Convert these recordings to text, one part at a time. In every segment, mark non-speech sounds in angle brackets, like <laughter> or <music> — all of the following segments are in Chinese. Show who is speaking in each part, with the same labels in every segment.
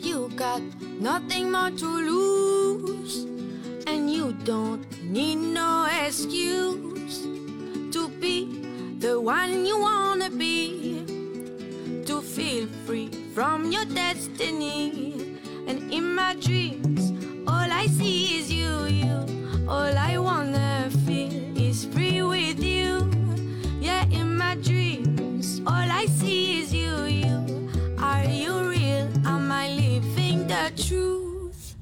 Speaker 1: you got nothing more to lose, and you don't need no excuse to be the one you wanna be, to feel free from your destiny. And in my dreams, all I see is you, you. All I wanna feel is free with you. Yeah, in my dreams, all I see is you, you. Are you real? Am I living the truth?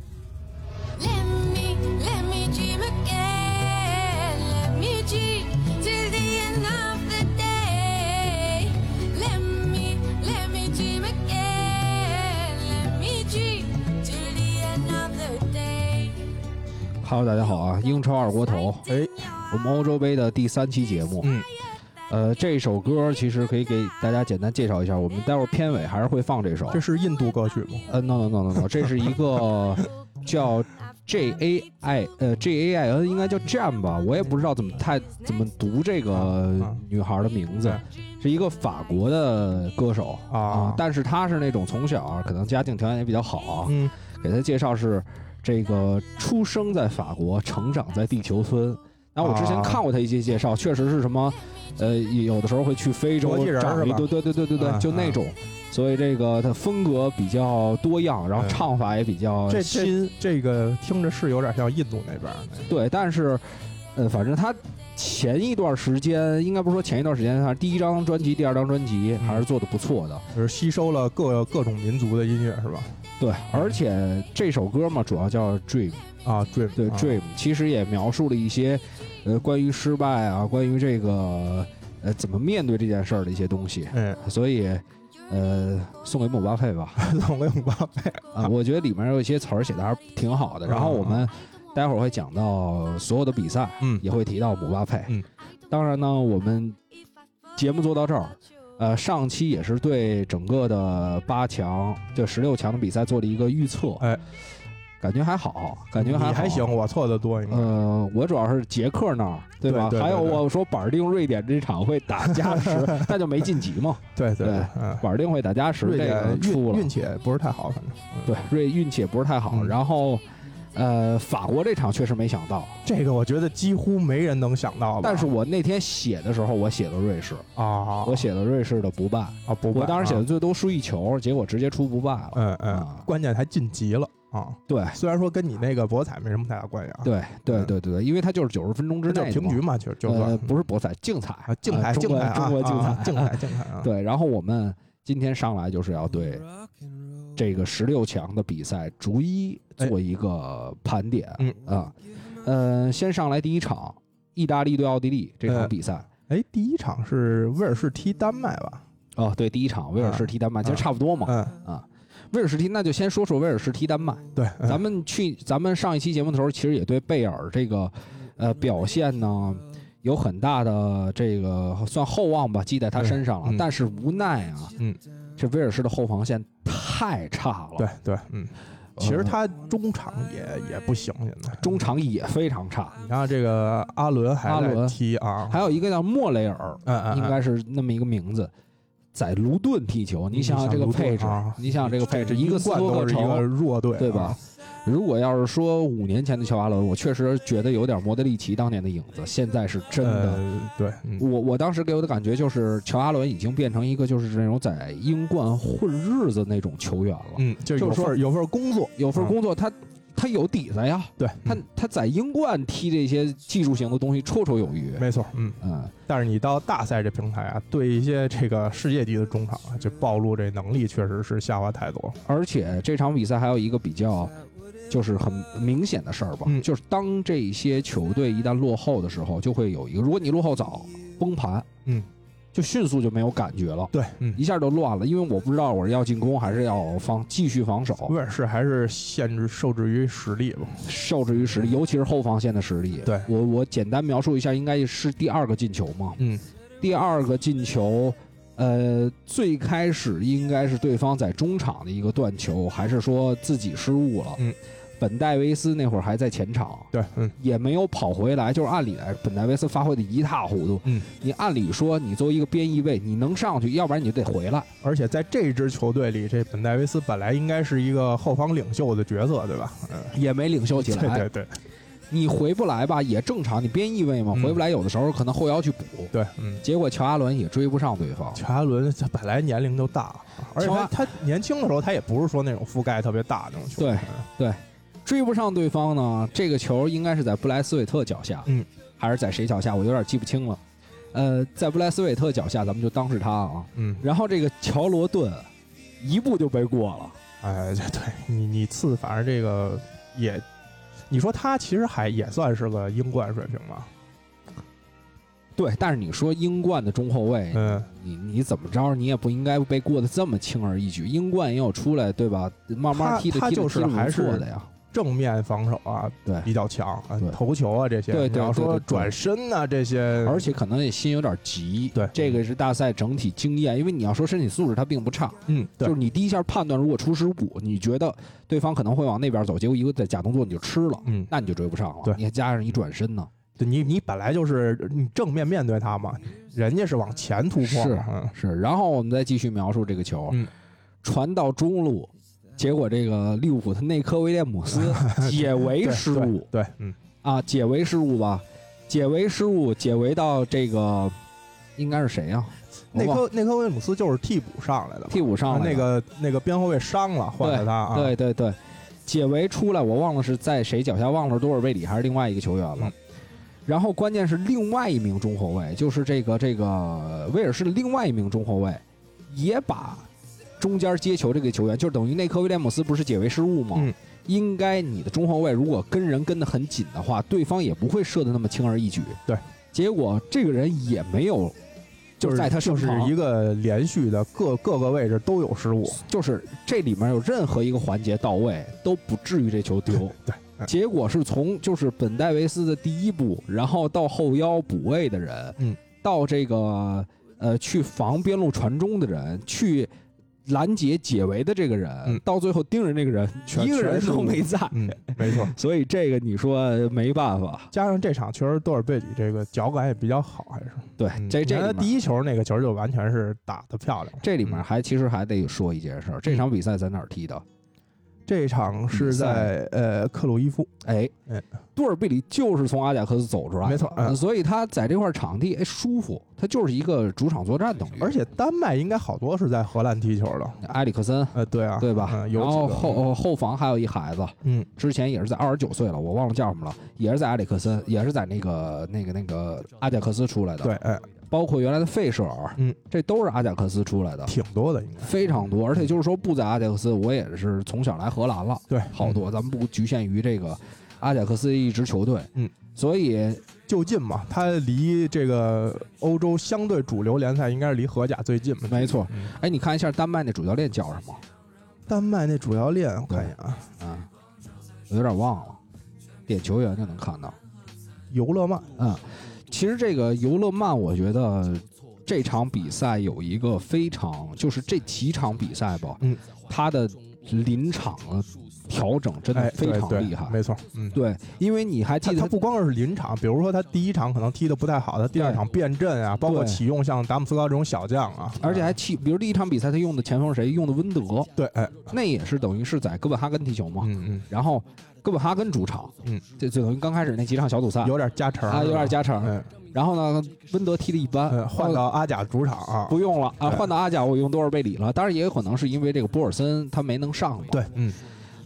Speaker 1: Let me, let me dream again. Let me dream till the end of the day. Let me, let me dream again. Let me dream till the end of the day.
Speaker 2: Hello，大家好啊！英超二锅头，
Speaker 1: 哎，
Speaker 2: 我们欧洲杯的第三期节目。
Speaker 3: 嗯，
Speaker 2: 呃，这首歌其实可以给大家简单介绍一下，我们待会儿片尾还是会放这首。
Speaker 3: 这是印度歌曲吗？
Speaker 2: 呃，no no no
Speaker 3: <laughs>
Speaker 2: no no，这是一个叫 J A I 呃 J A I N，应该叫 Jam 吧，我也不知道怎么太怎么读这个
Speaker 3: 啊
Speaker 2: 女孩的名字，是一个法国的歌手
Speaker 3: 啊
Speaker 2: 但是她是那种从小啊可能家境条件也比较好，啊
Speaker 3: 嗯，
Speaker 2: 给他介绍是这个出生在法国，成长在地球村。然后我之前
Speaker 3: 啊
Speaker 2: 看过他一些介绍，确实是什么，呃，有的时候会去非洲
Speaker 3: 国际人
Speaker 2: 找
Speaker 3: 是
Speaker 2: 一
Speaker 3: 吧
Speaker 2: 对对对对对对，
Speaker 3: 嗯
Speaker 2: 就那种。所以这个他风格比较多样，然后
Speaker 3: 嗯
Speaker 2: 唱法也比较
Speaker 3: 这
Speaker 2: 新。
Speaker 3: 这这个听着是有点像印度那边儿那
Speaker 2: 对，但是，呃，反正他前一段时间，应该不是说前一段时间，他第一张专辑、第二张专辑还
Speaker 3: 嗯
Speaker 2: 是做的不错的。
Speaker 3: 个，就是吸收了各各种民族的音乐是吧？
Speaker 2: 对，而且这首歌嘛，主要叫《Dream》。
Speaker 3: 啊，dream，
Speaker 2: 对
Speaker 3: 啊
Speaker 2: Dream，其实也描述了一些，呃，关于失败啊，关于这个，呃，怎么面对这件事儿的一些东西。
Speaker 3: 哎，
Speaker 2: 所以，呃，送给姆巴佩吧。
Speaker 3: 总共有八倍 <laughs>
Speaker 2: 啊、我觉得里面有一些词儿写的还是挺好
Speaker 3: 嗯
Speaker 2: 的。然后我们待会儿会讲到所有的比赛，
Speaker 3: 嗯
Speaker 2: 也会提到姆巴佩。
Speaker 3: 嗯，
Speaker 2: 当然呢，我们节目做到这儿。呃，上期也是对整个的八强，就十六强的比赛做了一个预测，
Speaker 3: 哎，
Speaker 2: 感觉还好，感觉还
Speaker 3: 你还
Speaker 2: 好
Speaker 3: 行，我错的多应该。
Speaker 2: 呃，我主要是捷克那儿，对吧？
Speaker 3: 对对对
Speaker 2: 还有我说板儿定瑞典这场会打加时，
Speaker 3: <laughs>
Speaker 2: 那就没晋级嘛。
Speaker 3: 对
Speaker 2: 对
Speaker 3: 对对，嗯，
Speaker 2: 板儿定会打加时，
Speaker 3: 瑞
Speaker 2: 这个
Speaker 3: 典
Speaker 2: 出
Speaker 3: 运
Speaker 2: 了
Speaker 3: 运。气也不是太好，反正嗯
Speaker 2: 对，瑞运气也不是太好。
Speaker 3: 嗯
Speaker 2: 然后，呃，法国这场确实没想到，
Speaker 3: 这个我觉得几乎没人能想到吧。
Speaker 2: 但是我那天写的时候，我写的瑞士，
Speaker 3: 啊，
Speaker 2: 我写的瑞士的不败。
Speaker 3: 啊不败，
Speaker 2: 我当时写的
Speaker 3: 啊，
Speaker 2: 最多输一球，结果直接出不败了。
Speaker 3: 嗯
Speaker 2: 啊
Speaker 3: 嗯，关键还晋级了啊。
Speaker 2: 对，
Speaker 3: 虽然说跟你那个博彩没什么太大关系啊，，
Speaker 2: 对，对，
Speaker 3: 嗯
Speaker 2: 对，对，对，因为他就是九十分钟之
Speaker 3: 这就
Speaker 2: 内
Speaker 3: 是平
Speaker 2: 的
Speaker 3: 局
Speaker 2: 嘛。
Speaker 3: 嘛，就就
Speaker 2: 呃，
Speaker 3: 算
Speaker 2: 不是博彩，竞彩
Speaker 3: 啊，竞
Speaker 2: 呃
Speaker 3: 彩，
Speaker 2: 中
Speaker 3: 竞
Speaker 2: 国
Speaker 3: 彩啊，
Speaker 2: 中国竞
Speaker 3: 啊
Speaker 2: 彩，
Speaker 3: 竞彩，竞彩啊，
Speaker 2: 对，然后我们今天上来就是要对这个十六强的比赛逐一做一个盘点
Speaker 3: 嗯
Speaker 2: 啊。呃，先上来第一场，意大利对奥地利这场比赛。
Speaker 3: 哎，第一场是威尔士踢丹麦吧？
Speaker 2: 哦，对，第一场威尔士踢丹麦，其实差不多嘛。
Speaker 3: 嗯，
Speaker 2: 啊，威尔士踢，那就先说说威尔士踢丹麦。
Speaker 3: 对，嗯
Speaker 2: 咱们去，咱们上一期节目的时候，其实也对贝尔这个呃表现呢。有很大的这个算厚望吧，记在他身上了。
Speaker 3: 嗯嗯
Speaker 2: 但是无奈啊，
Speaker 3: 嗯，
Speaker 2: 这威尔士的后防线太差了，
Speaker 3: 对对，嗯，其实他中场也也不行，现在
Speaker 2: 中，场也非常差。
Speaker 3: 你看这个阿伦还
Speaker 2: 阿伦
Speaker 3: 在踢啊，
Speaker 2: 还有一个叫莫雷尔，
Speaker 3: 嗯嗯，嗯
Speaker 2: 应该是那么一个名字，在卢顿踢球。你想想这个配置
Speaker 3: 嗯卢顿啊，
Speaker 2: 你想想这个配置，一
Speaker 3: 英
Speaker 2: 个斯
Speaker 3: 冠
Speaker 2: 托
Speaker 3: 都
Speaker 2: 克
Speaker 3: 是一个
Speaker 2: 城，
Speaker 3: 弱队，啊
Speaker 2: 对吧？？如果要是说五年前的乔阿伦，我确实觉得有点莫德里奇当年的影子，现在是真的。
Speaker 3: 呃，对，嗯
Speaker 2: 我我当时给我的感觉就是，乔阿伦已经变成一个就是那种在英冠混日子那种球员了，
Speaker 3: 嗯，就有
Speaker 2: 就是说
Speaker 3: 份有份工作，
Speaker 2: 有份工作他他有底子呀，
Speaker 3: 对，
Speaker 2: 他
Speaker 3: 嗯
Speaker 2: 他在英冠踢这些技术型的东西绰绰有余。
Speaker 3: 没错，嗯，
Speaker 2: 嗯，
Speaker 3: 但是你到大赛这平台啊，对一些这个世界级的中场啊，就暴露这能力确实是下滑太多，
Speaker 2: 而且这场比赛还有一个比较，就是很明显的事儿吧，
Speaker 3: 嗯
Speaker 2: 就是当这些球队一旦落后的时候，就会有一个，如果你落后早，崩盘，
Speaker 3: 嗯，
Speaker 2: 就迅速就没有感觉了，
Speaker 3: 对，嗯，
Speaker 2: 一下就乱了，因为我不知道我是要进攻还是要防继续防守，
Speaker 3: 威尔士还是限制受制于实力吧，
Speaker 2: 受制于实力，尤其是后防线的实力。
Speaker 3: 对
Speaker 2: 我，我简单描述一下，应该是第二个进球嘛，
Speaker 3: 嗯，
Speaker 2: 第二个进球，呃，最开始应该是对方在中场的一个断球，还是说自己失误了？
Speaker 3: 嗯，
Speaker 2: 本戴维斯那会儿还在前场，
Speaker 3: 对，嗯，
Speaker 2: 也没有跑回来，就是按理来，本戴维斯发挥的一塌糊涂。
Speaker 3: 嗯，
Speaker 2: 你按理说，你作为一个边翼位，你能上去，要不然你就得回来。
Speaker 3: 而且在这支球队里，这本戴维斯本来应该是一个后方领袖的角色，对吧？嗯，
Speaker 2: 也没领袖起
Speaker 3: 对
Speaker 2: 来，
Speaker 3: 对对
Speaker 2: 你回不来吧也正常，你边翼位嘛，
Speaker 3: 嗯
Speaker 2: 回不来有的时候可能后腰去补。
Speaker 3: 对，嗯，
Speaker 2: 结果乔阿伦也追不上对方，
Speaker 3: 乔阿伦他本来年龄就大了，而且
Speaker 2: 乔阿
Speaker 3: 他他年轻的时候他也不是说那种覆盖特别大的那种球员，
Speaker 2: 对追不上对方呢，这个球应该是在布莱斯韦特脚下，
Speaker 3: 嗯，
Speaker 2: 还是在谁脚下，我有点记不清了。呃，在布莱斯韦特脚下，咱们就当是他啊。
Speaker 3: 嗯，
Speaker 2: 然后这个乔罗顿一步就被过了，
Speaker 3: 哎，这对你你次，反正这个也，你说他其实还也算是个英冠水平吧，
Speaker 2: 对。但是你说英冠的中后卫，
Speaker 3: 嗯，
Speaker 2: 你你怎么着，你也不应该被过得这么轻而易举。英冠也有出来，对吧？慢慢
Speaker 3: 他
Speaker 2: 踢的
Speaker 3: 他
Speaker 2: 踢的
Speaker 3: 就是
Speaker 2: 踢得
Speaker 3: 还
Speaker 2: 不错
Speaker 3: 是
Speaker 2: 的呀。
Speaker 3: 正面防守啊
Speaker 2: 对
Speaker 3: 比较强，啊
Speaker 2: 对
Speaker 3: 头球啊这些，
Speaker 2: 对对
Speaker 3: 你要
Speaker 2: 对
Speaker 3: 说
Speaker 2: 对对
Speaker 3: 转身呐、这些，
Speaker 2: 而且可能也心有点急。
Speaker 3: 对
Speaker 2: 这个是大赛整体经验，因为你要说身体素质，他并不差。
Speaker 3: 嗯，
Speaker 2: 就是，
Speaker 3: 对
Speaker 2: 你第一下判断，如果出失误，你觉得对方可能会往那边走，结果一个在假动作你就吃了，
Speaker 3: 嗯，
Speaker 2: 那你就追不上了。
Speaker 3: 对
Speaker 2: 你还加上一转身呢，
Speaker 3: 对你你本来就是你正面面对他嘛，人家是往前突破嘛，嗯
Speaker 2: 是。然后我们再继续描述这个球，
Speaker 3: 嗯
Speaker 2: 传到中路，结果这个利物浦的内科威廉姆斯解围
Speaker 3: <laughs> 对
Speaker 2: 失
Speaker 3: 对
Speaker 2: 误
Speaker 3: 对，嗯，
Speaker 2: 啊，解围失误吧，解围失误，解围到这个应该是谁呀、
Speaker 3: 内
Speaker 2: 我忘了
Speaker 3: 科啊内科威姆斯就是替补上来的嘛，
Speaker 2: 替补上来的
Speaker 3: 那个那个边后卫伤了，换了他啊，
Speaker 2: 对对对，解围出来，我忘了是在谁脚下，忘了是多尔贝里还是另外一个球员了。
Speaker 3: 嗯
Speaker 2: 然后关键是另外一名中后卫，就是这个这个威尔士的另外一名中后卫，也把中间接球这个球员，就是等于内科威廉姆斯不是解围失误吗？
Speaker 3: 嗯
Speaker 2: 应该你的中后卫如果跟人跟得很紧的话，对方也不会射得那么轻而易举。
Speaker 3: 对，
Speaker 2: 结果这个人也没有，
Speaker 3: 就是
Speaker 2: 在他身
Speaker 3: 就是
Speaker 2: 旁
Speaker 3: 一个连续的各各个位置都有失误，
Speaker 2: 就是这里面有任何一个环节到位，都不至于这球丢。
Speaker 3: 对，嗯
Speaker 2: 结果是从就是本戴维斯的第一步，然后到后腰补位的人，
Speaker 3: 嗯，
Speaker 2: 到这个呃去防边路传中的人，去拦截解围的这个人，
Speaker 3: 嗯
Speaker 2: 到最后盯人这个人，
Speaker 3: 全
Speaker 2: 一个人
Speaker 3: 全是
Speaker 2: 都
Speaker 3: 误
Speaker 2: 没在。
Speaker 3: 嗯，没
Speaker 2: <laughs>
Speaker 3: 错。
Speaker 2: 所以这个你说没办法，
Speaker 3: 加上这场确实多尔贝里这个脚感也比较好，还是
Speaker 2: 对，
Speaker 3: 嗯
Speaker 2: 哎这这
Speaker 3: 你看
Speaker 2: 里面
Speaker 3: 他第一嗯球那个球就完全是打得漂亮。
Speaker 2: 这里面还其实还得说一件事儿，这场比赛在哪儿踢的？
Speaker 3: 这场是在呃克鲁伊夫，
Speaker 2: 哎
Speaker 3: 哎，
Speaker 2: 杜尔贝里就是从阿贾克斯走出来的，
Speaker 3: 没错嗯
Speaker 2: 所以他在这块场地哎舒服，他就是一个主场作战等于。
Speaker 3: 而且丹麦应该好多是在荷兰踢球的，
Speaker 2: 埃里克森
Speaker 3: 呃，对啊，
Speaker 2: 对吧？
Speaker 3: 嗯，有
Speaker 2: 然
Speaker 3: 几
Speaker 2: 后
Speaker 3: 个
Speaker 2: 后哦后防还有一孩子，
Speaker 3: 嗯，
Speaker 2: 之前也是在二十九岁了，我忘了叫什么了，也是在埃里克森，也是在那个那个那个阿贾克斯出来的，
Speaker 3: 对，，哎，
Speaker 2: 包括原来的费舍尔，
Speaker 3: 嗯，
Speaker 2: 这都是阿贾克斯出来的。
Speaker 3: 挺多的应该。
Speaker 2: 非常多，而且就是说不在阿贾克斯，我也是从小来荷兰了，
Speaker 3: 对，
Speaker 2: 好多，咱们不局限于这个阿贾克斯一支球队，
Speaker 3: 嗯，
Speaker 2: 所以
Speaker 3: 就近嘛，他离这个欧洲相对主流联赛应该是离荷甲最近嘛。
Speaker 2: 没错
Speaker 3: 嗯，
Speaker 2: 哎，你看一下丹麦那主教练叫什么？
Speaker 3: 丹麦那主教练我看一眼啊，
Speaker 2: 啊，我有点忘了，点球员就能看到。
Speaker 3: 尤勒曼，
Speaker 2: 嗯，其实这个尤勒曼，我觉得这场比赛有一个非常，就是这几场比赛吧，
Speaker 3: 嗯，
Speaker 2: 他的临场调整真的
Speaker 3: 哎，
Speaker 2: 非
Speaker 3: 对
Speaker 2: 常
Speaker 3: 对
Speaker 2: 厉害。
Speaker 3: 没错，嗯。
Speaker 2: 对，因为你还记
Speaker 3: 他
Speaker 2: 得
Speaker 3: 他不光是临场，比如说他第一场可能踢得不太好，他第二
Speaker 2: 对
Speaker 3: 场变阵啊，包括
Speaker 2: 对
Speaker 3: 启用像达姆斯高这种小将啊，
Speaker 2: 而且还气，比如第一场比赛他用的前锋是谁？用的温德，
Speaker 3: 对，哎，
Speaker 2: 那也是等于是在哥本哈根踢球嘛。
Speaker 3: 嗯
Speaker 2: 然后哥本哈根主场，
Speaker 3: 嗯，
Speaker 2: 这就等于刚开始那几场小组赛
Speaker 3: 嗯，有点加成
Speaker 2: 啊，有点，加成。
Speaker 3: 嗯
Speaker 2: 然后呢，温德踢的一般，
Speaker 3: 嗯，换到阿甲主场啊，
Speaker 2: 不用了啊，
Speaker 3: 对
Speaker 2: 换到阿贾我用多少贝里了。当然也有可能是因为这个博尔森他没能上嘛。，
Speaker 3: 对，嗯，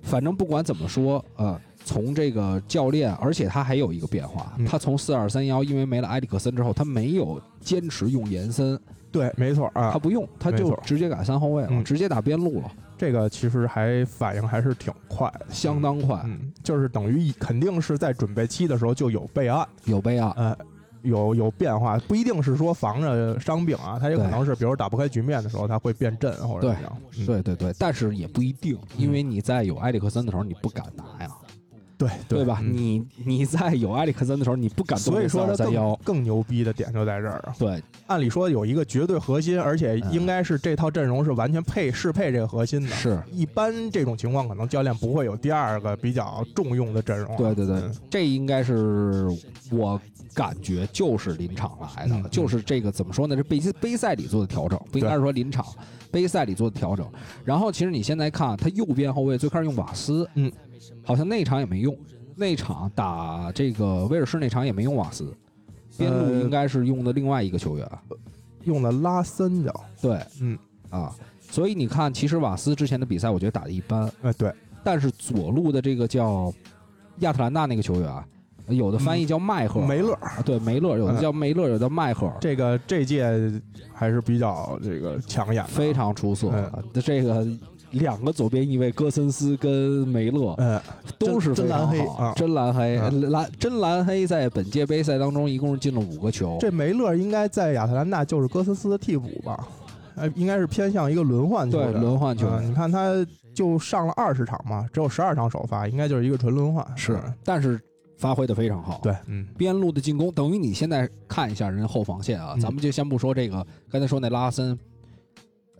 Speaker 2: 反正不管怎么说，呃，从这个教练，而且他还有一个变化，
Speaker 3: 嗯
Speaker 2: 他从四二三幺，因为没了埃里克森之后，他没有坚持用延森，
Speaker 3: 对，没错
Speaker 2: 他
Speaker 3: 啊，
Speaker 2: 不用，他
Speaker 3: 没
Speaker 2: 就
Speaker 3: 错
Speaker 2: 直接改三后卫了，
Speaker 3: 嗯
Speaker 2: 直接打边路了，
Speaker 3: 这个其实还反应还是挺快的，
Speaker 2: 相当快，
Speaker 3: 嗯，就是等于肯定是在准备期的时候就有备案，
Speaker 2: 有啊备案。
Speaker 3: 呃，有有变化，不一定是说防着伤病啊，他也可
Speaker 2: 对
Speaker 3: 能是比如打不开局面的时候他会变阵或者
Speaker 2: 对
Speaker 3: 怎么样，嗯嗯
Speaker 2: 对对对，但是也不一定，因为你在有埃里克森的时候，你不敢拿呀。
Speaker 3: 对
Speaker 2: 对吧？
Speaker 3: 嗯
Speaker 2: 你你在有埃里克森的时候，你不敢动
Speaker 3: 所以说他
Speaker 2: 三
Speaker 3: 更
Speaker 2: 幺，
Speaker 3: 更牛逼的点就在这儿啊！
Speaker 2: 对
Speaker 3: 按理说有一个绝对核心，而且应该是这套阵容是完全配适配这个核心的。
Speaker 2: 是。
Speaker 3: 一般这种情况，可能教练不会有第二个比较重用的阵容啊。
Speaker 2: 对对对
Speaker 3: 嗯，
Speaker 2: 这应该是我感觉就是临场来的，
Speaker 3: 嗯
Speaker 2: 就是这个怎么说呢？这杯杯赛里做的调整，不应该是说临场，杯赛里做的调整。然后其实你现在看他右边后卫最开始用瓦斯，
Speaker 3: 嗯，
Speaker 2: 好像那场也没用，那场打这个威尔士那场也没用瓦斯，边路
Speaker 3: 呃
Speaker 2: 应该是用的另外一个球员，
Speaker 3: 用的拉森叫，
Speaker 2: 对，
Speaker 3: 嗯
Speaker 2: 啊，所以你看，其实瓦斯之前的比赛我觉得打的一般，
Speaker 3: 哎对，
Speaker 2: 但是左路的这个叫亚特兰大那个球员啊，有的翻译叫迈赫，
Speaker 3: 梅勒
Speaker 2: 啊对梅勒，有的叫梅勒，有的叫迈赫，
Speaker 3: 这个这届还是比较这个抢眼的啊，
Speaker 2: 非常出色。
Speaker 3: 嗯
Speaker 2: 啊这个两个左边翼卫戈森斯跟梅勒
Speaker 3: 嗯
Speaker 2: 都是非常
Speaker 3: 真蓝黑
Speaker 2: 好
Speaker 3: 啊，
Speaker 2: 真蓝黑，
Speaker 3: 啊
Speaker 2: 蓝真蓝黑在本届杯赛当中一共是进了五个球，
Speaker 3: 这梅勒应该在亚特兰大就是戈斯斯的替补吧？呃，应该是偏向一个轮换球
Speaker 2: 对
Speaker 3: 员。
Speaker 2: 轮换球
Speaker 3: 啊
Speaker 2: 员
Speaker 3: 你看他就上了二十场嘛，只有十二场首发，应该就是一个纯轮换。
Speaker 2: 是
Speaker 3: 嗯，
Speaker 2: 但是发挥的非常好。
Speaker 3: 对，嗯，
Speaker 2: 边路的进攻，等于你现在看一下人家后防线啊，
Speaker 3: 嗯
Speaker 2: 咱们就先不说这个，刚才说那拉森，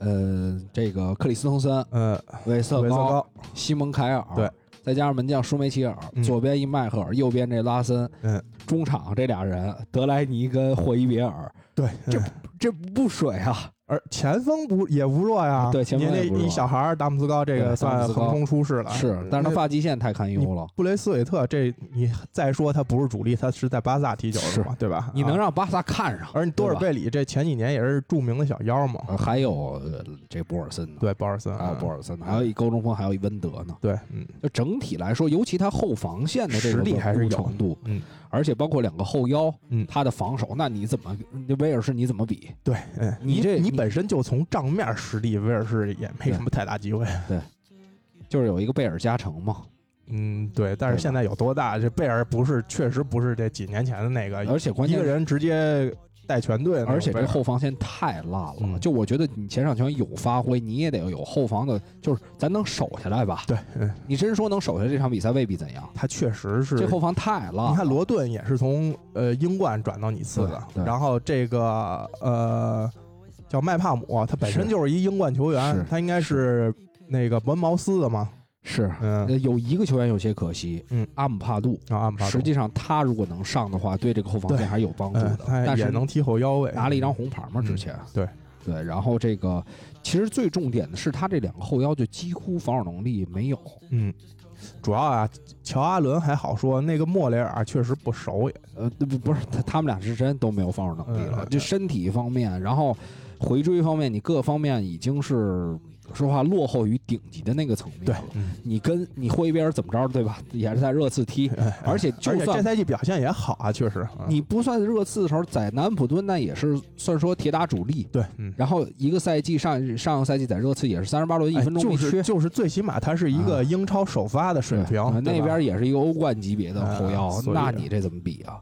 Speaker 2: 呃，这个克里斯滕森、
Speaker 3: 呃，
Speaker 2: 韦瑟
Speaker 3: 韦
Speaker 2: 高、
Speaker 3: 瑟高，
Speaker 2: 西蒙凯尔，
Speaker 3: 对，
Speaker 2: 再加上门将舒梅齐尔，
Speaker 3: 嗯
Speaker 2: 左边一迈克尔，右边这拉森，
Speaker 3: 嗯，
Speaker 2: 中场这俩人德莱尼跟霍伊别尔，
Speaker 3: 对，
Speaker 2: 这
Speaker 3: 嗯
Speaker 2: 这不水啊，
Speaker 3: 而前锋不也不弱呀？
Speaker 2: 对前锋
Speaker 3: 你
Speaker 2: 也不
Speaker 3: 那
Speaker 2: 弱
Speaker 3: 一小孩儿达姆斯高，这
Speaker 2: 对
Speaker 3: 个
Speaker 2: 达姆
Speaker 3: 算
Speaker 2: 斯高
Speaker 3: 横空出世了。
Speaker 2: 是，但是他
Speaker 3: 那
Speaker 2: 发际线太堪忧了。
Speaker 3: 布雷斯韦特，这你再说他不是主力，他是在巴萨踢球
Speaker 2: 是
Speaker 3: 的嘛，对吧？
Speaker 2: 你能
Speaker 3: 啊，
Speaker 2: 让巴萨看上，
Speaker 3: 而你多尔
Speaker 2: 对吧
Speaker 3: 贝里这前几年也是著名的小妖嘛，
Speaker 2: 呃还有呃这博尔森呢，
Speaker 3: 对，鲍尔森
Speaker 2: 还有博
Speaker 3: 尔，
Speaker 2: 啊尔森呢，还有一高中锋，还有一温德呢。
Speaker 3: 对，嗯，
Speaker 2: 就整体来说，尤其他后防线的这个
Speaker 3: 实力还是
Speaker 2: 稳
Speaker 3: 有
Speaker 2: 固程度，
Speaker 3: 嗯，
Speaker 2: 而且包括两个后腰，
Speaker 3: 嗯
Speaker 2: 他的防守，那你怎么威尔士你怎么比？
Speaker 3: 对，嗯，
Speaker 2: 你这
Speaker 3: 你
Speaker 2: 你
Speaker 3: 本身就从账面实力，威尔士也没什么太大机会。
Speaker 2: 就是有一个贝尔加成嘛，
Speaker 3: 嗯，对，但
Speaker 2: 对吧
Speaker 3: 是现在有多大？这贝尔不是，确实不是这几年前的那个，
Speaker 2: 而且关
Speaker 3: 哎一
Speaker 2: 键
Speaker 3: 个人直接带全队那种贝尔，
Speaker 2: 而且这后防线太烂了，
Speaker 3: 嗯
Speaker 2: 就我觉得你前场球员有发挥，你也得有后防的，就是咱能守下来吧？
Speaker 3: 对，嗯，
Speaker 2: 你真说能守下来这场比赛未必怎样，
Speaker 3: 他确实是
Speaker 2: 这后防太烂了。
Speaker 3: 你看罗顿也是从呃英冠转到尼斯的
Speaker 2: 对，对
Speaker 3: 然后这个呃叫麦帕姆，他本身
Speaker 2: 是
Speaker 3: 就是一英冠球
Speaker 2: 是
Speaker 3: 员，他应该是那个文茅斯的嘛，
Speaker 2: 是、
Speaker 3: 嗯，
Speaker 2: 呃有一个球员有些可惜，
Speaker 3: 嗯，
Speaker 2: 阿姆帕杜，
Speaker 3: 然后安巴
Speaker 2: 实际上他如果能上的话，对这个后防线
Speaker 3: 对
Speaker 2: 还是有帮助
Speaker 3: 嗯
Speaker 2: 的，。
Speaker 3: 他
Speaker 2: 但
Speaker 3: 也
Speaker 2: 是
Speaker 3: 能踢后腰位，
Speaker 2: 拿了一张红牌嘛，
Speaker 3: 嗯
Speaker 2: 之前。
Speaker 3: 对
Speaker 2: 对，然后这个其实最重点的是他这两个后腰就几乎防守能力没有，
Speaker 3: 嗯，主要啊，乔阿伦还好说，那个莫雷尔啊确实不熟也，
Speaker 2: 呃，不不是他他们俩是真都没有防守能力了，
Speaker 3: 嗯
Speaker 2: 就身体方面，然后回追方面，你各方面已经是说话落后于顶级的那个层面
Speaker 3: 对
Speaker 2: 了。，
Speaker 3: 嗯，
Speaker 2: 你跟你霍伊别尔怎么着，对吧？也是在热刺踢， <laughs> 而且嗯就
Speaker 3: 哎而且这
Speaker 2: 算
Speaker 3: 赛季表现也好啊，确实，嗯
Speaker 2: 你不算热刺的时候，在南安普敦那也是算说铁打主力。
Speaker 3: 对，嗯。
Speaker 2: 然后一个赛季上上个赛季在热刺也是三十八轮一分钟
Speaker 3: 哎
Speaker 2: 必
Speaker 3: 就
Speaker 2: 缺，
Speaker 3: 是就是最起码他是一
Speaker 2: 啊
Speaker 3: 个英超首发的水
Speaker 2: 对哎
Speaker 3: 平，
Speaker 2: 呃
Speaker 3: 对
Speaker 2: 那
Speaker 3: 吧
Speaker 2: 边也是一个欧冠级别的后腰
Speaker 3: 啊，所以
Speaker 2: 那你这怎么比啊？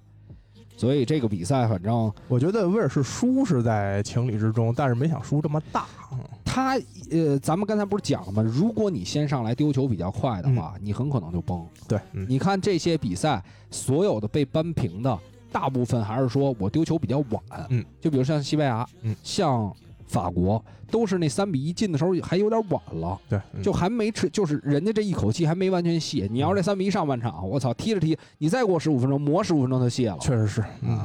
Speaker 2: 所以这个比赛，反正
Speaker 3: 我觉得威尔士输是在情理之中，但是没想输这么大。嗯
Speaker 2: 他呃，咱们刚才不是讲了吗？如果你先上来丢球比较快的话，你很可能就崩。
Speaker 3: 对，嗯，
Speaker 2: 你看这些比赛，所有的被扳平的，大部分还是说我丢球比较晚。
Speaker 3: 嗯，
Speaker 2: 就比如像西班牙，
Speaker 3: 嗯，
Speaker 2: 像法国，都是那三比一进的时候还有点晚了，
Speaker 3: 对，嗯
Speaker 2: 就还没吃，就是人家这一口气还没完全泄。你要是这三比一上半场，我操，踢着踢，你再过十五分钟，磨十五分钟就泄了。
Speaker 3: 确实是，
Speaker 2: 啊
Speaker 3: 嗯，。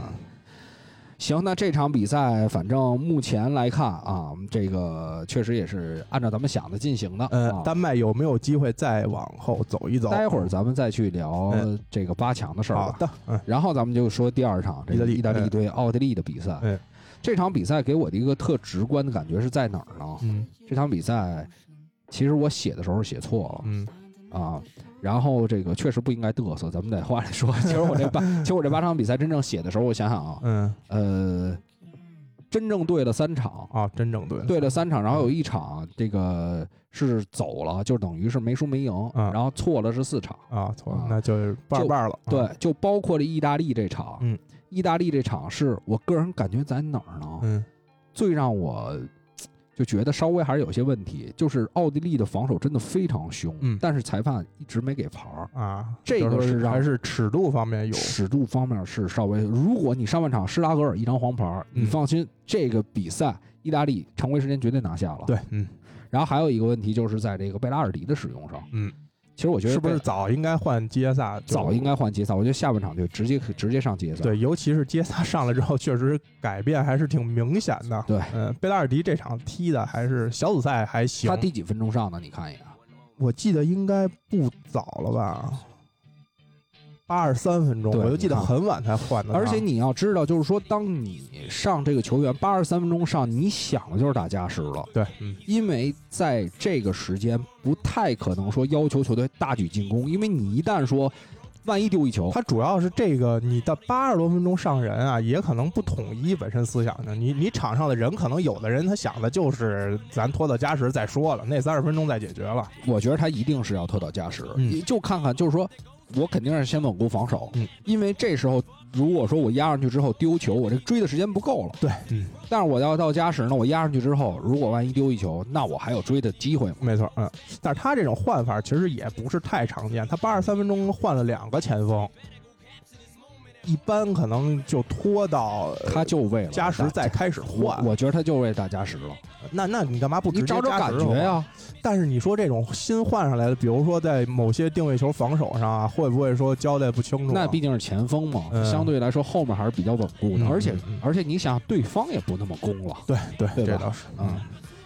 Speaker 2: 行，那这场比赛反正目前来看啊，这个确实也是按照咱们想的进行的。
Speaker 3: 呃
Speaker 2: 啊，
Speaker 3: 丹麦有没有机会再往后走一走？
Speaker 2: 待会儿咱们再去聊
Speaker 3: 嗯
Speaker 2: 这个八强的事儿
Speaker 3: 好
Speaker 2: 吧。
Speaker 3: 的，嗯，
Speaker 2: 然后咱们就说第二场这个
Speaker 3: 意大利
Speaker 2: 意大利
Speaker 3: 嗯
Speaker 2: 对奥地利的比赛。
Speaker 3: 嗯
Speaker 2: 这场比赛给我的一个特直观的感觉是在哪儿呢？
Speaker 3: 嗯
Speaker 2: 这场比赛其实我写的时候写错
Speaker 3: 嗯，
Speaker 2: 了啊，然后这个确实不应该嘚瑟，咱们得话来说。 <laughs> 其实我这八，其实我这八场比赛真正写的时候，我想想啊，
Speaker 3: 嗯，
Speaker 2: 呃，真正对了三场，
Speaker 3: 啊，真正对了，
Speaker 2: 对了三场，然后有一场这个是走了，就等于是没输没赢，
Speaker 3: 嗯
Speaker 2: 然后错了是四场，
Speaker 3: 啊，错
Speaker 2: 啊
Speaker 3: 了，那就是半儿半儿了。啊，
Speaker 2: 对，就包括了意大利这场，
Speaker 3: 嗯，
Speaker 2: 意大利这场是我个人感觉在哪儿呢？
Speaker 3: 嗯
Speaker 2: 最让我就觉得稍微还是有些问题，就是奥地利的防守真的非常凶，
Speaker 3: 嗯
Speaker 2: 但是裁判一直没给牌儿。
Speaker 3: 啊，
Speaker 2: 这个
Speaker 3: 就是是
Speaker 2: 让
Speaker 3: 还是尺度方面有
Speaker 2: 尺度方面是稍微，如果你上半场施拉格尔一张黄牌儿，你
Speaker 3: 嗯
Speaker 2: 放心，这个比赛意大利常规时间绝对拿下了。，
Speaker 3: 对，嗯
Speaker 2: 然后还有一个问题就是在这个贝拉尔迪的使用上，
Speaker 3: 嗯，
Speaker 2: 其实我觉得
Speaker 3: 是不
Speaker 2: 贝
Speaker 3: 是早应该换杰萨？就
Speaker 2: 早应该换杰萨，我觉得下半场就直接直接上杰萨。
Speaker 3: 对，尤其是杰萨上来之后，确实改变还是挺明显的。
Speaker 2: 对
Speaker 3: 嗯，贝拉尔迪这场踢的还是小组赛还行
Speaker 2: 他，第几分钟上的？你看一眼，啊
Speaker 3: 我记得应该不早了吧，八十三分钟，
Speaker 2: 对
Speaker 3: 我就记得
Speaker 2: 你看
Speaker 3: 很晚才换的他。
Speaker 2: 而且你要知道，就是说，当你上这个球员八十三分钟上，你想的就是打加时了，
Speaker 3: 对，嗯
Speaker 2: 因为在这个时间不太可能说要求球队大举进攻，因为你一旦说万一丢一球，
Speaker 3: 他主要是这个，你的八十多分钟上人啊，也可能不统一本身思想呢。你你场上的人，可能有的人他想的就是咱拖到加时再说了，那三十分钟再解决了。
Speaker 2: 我觉得他一定是要拖到加时，
Speaker 3: 嗯
Speaker 2: 你就看看，就是说我肯定是先稳固防守，
Speaker 3: 嗯
Speaker 2: 因为这时候如果说我压上去之后丢球，我这追的时间不够了。
Speaker 3: 对，嗯，
Speaker 2: 但是我要到加时呢，我压上去之后，如果万一丢一球，那我还有追的机会吗？
Speaker 3: 没错，嗯。但是他这种换法其实也不是太常见，他八十三分钟换了两个前锋，一般可能就拖到呃
Speaker 2: 他就为了
Speaker 3: 加时
Speaker 2: 打
Speaker 3: 再开始换
Speaker 2: 我。我觉得他就为打加时了，
Speaker 3: 那那你干嘛不直
Speaker 2: 你
Speaker 3: 接
Speaker 2: 找找
Speaker 3: 加时
Speaker 2: 感
Speaker 3: 换
Speaker 2: 觉呀、
Speaker 3: 但是你说这种新换上来的，比如说在某些定位球防守上啊，会不会说交代不清楚啊？
Speaker 2: 那毕竟是前锋嘛，
Speaker 3: 嗯
Speaker 2: 相对来说后面还是比较稳固的，
Speaker 3: 嗯
Speaker 2: 而且
Speaker 3: 嗯嗯
Speaker 2: 而且你想，对方也不那么攻了。
Speaker 3: 对对，
Speaker 2: 对
Speaker 3: 这
Speaker 2: 吧
Speaker 3: 倒是，
Speaker 2: 嗯，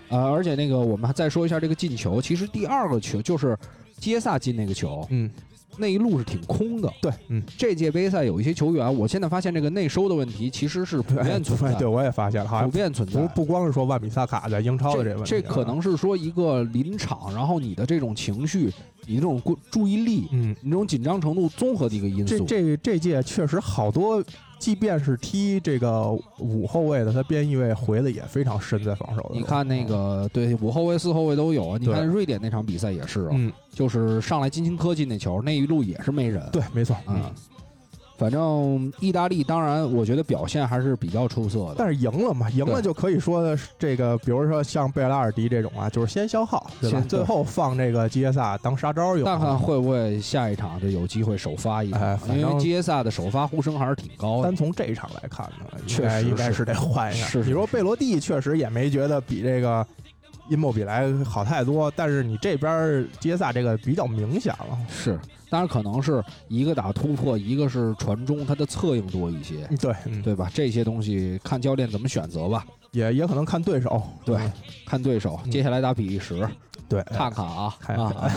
Speaker 2: 呃，而且那个我们还再说一下这个进球，其实第二个球就是杰萨进那个球，
Speaker 3: 嗯，
Speaker 2: 那一路是挺空的。
Speaker 3: 对，嗯，
Speaker 2: 这届杯赛有一些球员，我现在发现这个内收的问题其实是普
Speaker 3: 哎
Speaker 2: 遍存在
Speaker 3: 对，对，
Speaker 2: 的，
Speaker 3: 我也发现了，好
Speaker 2: 普
Speaker 3: 像
Speaker 2: 遍存在
Speaker 3: 不。不光是说万比萨卡在英超的
Speaker 2: 这
Speaker 3: 个问题
Speaker 2: 这
Speaker 3: 啊，
Speaker 2: 可能是说一个临场，然后你的这种情绪，你这种过注意力，
Speaker 3: 嗯，
Speaker 2: 你这种紧张程度综合的一个因
Speaker 3: 这
Speaker 2: 素。
Speaker 3: 这这届确实好多，即便是踢这个五后卫的，他边翼位回的也非常深，在防守的。
Speaker 2: 你看那，个对五后卫、四后卫都有啊。你
Speaker 3: 嗯对
Speaker 2: 看瑞典那场比赛也是啊，
Speaker 3: 嗯，
Speaker 2: 就是上来金琴科进那球，那一路也是没人。
Speaker 3: 对，没错，
Speaker 2: 嗯，，反正意大利当然，我觉得表现还是比较出色的。
Speaker 3: 但是赢了嘛，赢
Speaker 2: 对
Speaker 3: 了就可以说的是这个，比如说像贝拉尔迪这种啊，就是先消耗，对吧？
Speaker 2: 先对
Speaker 3: 最后放这个基耶萨当杀招用。啊
Speaker 2: 看看会不会下一场就有机会首发一场，
Speaker 3: 哎反
Speaker 2: 因为
Speaker 3: 正
Speaker 2: 杰萨的首发呼声还是挺高的
Speaker 3: 单。从这一场来看呢，
Speaker 2: 确
Speaker 3: 应该
Speaker 2: 实
Speaker 3: 应该
Speaker 2: 是
Speaker 3: 是得换一下。
Speaker 2: 是是
Speaker 3: 你说贝罗蒂确实也没觉得比这个因莫比莱好太多，但是你这边儿杰萨这个比较明显了。
Speaker 2: 是，当然可能是一个打突破，一个是传中，他的策应多一些，
Speaker 3: 对，嗯，
Speaker 2: 对吧？这些东西看教练怎么选择吧，
Speaker 3: 也也可能看对手。
Speaker 2: 对看对手。
Speaker 3: 嗯哎
Speaker 2: 接下来打比利时，
Speaker 3: 对，
Speaker 2: 看看啊
Speaker 3: 看
Speaker 2: 啊！
Speaker 3: <laughs>
Speaker 2: 啊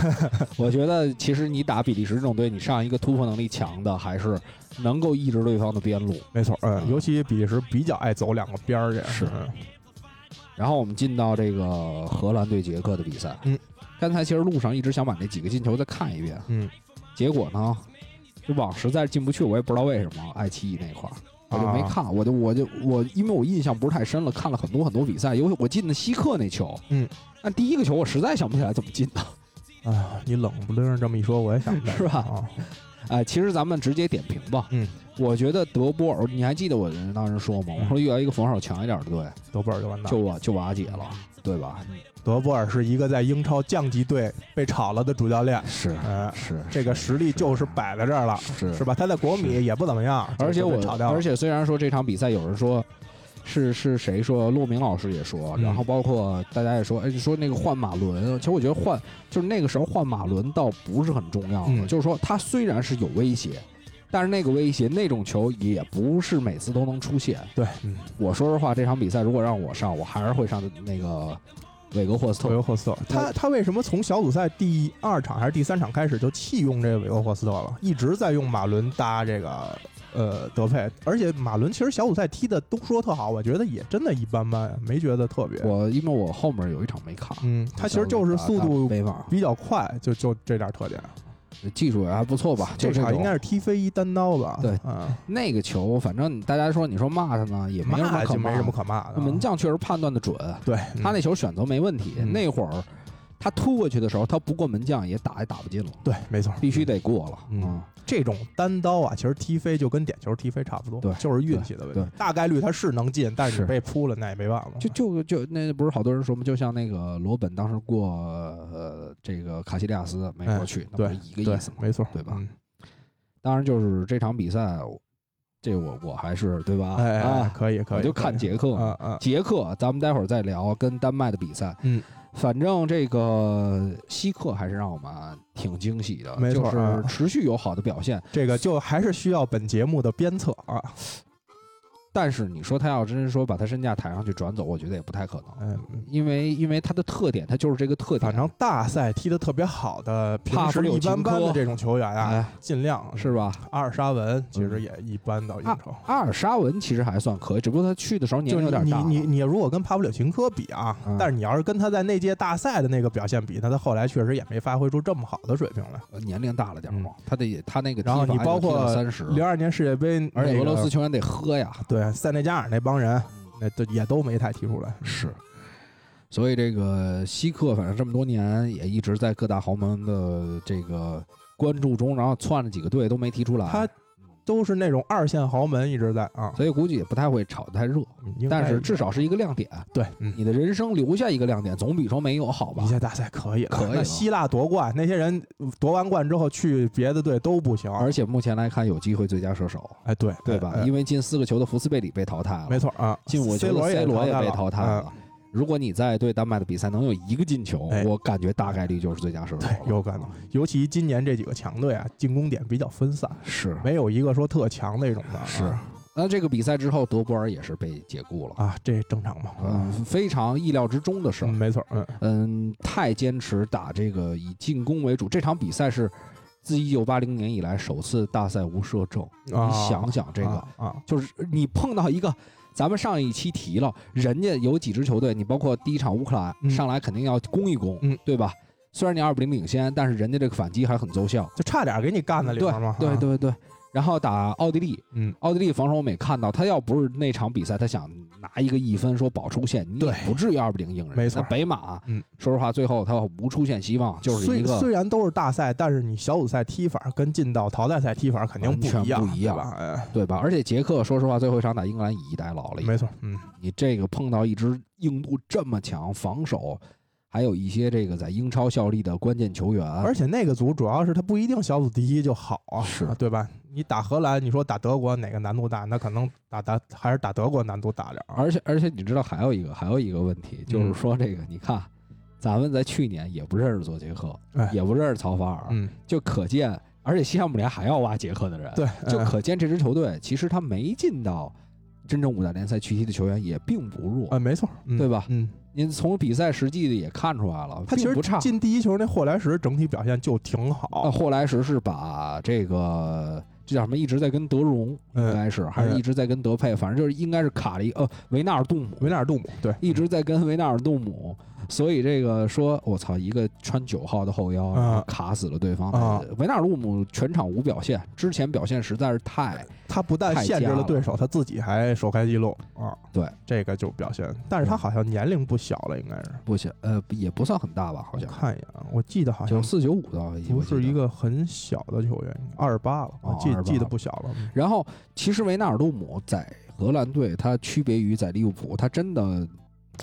Speaker 2: 我觉得其实你打比利时这种队，你上一个突破能力强的，还是能够抑制对方的边路。
Speaker 3: 没错，嗯
Speaker 2: 嗯，
Speaker 3: 尤其比利时比较爱走两个边儿去。
Speaker 2: 是
Speaker 3: 嗯
Speaker 2: 然后我们进到这个荷兰对捷克的比赛，
Speaker 3: 嗯，
Speaker 2: 刚才其实路上一直想把那几个进球再看一遍，
Speaker 3: 嗯，
Speaker 2: 结果呢，这网实在是进不去，我也不知道为什么，爱奇艺那块儿。我就没
Speaker 3: 啊
Speaker 2: 看，我就我就我，因为我印象不是太深了，看了很多很多比赛，尤其我进的希克那球，
Speaker 3: 嗯，
Speaker 2: 但第一个球我实在想不起来怎么进的，
Speaker 3: 啊，你冷不丁儿这么一说，我也想不起来
Speaker 2: <laughs> 是吧
Speaker 3: 啊
Speaker 2: 哎，其实咱们直接点评吧，
Speaker 3: 嗯，
Speaker 2: 我觉得德波尔，你还记得我当时说吗？我说遇到一个防守强一点的队，
Speaker 3: 德布尔就完蛋了
Speaker 2: 就。瓦就瓦解了，对吧？
Speaker 3: 德布尔是一个在英超降级队被炒了的主教练，
Speaker 2: 是
Speaker 3: 嗯，
Speaker 2: 是，
Speaker 3: 这个实力就是摆在这儿了，
Speaker 2: 是
Speaker 3: 是吧？他在国米也不怎么样，
Speaker 2: 而且
Speaker 3: 就被
Speaker 2: 我
Speaker 3: 炒掉，了
Speaker 2: 而且虽然说这场比赛有人说是是谁说，骆明老师也说，
Speaker 3: 嗯
Speaker 2: 然后包括大家也说，哎，说那个换马伦，其实我觉得换就是那个时候换马伦倒不是很重要的，
Speaker 3: 嗯
Speaker 2: 就是说他虽然是有威胁。但是那个威胁，那种球也不是每次都能出现。
Speaker 3: 对，嗯，
Speaker 2: 我说实话，这场比赛如果让我上，我还是会上那个韦格霍斯
Speaker 3: 韦
Speaker 2: 特。
Speaker 3: 格霍斯特，他他为什么从小组赛第二场还是第三场开始就弃用这个韦格霍斯特了，一直在用马伦搭这个呃德佩，而且马伦其实小组赛踢的都说特好，我觉得也真的一般般，没觉得特别。
Speaker 2: 我因为我后面有一场没看，
Speaker 3: 嗯，他其实就是速度
Speaker 2: 没法，
Speaker 3: 比较快，就就这点特点。
Speaker 2: 技术也还不错吧。就
Speaker 3: 这
Speaker 2: 种
Speaker 3: 场应该是踢飞一单刀吧？
Speaker 2: 对
Speaker 3: 嗯，
Speaker 2: 那个球，反正大家说你说骂他呢，也没什么
Speaker 3: 骂
Speaker 2: 可
Speaker 3: 就没
Speaker 2: 骂
Speaker 3: 什么
Speaker 2: 的。
Speaker 3: 可骂的啊。
Speaker 2: 门将确实判断的准，
Speaker 3: 对
Speaker 2: 他那球选择没问题。
Speaker 3: 嗯
Speaker 2: 那会儿他突过去的时候，他不过门将也打也打不进了，
Speaker 3: 对，没错，
Speaker 2: 必须得过了啊、
Speaker 3: 嗯这种单刀啊，其实踢飞就跟点球踢飞差不多，
Speaker 2: 对
Speaker 3: 就是运气的问
Speaker 2: 对
Speaker 3: 题。大概率他是能进，但是
Speaker 2: 是
Speaker 3: 你被扑了，那也没办法。
Speaker 2: 就就就那不是好多人说吗？就像那个罗本当时过呃这个卡西利亚斯没过
Speaker 3: 哎
Speaker 2: 去，那不
Speaker 3: 对
Speaker 2: 是一个意
Speaker 3: 对
Speaker 2: 思吗，？
Speaker 3: 没错，
Speaker 2: 对吧
Speaker 3: 嗯
Speaker 2: 当然就是这场比赛，这我我还是对吧？
Speaker 3: 哎，哎
Speaker 2: 啊，
Speaker 3: 可以可以，
Speaker 2: 我就
Speaker 3: 可以
Speaker 2: 看捷克嘛
Speaker 3: 嗯嗯
Speaker 2: 捷克，咱们待会儿再聊跟丹麦的比赛。
Speaker 3: 嗯，
Speaker 2: 反正这个西克还是让我们挺惊喜的，
Speaker 3: 没错
Speaker 2: 就是
Speaker 3: 啊
Speaker 2: 持续有好的表现。
Speaker 3: 这个就还是需要本节目的鞭策啊。
Speaker 2: 但是你说他要真是说把他身价抬上去转走，我觉得也不太可能，
Speaker 3: 嗯，
Speaker 2: 因为因为他的特点，他就是这个特点。
Speaker 3: 反正大赛踢得特别好的，
Speaker 2: 帕
Speaker 3: 平
Speaker 2: 弗
Speaker 3: 时
Speaker 2: 柳
Speaker 3: 一
Speaker 2: 琴科
Speaker 3: 般般的这种球员啊，
Speaker 2: 哎，
Speaker 3: 尽量
Speaker 2: 是吧？
Speaker 3: 阿尔沙文，其实也一般到英
Speaker 2: 啊
Speaker 3: 超。
Speaker 2: 阿尔沙文其实还算可以，只不过他去的时候年
Speaker 3: 就
Speaker 2: 龄有
Speaker 3: 是
Speaker 2: 点
Speaker 3: 你
Speaker 2: 大了。
Speaker 3: 你你如果跟帕布柳琴科比啊
Speaker 2: 嗯，
Speaker 3: 但是你要是跟他在那届大赛的那个表现比，那他后来确实也没发挥出这么好的水平来。
Speaker 2: 呃年龄大了点儿嘛，他得他那个
Speaker 3: 嗯然后你包括
Speaker 2: 三十，
Speaker 3: 零二年世界杯，
Speaker 2: 而且
Speaker 3: 那
Speaker 2: 俄罗
Speaker 3: 个
Speaker 2: 斯球员得喝呀，
Speaker 3: 对塞内加尔那帮人，那都也都没太踢出来。
Speaker 2: 是。所以这个希克，反正这么多年也一直在各大豪门的这个关注中，然后窜了几个队都没踢出来，
Speaker 3: 他都是那种二线豪门一直在啊，
Speaker 2: 所以估计也不太会炒得太热，
Speaker 3: 嗯应该
Speaker 2: 但是至少是一个亮点。
Speaker 3: 对，嗯，
Speaker 2: 你的人生留下一个亮点，总比说没有好吧
Speaker 3: 一？届大赛可以了，
Speaker 2: 可以了
Speaker 3: 那希腊夺冠，那些人夺完冠之后去别的队都不行。
Speaker 2: 而且目前来看，有机会最佳射手，
Speaker 3: 哎，对
Speaker 2: 对吧？
Speaker 3: 哎哎
Speaker 2: 因为进四个球的福斯贝里被淘汰了，
Speaker 3: 没错啊，
Speaker 2: 进五个球
Speaker 3: C
Speaker 2: 的
Speaker 3: 罗
Speaker 2: C 罗也被
Speaker 3: 也
Speaker 2: 淘汰
Speaker 3: 了。嗯
Speaker 2: 了。如果你在对丹麦的比赛能有一个进球，
Speaker 3: 哎
Speaker 2: 我感觉大概率就是最佳射手
Speaker 3: 对
Speaker 2: 了。，
Speaker 3: 有可能，尤其今年这几个强队啊，进攻点比较分散，
Speaker 2: 是
Speaker 3: 没有一个说特强那种的啊。
Speaker 2: 是。那这个比赛之后，德波尔也是被解雇了，
Speaker 3: 啊，这正常嘛？
Speaker 2: 嗯，非常意料之中的事
Speaker 3: 嗯
Speaker 2: 儿。
Speaker 3: 没错，嗯，
Speaker 2: 嗯，太坚持打这个以进攻为主，这场比赛是自一九八零年以来首次大赛无射正。
Speaker 3: 啊
Speaker 2: 你想想这个，
Speaker 3: 啊啊，
Speaker 2: 就是你碰到一个，咱们上一期提了，人家有几支球队，你包括第一场乌克兰
Speaker 3: 嗯
Speaker 2: 上来肯定要攻一攻
Speaker 3: 嗯，
Speaker 2: 对吧？虽然你二比零领先，但是人家这个反击还很奏效。
Speaker 3: 就差点给你干在里
Speaker 2: 对
Speaker 3: 边嘛。
Speaker 2: 对
Speaker 3: 啊，
Speaker 2: 对对。然后打奥地利，
Speaker 3: 嗯，
Speaker 2: 奥地利防守我们也看到，他要不是那场比赛，他想拿一个一分说保出线，你也
Speaker 3: 对
Speaker 2: 不至于二比零赢人。
Speaker 3: 没错
Speaker 2: 那北马，啊
Speaker 3: 嗯，
Speaker 2: 说实话，最后他无出线希望，就是一
Speaker 3: 虽
Speaker 2: 个
Speaker 3: 虽然都是大赛，但是你小组赛踢法跟进到淘汰赛踢法肯定
Speaker 2: 完全
Speaker 3: 一样，
Speaker 2: 不一样
Speaker 3: 对吧？哎，
Speaker 2: 对吧？而且捷克说实话，最后一场打英格兰以逸待劳了。
Speaker 3: 没错，嗯，
Speaker 2: 你这个碰到一支硬度这么强，防守还有一些这个在英超效力的关键球员，
Speaker 3: 而且那个组主要是他不一定小组第一就好啊，
Speaker 2: 是
Speaker 3: 对吧？你打荷兰，你说打德国哪个难度大？那可能打打还是打德国难度大点儿啊。
Speaker 2: 而且而且你知道还有一个还有一个问题，
Speaker 3: 嗯
Speaker 2: 就是说这个你看，咱们在去年也不认识佐杰克，
Speaker 3: 哎
Speaker 2: 也不认识曹法尔，
Speaker 3: 嗯，
Speaker 2: 就可见，而且西汉姆联还要挖捷克的人，，
Speaker 3: 对，
Speaker 2: 就
Speaker 3: 嗯
Speaker 2: 可见这支球队其实他没进到真正五大联赛去踢的球员也并不弱。
Speaker 3: 啊，没错，嗯
Speaker 2: 对吧
Speaker 3: 嗯，
Speaker 2: 您从比赛实际的也看出来了，
Speaker 3: 他其
Speaker 2: 并
Speaker 3: 实
Speaker 2: 不差。哦
Speaker 3: 进第一球那霍莱什整体表现就挺
Speaker 2: 那
Speaker 3: 好，
Speaker 2: 霍莱什是把这个这叫什么一直在跟德容，应
Speaker 3: 嗯，
Speaker 2: 该是还是一直在跟德佩，反正就是应该是卡了一呃维纳尔杜姆，
Speaker 3: 维纳尔杜姆对，
Speaker 2: 一直在跟维纳尔杜姆，所以这个说我操一个穿九号的后腰，
Speaker 3: 啊
Speaker 2: 然后卡死了对方
Speaker 3: 啊。
Speaker 2: 维纳尔杜姆全场无表现，之前表现实在是太
Speaker 3: 他不但限制了对手，他自己还首开纪录啊。
Speaker 2: 对，嗯
Speaker 3: 这个就表现，但是他好像年龄不小了，应该是。
Speaker 2: 不行，呃也不算很大吧，好像
Speaker 3: 我看一眼啊，我记得好
Speaker 2: 九
Speaker 3: 像
Speaker 2: 四九五的，
Speaker 3: 不是一
Speaker 2: 个。
Speaker 3: 个很小的球员，二十八了，
Speaker 2: 哦
Speaker 3: 我记
Speaker 2: 28
Speaker 3: 记得
Speaker 2: 了
Speaker 3: 不小了。嗯
Speaker 2: 然后其实维纳尔杜姆在荷兰队，他区别于在利物浦，他真的。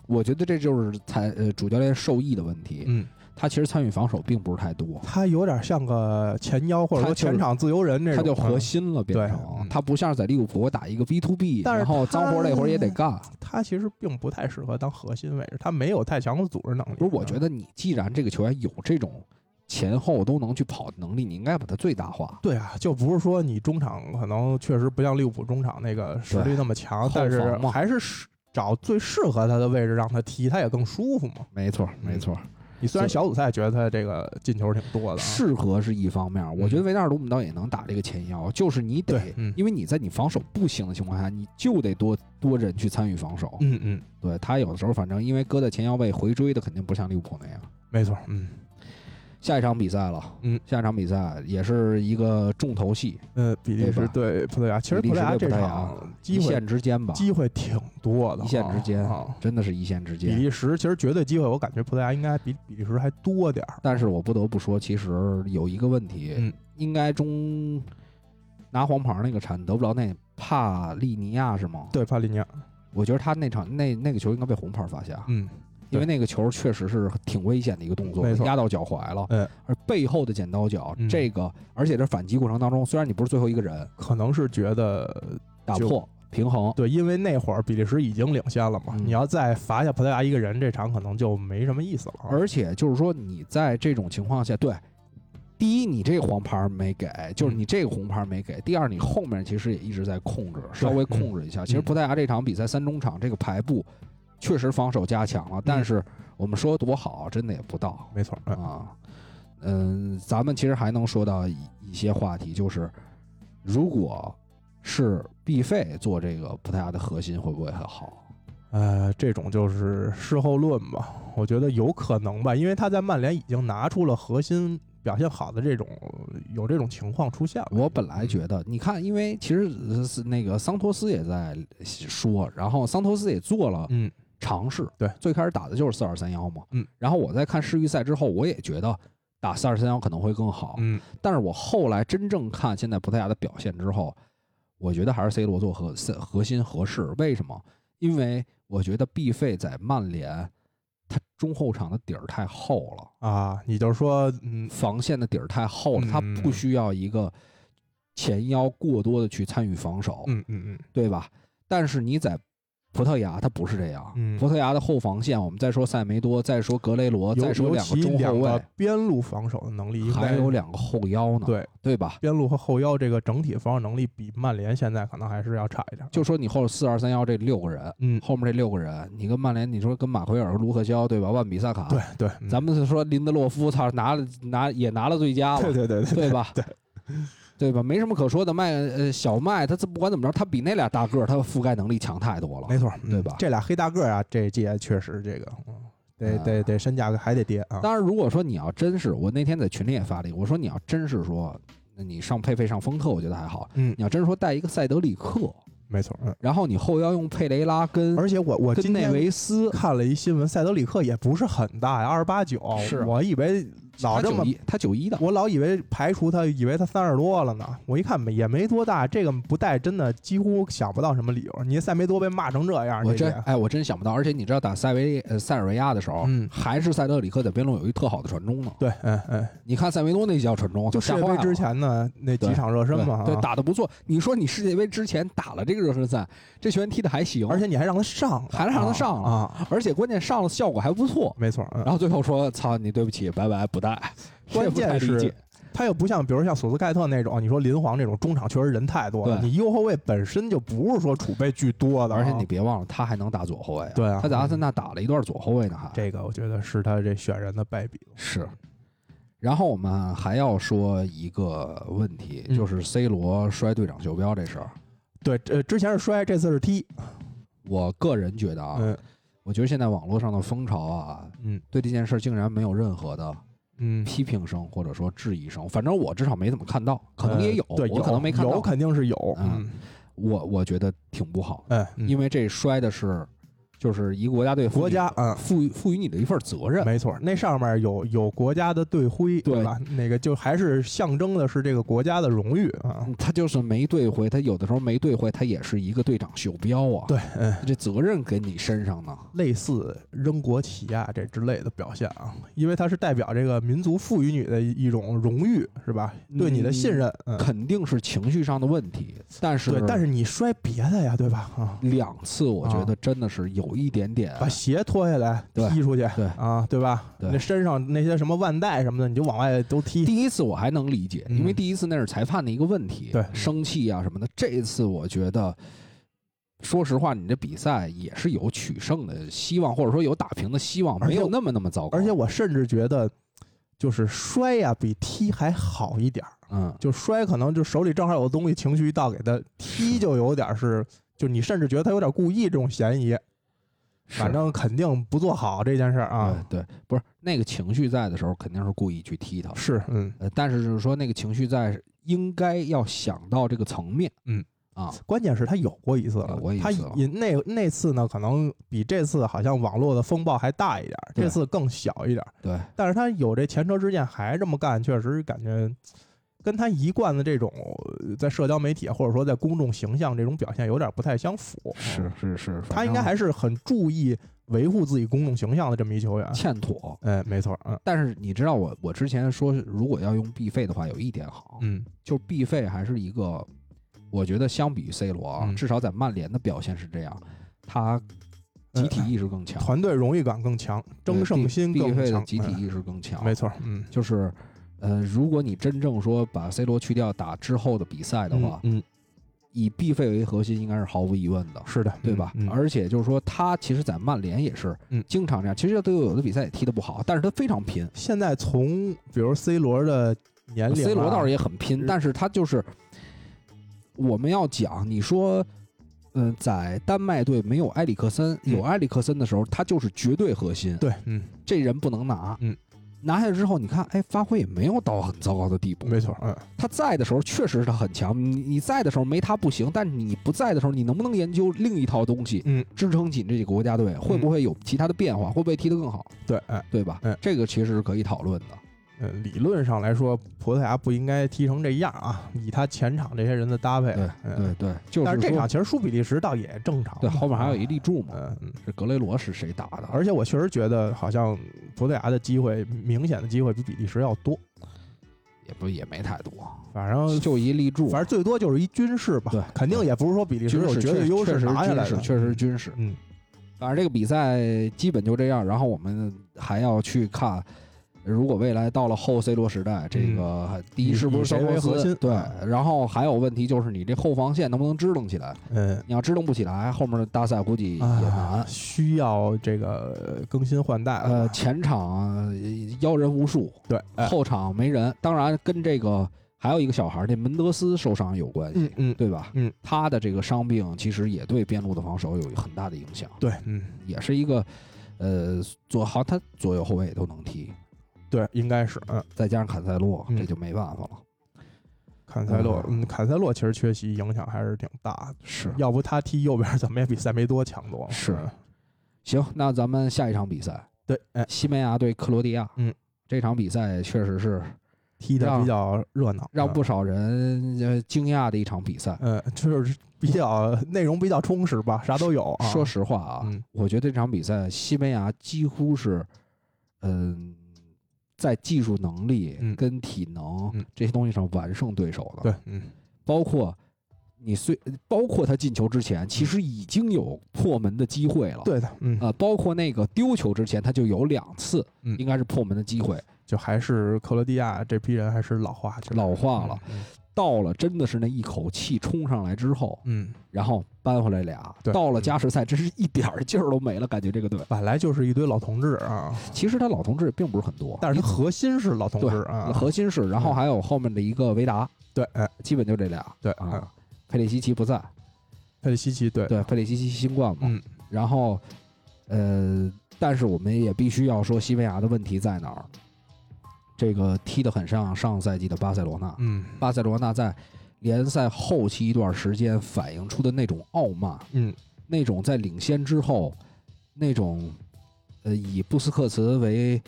Speaker 2: 我觉得这就是才呃主教练受益的问题，
Speaker 3: 嗯，
Speaker 2: 他其实参与防守并不是太多，
Speaker 3: 他有点像个前腰或者
Speaker 2: 他
Speaker 3: 说
Speaker 2: 就是
Speaker 3: 前场自由人这
Speaker 2: 他
Speaker 3: 种，
Speaker 2: 就核
Speaker 3: 嗯。
Speaker 2: 心了，变
Speaker 3: 对
Speaker 2: 成
Speaker 3: 嗯
Speaker 2: 他不像是在利物浦我打一个 B to B，
Speaker 3: 但是
Speaker 2: 然后
Speaker 3: 他
Speaker 2: 脏活累活也得干。
Speaker 3: 嗯他其实并不太适合当核心位置，他没有太强的组织能力。
Speaker 2: 不是，我觉得你既然这个球员有这种前后都能去跑的能力，你应该把它最大化。
Speaker 3: 对啊，就不是说你中场可能确实不像利物浦中场那个实力那么强，
Speaker 2: 对
Speaker 3: 但
Speaker 2: 后
Speaker 3: 是
Speaker 2: 防嘛
Speaker 3: 还是适找最适合他的位置让他踢，他也更舒服嘛。
Speaker 2: 没错，
Speaker 3: 没错。你虽
Speaker 2: 对
Speaker 3: 然小组赛觉得他这个进球挺多的啊，
Speaker 2: 适合是一方面，我觉得维纳尔杜姆倒也能打这个前腰，就是你得
Speaker 3: 对，嗯
Speaker 2: 因为你在你防守不行的情况下，你就得多多人去参与防守。
Speaker 3: 嗯嗯，
Speaker 2: 对他有的时候，反正因为搁在前腰位回追的肯定不像利物浦那样。
Speaker 3: 没错，嗯，
Speaker 2: 下一场比赛了，
Speaker 3: 嗯，
Speaker 2: 下一场比赛也是一个重头戏，
Speaker 3: 呃，比利时对葡萄牙，其实
Speaker 2: 比
Speaker 3: 葡
Speaker 2: 利
Speaker 3: 萄
Speaker 2: 时
Speaker 3: 牙
Speaker 2: 对葡
Speaker 3: 这
Speaker 2: 萄牙
Speaker 3: 场机
Speaker 2: 一
Speaker 3: 会
Speaker 2: 线之间吧，
Speaker 3: 机会挺多的啊，
Speaker 2: 一线之间
Speaker 3: 啊。
Speaker 2: 真的是一线之
Speaker 3: 比
Speaker 2: 间。
Speaker 3: 利时其实绝对机会，我感觉葡萄牙应该比比利时还多点儿。
Speaker 2: 但是我不得不说，其实有一个问题，
Speaker 3: 嗯
Speaker 2: 应该中拿黄牌那个铲德布劳内帕利尼亚是吗？，
Speaker 3: 对，帕利尼亚，
Speaker 2: 我觉得他那场那那个球应该被红牌罚下，
Speaker 3: 嗯，
Speaker 2: 因为那个球确实是挺危险的一个动作
Speaker 3: 没，错
Speaker 2: 压到脚踝了，
Speaker 3: 嗯
Speaker 2: 而背后的剪刀脚，
Speaker 3: 嗯
Speaker 2: 这个而且这反击过程当中，虽然你不是最后一个人
Speaker 3: 可能是觉得
Speaker 2: 打
Speaker 3: 就
Speaker 2: 破平衡，
Speaker 3: 对，因为那会儿比利时已经领先了嘛，
Speaker 2: 嗯
Speaker 3: 你要再罚下葡萄牙一个人，这场可能就没什么意思了啊。
Speaker 2: 而且就是说你在这种情况下，对，第一你这个黄牌没给，就是
Speaker 3: 嗯
Speaker 2: 你这个红牌没给；第二你后面其实也一直在控制，稍
Speaker 3: 对
Speaker 2: 微
Speaker 3: 嗯
Speaker 2: 控制一下。其实
Speaker 3: 嗯
Speaker 2: 葡萄牙这场比赛三中场这个排布确实防守加强了，
Speaker 3: 嗯
Speaker 2: 但是我们说多好，真的也不到
Speaker 3: 没错，嗯
Speaker 2: 啊。嗯，咱们其实还能说到一一些话题，就是如果是毕费做这个葡萄牙的核心，会不会很好？
Speaker 3: 呃，这种就是事后论吧，我觉得有可能吧，因为他在曼联已经拿出了核心表现好的这种有这种情况出现了。
Speaker 2: 我本来觉得，你看，因为其实呃是那个桑托斯也在说，然后桑托斯也做了
Speaker 3: 嗯，
Speaker 2: 尝试。
Speaker 3: 对
Speaker 2: 最开始打的就是四二三幺嘛。
Speaker 3: 嗯。
Speaker 2: 然后我在看世预赛之后，我也觉得打四二三幺可能会更好。
Speaker 3: 嗯，
Speaker 2: 但是我后来真正看现在葡萄牙的表现之后，我觉得还是 C 罗做核核心合适。为什么？因为我觉得 B 费在曼联，他中后场的底儿太厚了。
Speaker 3: 啊，你就是说，嗯，
Speaker 2: 防线的底儿太厚了，
Speaker 3: 嗯
Speaker 2: 他不需要一个前腰过多的去参与防守，
Speaker 3: 嗯嗯嗯，
Speaker 2: 对吧？但是你在葡萄牙，他不是这样。
Speaker 3: 嗯
Speaker 2: 葡萄牙的后防线，我们再说塞梅多，再说格雷罗，
Speaker 3: 尤
Speaker 2: 再说
Speaker 3: 尤
Speaker 2: 两个
Speaker 3: 其
Speaker 2: 中后
Speaker 3: 两个
Speaker 2: 卫，
Speaker 3: 边路防守的能力应该
Speaker 2: 还有两个后腰呢，
Speaker 3: 对
Speaker 2: 对吧？
Speaker 3: 边路和后腰这个整体防守能力比曼联现在可能还是要差一点。
Speaker 2: 就说你后四二三幺这六个人，
Speaker 3: 嗯，
Speaker 2: 后面这六个人，你跟曼联，你说跟马奎尔、卢克肖，对吧？万比萨卡，
Speaker 3: 对对，嗯
Speaker 2: 咱们是说林德洛夫，操，拿了拿也拿了最佳了，
Speaker 3: 对对对对，
Speaker 2: 对吧？
Speaker 3: 对，
Speaker 2: 对吧？没什么可说的。麦呃，小麦他这不管怎么着，他比那俩大个儿，他覆盖能力强太多了。
Speaker 3: 没错，嗯
Speaker 2: 对吧
Speaker 3: 这俩黑大个儿啊，这届确实这个，嗯得
Speaker 2: 啊
Speaker 3: 得得身价还得跌啊。
Speaker 2: 当然，如果说你要真是，我那天在群里也发了一个，我说你要真是说，那你上佩佩上丰特，我觉得还好。
Speaker 3: 嗯，
Speaker 2: 你要真说带一个塞德里克，
Speaker 3: 没错，嗯。
Speaker 2: 然后你后腰用佩雷拉跟
Speaker 3: 而且我我
Speaker 2: 跟
Speaker 3: 今
Speaker 2: 内
Speaker 3: 天
Speaker 2: 维斯，
Speaker 3: 看了一新闻，塞德里克也不是很大呀，二十八九。
Speaker 2: 是
Speaker 3: 我以为老
Speaker 2: 他
Speaker 3: 这
Speaker 2: 九
Speaker 3: 么，
Speaker 2: 一，他九一的，
Speaker 3: 我老以为排除他，以为他三十多了呢。我一看没也没多大，这个不带真的几乎想不到什么理由。你塞梅多被骂成这样，
Speaker 2: 我
Speaker 3: 这
Speaker 2: 真
Speaker 3: 届
Speaker 2: 哎，我真想不到。而且你知道打塞维呃塞尔维亚的时候，
Speaker 3: 嗯
Speaker 2: 还是塞德里克在边路有一特好的传中呢。
Speaker 3: 对，嗯嗯，
Speaker 2: 你看塞维多那脚传中，
Speaker 3: 就世
Speaker 2: 吓
Speaker 3: 界
Speaker 2: 坏
Speaker 3: 杯
Speaker 2: 了
Speaker 3: 之前呢那几
Speaker 2: 对
Speaker 3: 场热身
Speaker 2: 对
Speaker 3: 嘛，
Speaker 2: 对，
Speaker 3: 啊
Speaker 2: 打的不错。你说你世界杯之前打了这个热身赛，这球员踢的还行，
Speaker 3: 而且你还让他上了，
Speaker 2: 还让他上了
Speaker 3: 啊，啊
Speaker 2: 而且关键上了效果还不错。
Speaker 3: 没错，嗯
Speaker 2: 然后最后说：“操你，对不起，拜拜，不带。”
Speaker 3: 关
Speaker 2: 这不太
Speaker 3: 键是
Speaker 2: 理解
Speaker 3: 他又不像，比如像索斯盖特那种，你说林皇这种中场确实人太多了，
Speaker 2: 对
Speaker 3: 你右后卫本身就不是说储备巨多的啊，
Speaker 2: 而且你别忘了，他还能打左后卫、啊
Speaker 3: 对啊
Speaker 2: 他在阿森纳打了一段左后卫呢，还
Speaker 3: 这个我觉得是他这选人的败笔了。
Speaker 2: 是。然后我们还要说一个问题，
Speaker 3: 嗯
Speaker 2: 就是 C 罗摔队长袖标这事儿。
Speaker 3: 对，呃，之前是摔，这次是踢，
Speaker 2: 我个人觉得啊，
Speaker 3: 嗯
Speaker 2: 我觉得现在网络上的风潮啊，
Speaker 3: 嗯
Speaker 2: 对这件事儿竟然没有任何的
Speaker 3: 嗯，
Speaker 2: 批评声或者说质疑声，反正我至少没怎么看到，可能也有，
Speaker 3: 呃对，
Speaker 2: 我可能没看
Speaker 3: 有
Speaker 2: 到。
Speaker 3: 肯定是有，
Speaker 2: 嗯
Speaker 3: 嗯
Speaker 2: 我我觉得挺不好的，
Speaker 3: 嗯，嗯
Speaker 2: 因为这摔的是就是一个国家队赋予
Speaker 3: 国家嗯
Speaker 2: 赋予赋予你的一份责任。
Speaker 3: 没错，那上面有有国家的队徽，
Speaker 2: 对
Speaker 3: 对吧？那个就还是象征的是这个国家的荣誉啊。
Speaker 2: 嗯他就是没对回，他有的时候没对回，他也是一个队长袖标啊。
Speaker 3: 对，嗯，
Speaker 2: 这责任给你身上呢。
Speaker 3: 类似扔国旗啊这之类的表现啊，因为它是代表这个民族赋予你的一种荣誉，是吧？对你的信任，嗯，
Speaker 2: 肯定是情绪上的问题，但是
Speaker 3: 对。但是你摔别的呀，对吧？啊，
Speaker 2: 两次我觉得真的是有一点点，啊
Speaker 3: 把鞋脱下来
Speaker 2: 对
Speaker 3: 踢出去，
Speaker 2: 对
Speaker 3: 啊，对吧？
Speaker 2: 对
Speaker 3: 那身上那些什么腕带什么的，你就往外都踢。
Speaker 2: 第一次我还能理解，
Speaker 3: 嗯
Speaker 2: 因为第一次那是裁判的一个问题，
Speaker 3: 对
Speaker 2: 生气啊什么的。这一次我觉得，说实话，你这比赛也是有取胜的希望，或者说有打平的希望，
Speaker 3: 而
Speaker 2: 没
Speaker 3: 且
Speaker 2: 有那么那么糟糕。啊
Speaker 3: 而且，我甚至觉得，就是摔呀、比踢还好一点儿。
Speaker 2: 嗯，
Speaker 3: 就摔可能就手里正好有东西，情绪一到给他踢就有点儿是，就你甚至觉得他有点故意这种嫌疑。反正肯定不做好这件事儿啊。
Speaker 2: 对对，不是那个情绪在的时候，肯定是故意去踢他。
Speaker 3: 是，嗯，
Speaker 2: 呃，但是就是说那个情绪在，应该要想到这个层面。
Speaker 3: 嗯
Speaker 2: 啊，
Speaker 3: 关键是他有过一次了
Speaker 2: 有过一，次
Speaker 3: 他
Speaker 2: 了
Speaker 3: 引那那次呢，可能比这次好像网络的风暴还大一点儿，
Speaker 2: 对
Speaker 3: 这次更小一点儿。
Speaker 2: 对
Speaker 3: 但是他有这前车之鉴还这么干，确实感觉跟他一贯的这种呃在社交媒体或者说在公众形象这种表现有点不太相符。
Speaker 2: 是是是，
Speaker 3: 他应该还是很注意维护自己公众形象的这么一球员。
Speaker 2: 欠妥。
Speaker 3: 哎，没错，嗯
Speaker 2: 但是你知道我我之前说，如果要用 B 费的话，有一点好，
Speaker 3: 嗯，
Speaker 2: 就是毕费还是一个，我觉得相比于 C 罗啊，
Speaker 3: 嗯
Speaker 2: 至少在曼联的表现是这样，他集体意识更强，
Speaker 3: 呃团队荣誉感更强，
Speaker 2: 对
Speaker 3: 争胜心
Speaker 2: 毕毕
Speaker 3: 更
Speaker 2: 费的
Speaker 3: 强，
Speaker 2: 集体
Speaker 3: 嗯
Speaker 2: 意识更强，
Speaker 3: 没错，嗯，
Speaker 2: 就是。呃，如果你真正说把 C 罗去掉打之后的比赛的话，
Speaker 3: 嗯，嗯
Speaker 2: 以 B 费为核心，应该是毫无疑问的，
Speaker 3: 是的，
Speaker 2: 对吧？
Speaker 3: 嗯嗯
Speaker 2: 而且就是说，他其实，在曼联也是
Speaker 3: 嗯
Speaker 2: 经常这样。其实队友有的比赛也踢得不好，但是他非常拼。
Speaker 3: 现在从比如 C 罗的年龄啊
Speaker 2: C 罗倒是也很拼，
Speaker 3: 是
Speaker 2: 但是他就是我们要讲，你说，嗯、在丹麦队没有埃里克森，
Speaker 3: 嗯
Speaker 2: 有埃里克森的时候，他就是绝对核心，
Speaker 3: 对，嗯，
Speaker 2: 这人不能拿，
Speaker 3: 嗯。
Speaker 2: 拿下之后，你看，哎，发挥也没有到很糟糕的地步。
Speaker 3: 没错，嗯，
Speaker 2: 他在的时候确实他很强，你你在的时候没他不行，但是你不在的时候，你能不能研究另一套东西，
Speaker 3: 嗯，
Speaker 2: 支撑起这个国家队？会不会有其他的变化？会不会踢得更好？
Speaker 3: 对，哎，
Speaker 2: 对吧
Speaker 3: 嗯？
Speaker 2: 这个其实是可以讨论的。
Speaker 3: 呃，理论上来说，葡萄牙不应该踢成这样啊，以他前场这些人的搭配，
Speaker 2: 对对
Speaker 3: 嗯，
Speaker 2: 对，就是
Speaker 3: 但是这
Speaker 2: 说
Speaker 3: 场其实输比利时倒也正常，
Speaker 2: 对后面还有一立柱嘛，
Speaker 3: 嗯，嗯，
Speaker 2: 这格雷罗是谁打的？
Speaker 3: 而且我确实觉得好像葡萄牙的机会，明显的机会比比利时要多，
Speaker 2: 也不也没太多，
Speaker 3: 反正
Speaker 2: 就一立柱，
Speaker 3: 呃反正最多就是一军事吧，
Speaker 2: 对
Speaker 3: 肯定也不是说比利时
Speaker 2: 军
Speaker 3: 有
Speaker 2: 事
Speaker 3: 绝对
Speaker 2: 确
Speaker 3: 优
Speaker 2: 确
Speaker 3: 势
Speaker 2: 实
Speaker 3: 拿下来
Speaker 2: 军
Speaker 3: 的，
Speaker 2: 事确实军事。
Speaker 3: 嗯，
Speaker 2: 反正这个比赛基本就这样，然后我们还要去看。如果未来到了后 C 罗时代，这个第一
Speaker 3: 以
Speaker 2: 是不是
Speaker 3: 以嗯谁
Speaker 2: 双
Speaker 3: 为
Speaker 2: 螺丝
Speaker 3: 核心
Speaker 2: 对
Speaker 3: 嗯，
Speaker 2: 然后还有问题就是你这后防线能不能支棱起来？
Speaker 3: 嗯。
Speaker 2: 你要支棱不起来，后面的大赛估计也
Speaker 3: 啊
Speaker 2: 难，。
Speaker 3: 需要这个更新换代了
Speaker 2: 呃，前场呃妖人无数，
Speaker 3: 对，哎
Speaker 2: 后场没人。当然跟这个还有一个小孩儿，这门德斯受伤有关系。
Speaker 3: 嗯嗯，
Speaker 2: 对吧？
Speaker 3: 嗯，
Speaker 2: 他的这个伤病其实也对边路的防守有很大的影响，
Speaker 3: 对，嗯
Speaker 2: 也是一个，呃，左好他左右后卫都能踢，
Speaker 3: 对，应该是，嗯，
Speaker 2: 再加上坎塞洛，
Speaker 3: 嗯
Speaker 2: 这就没办法了。
Speaker 3: 坎塞洛，
Speaker 2: 嗯
Speaker 3: 嗯，坎塞洛其实缺席影响还是挺大的，
Speaker 2: 是，
Speaker 3: 要不他踢右边怎么也比塞梅多强多了，
Speaker 2: 是
Speaker 3: 嗯
Speaker 2: 行，那咱们下一场比赛，
Speaker 3: 对，哎，
Speaker 2: 西班牙对克罗地亚，
Speaker 3: 嗯，
Speaker 2: 这场比赛确实是
Speaker 3: 踢的
Speaker 2: 让
Speaker 3: 比较热闹，
Speaker 2: 让
Speaker 3: 嗯
Speaker 2: 不少人呃惊讶的一场比赛。
Speaker 3: 嗯，就是比较内容比较充实吧，啥都有啊。
Speaker 2: 说实话啊，
Speaker 3: 嗯
Speaker 2: 我觉得这场比赛西班牙几乎是，嗯、在技术能力
Speaker 3: 嗯
Speaker 2: 跟体能、
Speaker 3: 嗯
Speaker 2: 这些东西上完胜对手的。
Speaker 3: 对，嗯，
Speaker 2: 包括你虽包括他进球之前，其实已经有破门的机会了。，
Speaker 3: 嗯对的，嗯，
Speaker 2: 呃，包括那个丢球之前，他就有两次
Speaker 3: 嗯
Speaker 2: 应该是破门的机会。
Speaker 3: 就还是克罗地亚这批人还是老化，就是
Speaker 2: 老化了，
Speaker 3: 嗯
Speaker 2: 到了真的是那一口气冲上来之后，
Speaker 3: 嗯，
Speaker 2: 然后扳回来俩。
Speaker 3: 对
Speaker 2: 到了加时赛，真是一点儿劲儿都没了，感觉这个队。
Speaker 3: 本来就是一堆老同志啊，
Speaker 2: 其实他老同志也并不是很多，
Speaker 3: 但是他核心是老同
Speaker 2: 嗯对
Speaker 3: 志啊，
Speaker 2: 核心是，然后
Speaker 3: 嗯
Speaker 2: 还有后面的一个维达，
Speaker 3: 对，哎，
Speaker 2: 基本就这俩。
Speaker 3: 对嗯
Speaker 2: 啊，佩里西奇不在，
Speaker 3: 佩里西奇，对，
Speaker 2: 对，佩里西奇新冠嘛。
Speaker 3: 嗯
Speaker 2: 然后，呃，但是我们也必须要说西班牙的问题在哪儿？这个踢得很像上赛季的巴塞罗那，
Speaker 3: 嗯
Speaker 2: 巴塞罗那在联赛后期一段时间反映出的那种傲慢，
Speaker 3: 嗯，
Speaker 2: 那种在领先之后，那种呃以布斯克茨为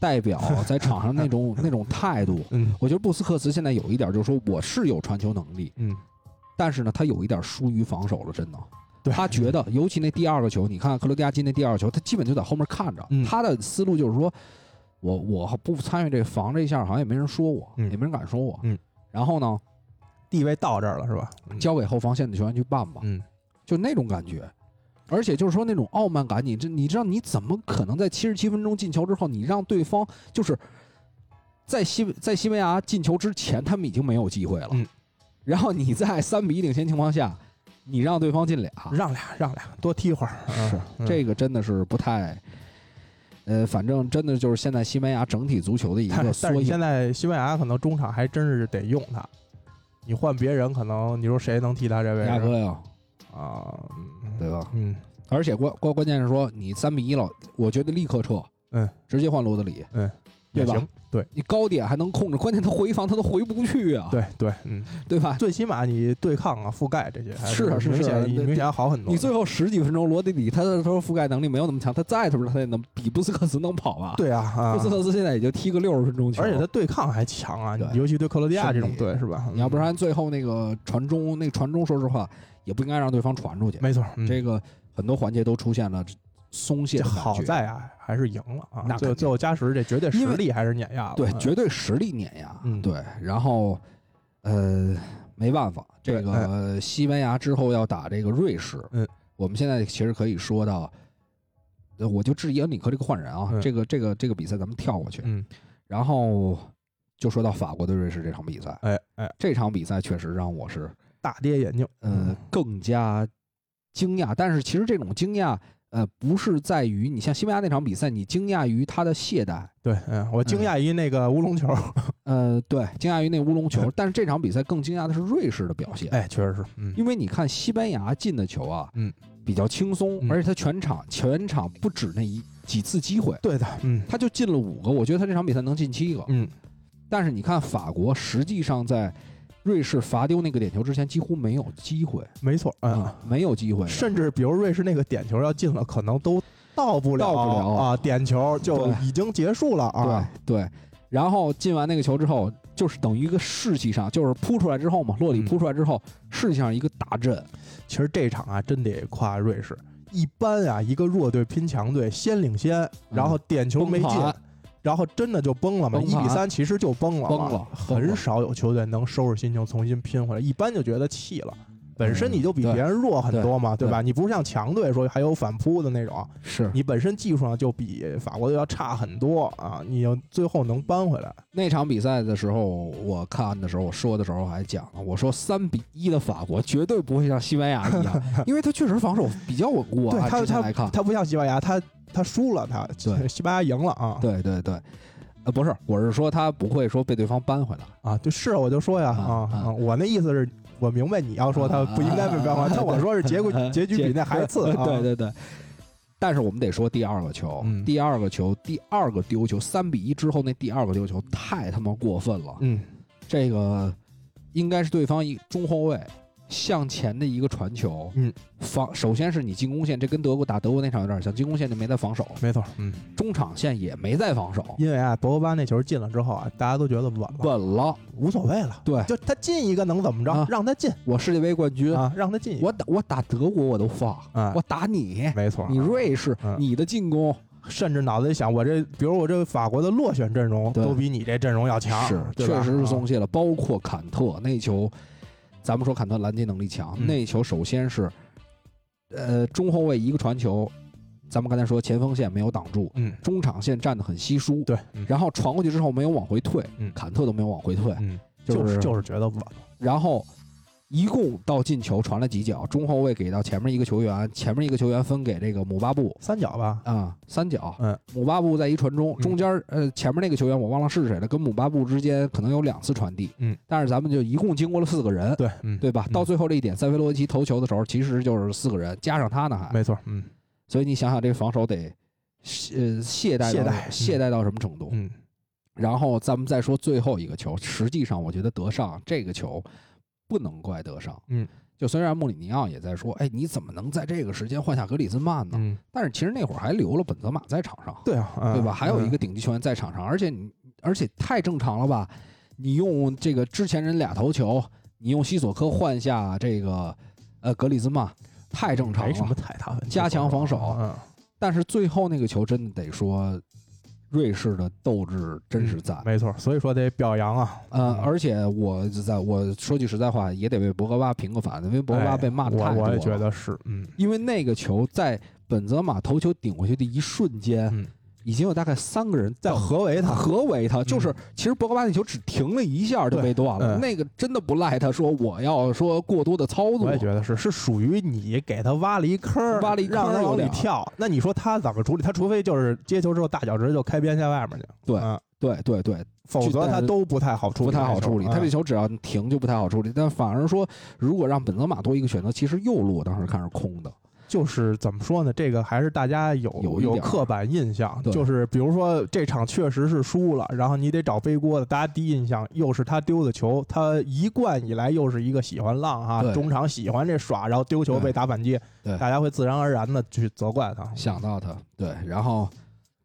Speaker 2: 代
Speaker 3: <laughs>
Speaker 2: 表在场上那种那种态度，
Speaker 3: 嗯
Speaker 2: 我觉得布斯克茨现在有一点就是说我是有传球能力，
Speaker 3: 嗯，
Speaker 2: 但是呢他有一点疏于防守了，真的。<laughs>
Speaker 3: 对，
Speaker 2: 他觉得，尤其那第二个球，你看克罗地亚进那第二个球，他基本就在后面看着。
Speaker 3: 嗯
Speaker 2: 他的思路就是说，我我不参与这防这一下，好像也没人说我，
Speaker 3: 嗯
Speaker 2: 也没人敢说我。
Speaker 3: 嗯
Speaker 2: 然后呢，
Speaker 3: 地位到这儿了是吧？嗯
Speaker 2: 交给后防线的球员去办吧，
Speaker 3: 嗯，
Speaker 2: 就那种感觉。而且就是说那种傲慢感，你这你知道你怎么可能在七十七分钟进球之后，你让对方就是在西在西班牙进球之前，他们已经没有机会了。
Speaker 3: 嗯
Speaker 2: 然后你在三比一领先情况下，你让对方进俩，
Speaker 3: 让俩让俩，多踢会儿，
Speaker 2: 是
Speaker 3: 嗯
Speaker 2: 这个真的是不太，呃，反正真的就是现在西班牙整体足球的一
Speaker 3: 但
Speaker 2: 个
Speaker 3: 是但是
Speaker 2: 缩
Speaker 3: 你现
Speaker 2: 影。
Speaker 3: 在西班牙可能中场还真是得用他，你换别人可能你说谁能替他这位
Speaker 2: 亚
Speaker 3: 置
Speaker 2: 哥呀，
Speaker 3: 啊啊？嗯
Speaker 2: 对吧？
Speaker 3: 嗯，
Speaker 2: 而且关关关键是说你三比一了，我觉得立刻撤，
Speaker 3: 嗯，
Speaker 2: 直接换罗德里，
Speaker 3: 嗯，
Speaker 2: 对
Speaker 3: 也
Speaker 2: 吧
Speaker 3: 行？，对
Speaker 2: 你高点还能控制，关键他回防他都回不去啊，
Speaker 3: 对对，嗯，
Speaker 2: 对吧？
Speaker 3: 最起码你对抗啊、覆盖这些还
Speaker 2: 是啊是
Speaker 3: 明
Speaker 2: 是啊
Speaker 3: 显
Speaker 2: 对
Speaker 3: 明显好很多的。
Speaker 2: 你最后十几分钟，罗德里他的他说覆盖能力没有那么强，他再他妈他也能比布斯克茨能跑吧？，
Speaker 3: 对啊啊
Speaker 2: 布，斯克茨现在也就踢个六十分钟球，
Speaker 3: 而且他对抗还强啊
Speaker 2: 对，
Speaker 3: 尤其对克罗地亚这种
Speaker 2: 身体
Speaker 3: 队是吧？嗯
Speaker 2: 你要不然最后那个传中，那个传中，说实话也不应该让对方传出去。
Speaker 3: 没错，嗯
Speaker 2: 这个很多环节都出现了松懈
Speaker 3: 这
Speaker 2: 的感觉
Speaker 3: 好在啊还是赢了啊
Speaker 2: 那，肯
Speaker 3: 最后
Speaker 2: 定
Speaker 3: 最后加时这绝对实
Speaker 2: 因为
Speaker 3: 力还是碾压了，
Speaker 2: 对
Speaker 3: 嗯
Speaker 2: 绝对实力碾压，
Speaker 3: 嗯
Speaker 2: 对。然后呃，没办法，这
Speaker 3: 对
Speaker 2: 个、
Speaker 3: 哎
Speaker 2: 西班牙之后要打这个瑞士，
Speaker 3: 嗯，
Speaker 2: 我们现在其实可以说到，呃我就质疑恩里克这个换人啊，
Speaker 3: 嗯
Speaker 2: 这个这个这个比赛咱们跳过去，
Speaker 3: 嗯，
Speaker 2: 然后就说到法国对瑞士这场比赛，
Speaker 3: 哎哎，
Speaker 2: 这场比赛确实让我是。
Speaker 3: 大跌眼镜，
Speaker 2: 呃
Speaker 3: 嗯，
Speaker 2: 更加惊讶。但是其实这种惊讶，呃，不是在于你像西班牙那场比赛，你惊讶于他的懈怠，
Speaker 3: 对，嗯，我惊讶于那个乌龙球， <laughs>
Speaker 2: 呃，对，惊讶于那乌龙球。但是这场比赛更惊讶的是瑞士的表现，
Speaker 3: 哎，确实是，嗯，
Speaker 2: 因为你看西班牙进的球啊，
Speaker 3: 嗯，
Speaker 2: 比较轻松，
Speaker 3: 嗯
Speaker 2: 而且他全场全场不止那一几次机会，
Speaker 3: 对的，嗯
Speaker 2: 他就进了五个。我觉得他这场比赛能进七个。
Speaker 3: 嗯，
Speaker 2: 但是你看法国，实际上在。瑞士罚丢那个点球之前几乎没有机会
Speaker 3: 没错，嗯，
Speaker 2: 啊、没有机会的，
Speaker 3: 甚至比如瑞士那个点球要进了，可能都到不了
Speaker 2: 到不了
Speaker 3: 啊，点球就
Speaker 2: 对
Speaker 3: 已经结束了啊。
Speaker 2: 对对。然后进完那个球之后，就是等于一个士气上，就是扑出来之后嘛，洛里
Speaker 3: 嗯
Speaker 2: 扑出来之后，士气上一个大振。
Speaker 3: 其实这场啊，真得夸瑞士。一般啊，一个弱队拼强队，先领先，然后点球没进
Speaker 2: 崩盘，
Speaker 3: 然后真的就崩了嘛，
Speaker 2: 崩
Speaker 3: 一
Speaker 2: 盘
Speaker 3: 比三其实就崩了嘛，
Speaker 2: 崩了崩了
Speaker 3: 很少有球队能收拾心情重新拼回来，一般就觉得气了。本身你就比
Speaker 2: 嗯对
Speaker 3: 别人弱很多嘛，
Speaker 2: 对
Speaker 3: 对吧？你不是像强队说还有反扑的那种，啊
Speaker 2: 是
Speaker 3: 你本身技术上就比法国队要差很多啊，你要最后能扳回来，
Speaker 2: 那场比赛的时候，我看的时候，我说的时候还讲了，我说三比一的法国绝对不会像西班牙一
Speaker 3: <laughs>
Speaker 2: 样，因为他确实防守比较稳固
Speaker 3: 对
Speaker 2: 啊。
Speaker 3: 他
Speaker 2: 之前来
Speaker 3: 他
Speaker 2: 看，
Speaker 3: 他不像西班牙，他他输了，他
Speaker 2: 对
Speaker 3: <laughs> 西班牙赢了啊，
Speaker 2: 对对对，呃，不是，我是说他不会说被对方扳回来。
Speaker 3: 啊，就是我就说呀
Speaker 2: 啊
Speaker 3: 啊
Speaker 2: 啊
Speaker 3: 啊，我那意思是我明白你要说他不应该被扳
Speaker 2: 啊啊啊
Speaker 3: 回，但我说是结
Speaker 2: <laughs>
Speaker 3: 果 <laughs> 结局比那还次啊，
Speaker 2: 对对对。但是我们得说第二个球，
Speaker 3: 嗯
Speaker 2: 第二个球，第二个丢球，三比一之后那第二个丢球太他妈过分了。
Speaker 3: 嗯，
Speaker 2: 这个应该是对方一中后卫向前的一个传球，
Speaker 3: 嗯，
Speaker 2: 防首先是你进攻线，这跟德国打德国那场有点像，进攻线就没在防守，
Speaker 3: 没错，嗯，
Speaker 2: 中场线也没在防守，
Speaker 3: 因为啊，博格巴那球进了之后啊，大家都觉得稳了，
Speaker 2: 稳了。
Speaker 3: 无所谓了，
Speaker 2: 对
Speaker 3: 就他进一个能怎么
Speaker 2: 啊
Speaker 3: 着？让他进
Speaker 2: 我世界杯冠军，
Speaker 3: 啊，让他进一个，
Speaker 2: 我打我打德国我都放，
Speaker 3: 啊
Speaker 2: 我打你，
Speaker 3: 没错啊，
Speaker 2: 你瑞士，
Speaker 3: 嗯
Speaker 2: 你的进攻
Speaker 3: 甚至脑子里想，我这比如我这法国的落选阵容
Speaker 2: 对
Speaker 3: 都比你这阵容要强，
Speaker 2: 是，
Speaker 3: 对吧
Speaker 2: 确实是松
Speaker 3: 啊
Speaker 2: 懈了。包括坎特那球，咱们说坎特拦截能力强，
Speaker 3: 嗯
Speaker 2: 那球首先是，呃，中后卫一个传球，咱们刚才说前锋线没有挡住，
Speaker 3: 嗯，
Speaker 2: 中场线站得很稀疏，
Speaker 3: 对，嗯
Speaker 2: 然后传过去之后没有往回退，
Speaker 3: 嗯
Speaker 2: 坎特都没有往回退，
Speaker 3: 嗯，
Speaker 2: 就
Speaker 3: 就是
Speaker 2: 是
Speaker 3: 就是觉得稳，
Speaker 2: 然后。一共到进球传了几脚，中后卫给到前面一个球员，前面一个球员分给这个姆巴布
Speaker 3: 三角吧，
Speaker 2: 啊、三脚，
Speaker 3: 嗯，
Speaker 2: 姆巴布在一传中，
Speaker 3: 嗯
Speaker 2: 中间儿呃前面那个球员我忘了是谁了，跟姆巴布之间可能有两次传递，
Speaker 3: 嗯，
Speaker 2: 但是咱们就一共经过了四个人，
Speaker 3: 对，嗯，
Speaker 2: 对吧？
Speaker 3: 嗯
Speaker 2: 到最后这一点，塞维洛维奇投球的时候其实就是四个人加上他呢还，
Speaker 3: 没错，嗯
Speaker 2: 所以你想想这防守得懈呃懈怠
Speaker 3: 懈
Speaker 2: 到
Speaker 3: 怠嗯
Speaker 2: 懈怠到什么程度？
Speaker 3: 嗯，
Speaker 2: 然后咱们再说最后一个球，实际上我觉得德尚这个球不能怪德尚，
Speaker 3: 嗯，
Speaker 2: 就虽然穆里尼奥也在说，哎，你怎么能在这个时间换下格里兹曼呢？
Speaker 3: 嗯，
Speaker 2: 但是其实那会儿还留了本泽马在场上。
Speaker 3: 对啊，嗯
Speaker 2: 对吧？还有一
Speaker 3: 嗯
Speaker 2: 个顶级球员在场上，而且你而且太正常了吧？你用这个之前人俩头球，你用西索科换下这个呃格里兹曼，太正常
Speaker 3: 没什么
Speaker 2: 了。
Speaker 3: 太大问题，
Speaker 2: 加强防守
Speaker 3: 嗯，
Speaker 2: 但是最后那个球真的得说，瑞士的斗志真是在。
Speaker 3: 嗯没错，所以说得表扬啊，
Speaker 2: 呃，而且我在我说句实在话，也得为博格巴平个反，因为博格巴
Speaker 3: 哎
Speaker 2: 被骂的太
Speaker 3: 我
Speaker 2: 多了。
Speaker 3: 我也觉得是，嗯
Speaker 2: 因为那个球在本泽马头球顶过去的一瞬间，
Speaker 3: 嗯，哦
Speaker 2: 已经有大概三个人
Speaker 3: 在
Speaker 2: 等
Speaker 3: 合围他，
Speaker 2: 合围他，就是其实博格巴那球只停了一下就被断了，
Speaker 3: 嗯对嗯
Speaker 2: 那个真的不赖他说我要说过多的操作
Speaker 3: 我也，觉得是，是属于你给他挖了一坑儿，
Speaker 2: 挖了一坑儿
Speaker 3: 让他
Speaker 2: 有
Speaker 3: 往里
Speaker 2: 点儿
Speaker 3: 跳。那你说他怎么处理？他除非就是接球之后大脚直接就开边线外面去，
Speaker 2: 对
Speaker 3: 嗯
Speaker 2: 对对对，
Speaker 3: 否
Speaker 2: 就
Speaker 3: 则
Speaker 2: 但
Speaker 3: 他
Speaker 2: 是
Speaker 3: 都不太好处理，
Speaker 2: 不太好处理，
Speaker 3: 嗯
Speaker 2: 他这球只要停就不太好处理，但反而说如果让本泽马多一个选择，其实右路我当时看是空的，
Speaker 3: 就是怎么说呢？这个还是大家有
Speaker 2: 有一点儿
Speaker 3: 刻板印象，
Speaker 2: 对
Speaker 3: 就是比如说这场确实是输了，然后你得找背锅的。大家第一印象又是他丢的球，他一贯以来又是一个喜欢浪哈，
Speaker 2: 对
Speaker 3: 中场喜欢这耍，然后丢球
Speaker 2: 对
Speaker 3: 被打反击，
Speaker 2: 对
Speaker 3: 大家会自然而然的去责怪他。
Speaker 2: 想到他，对，然后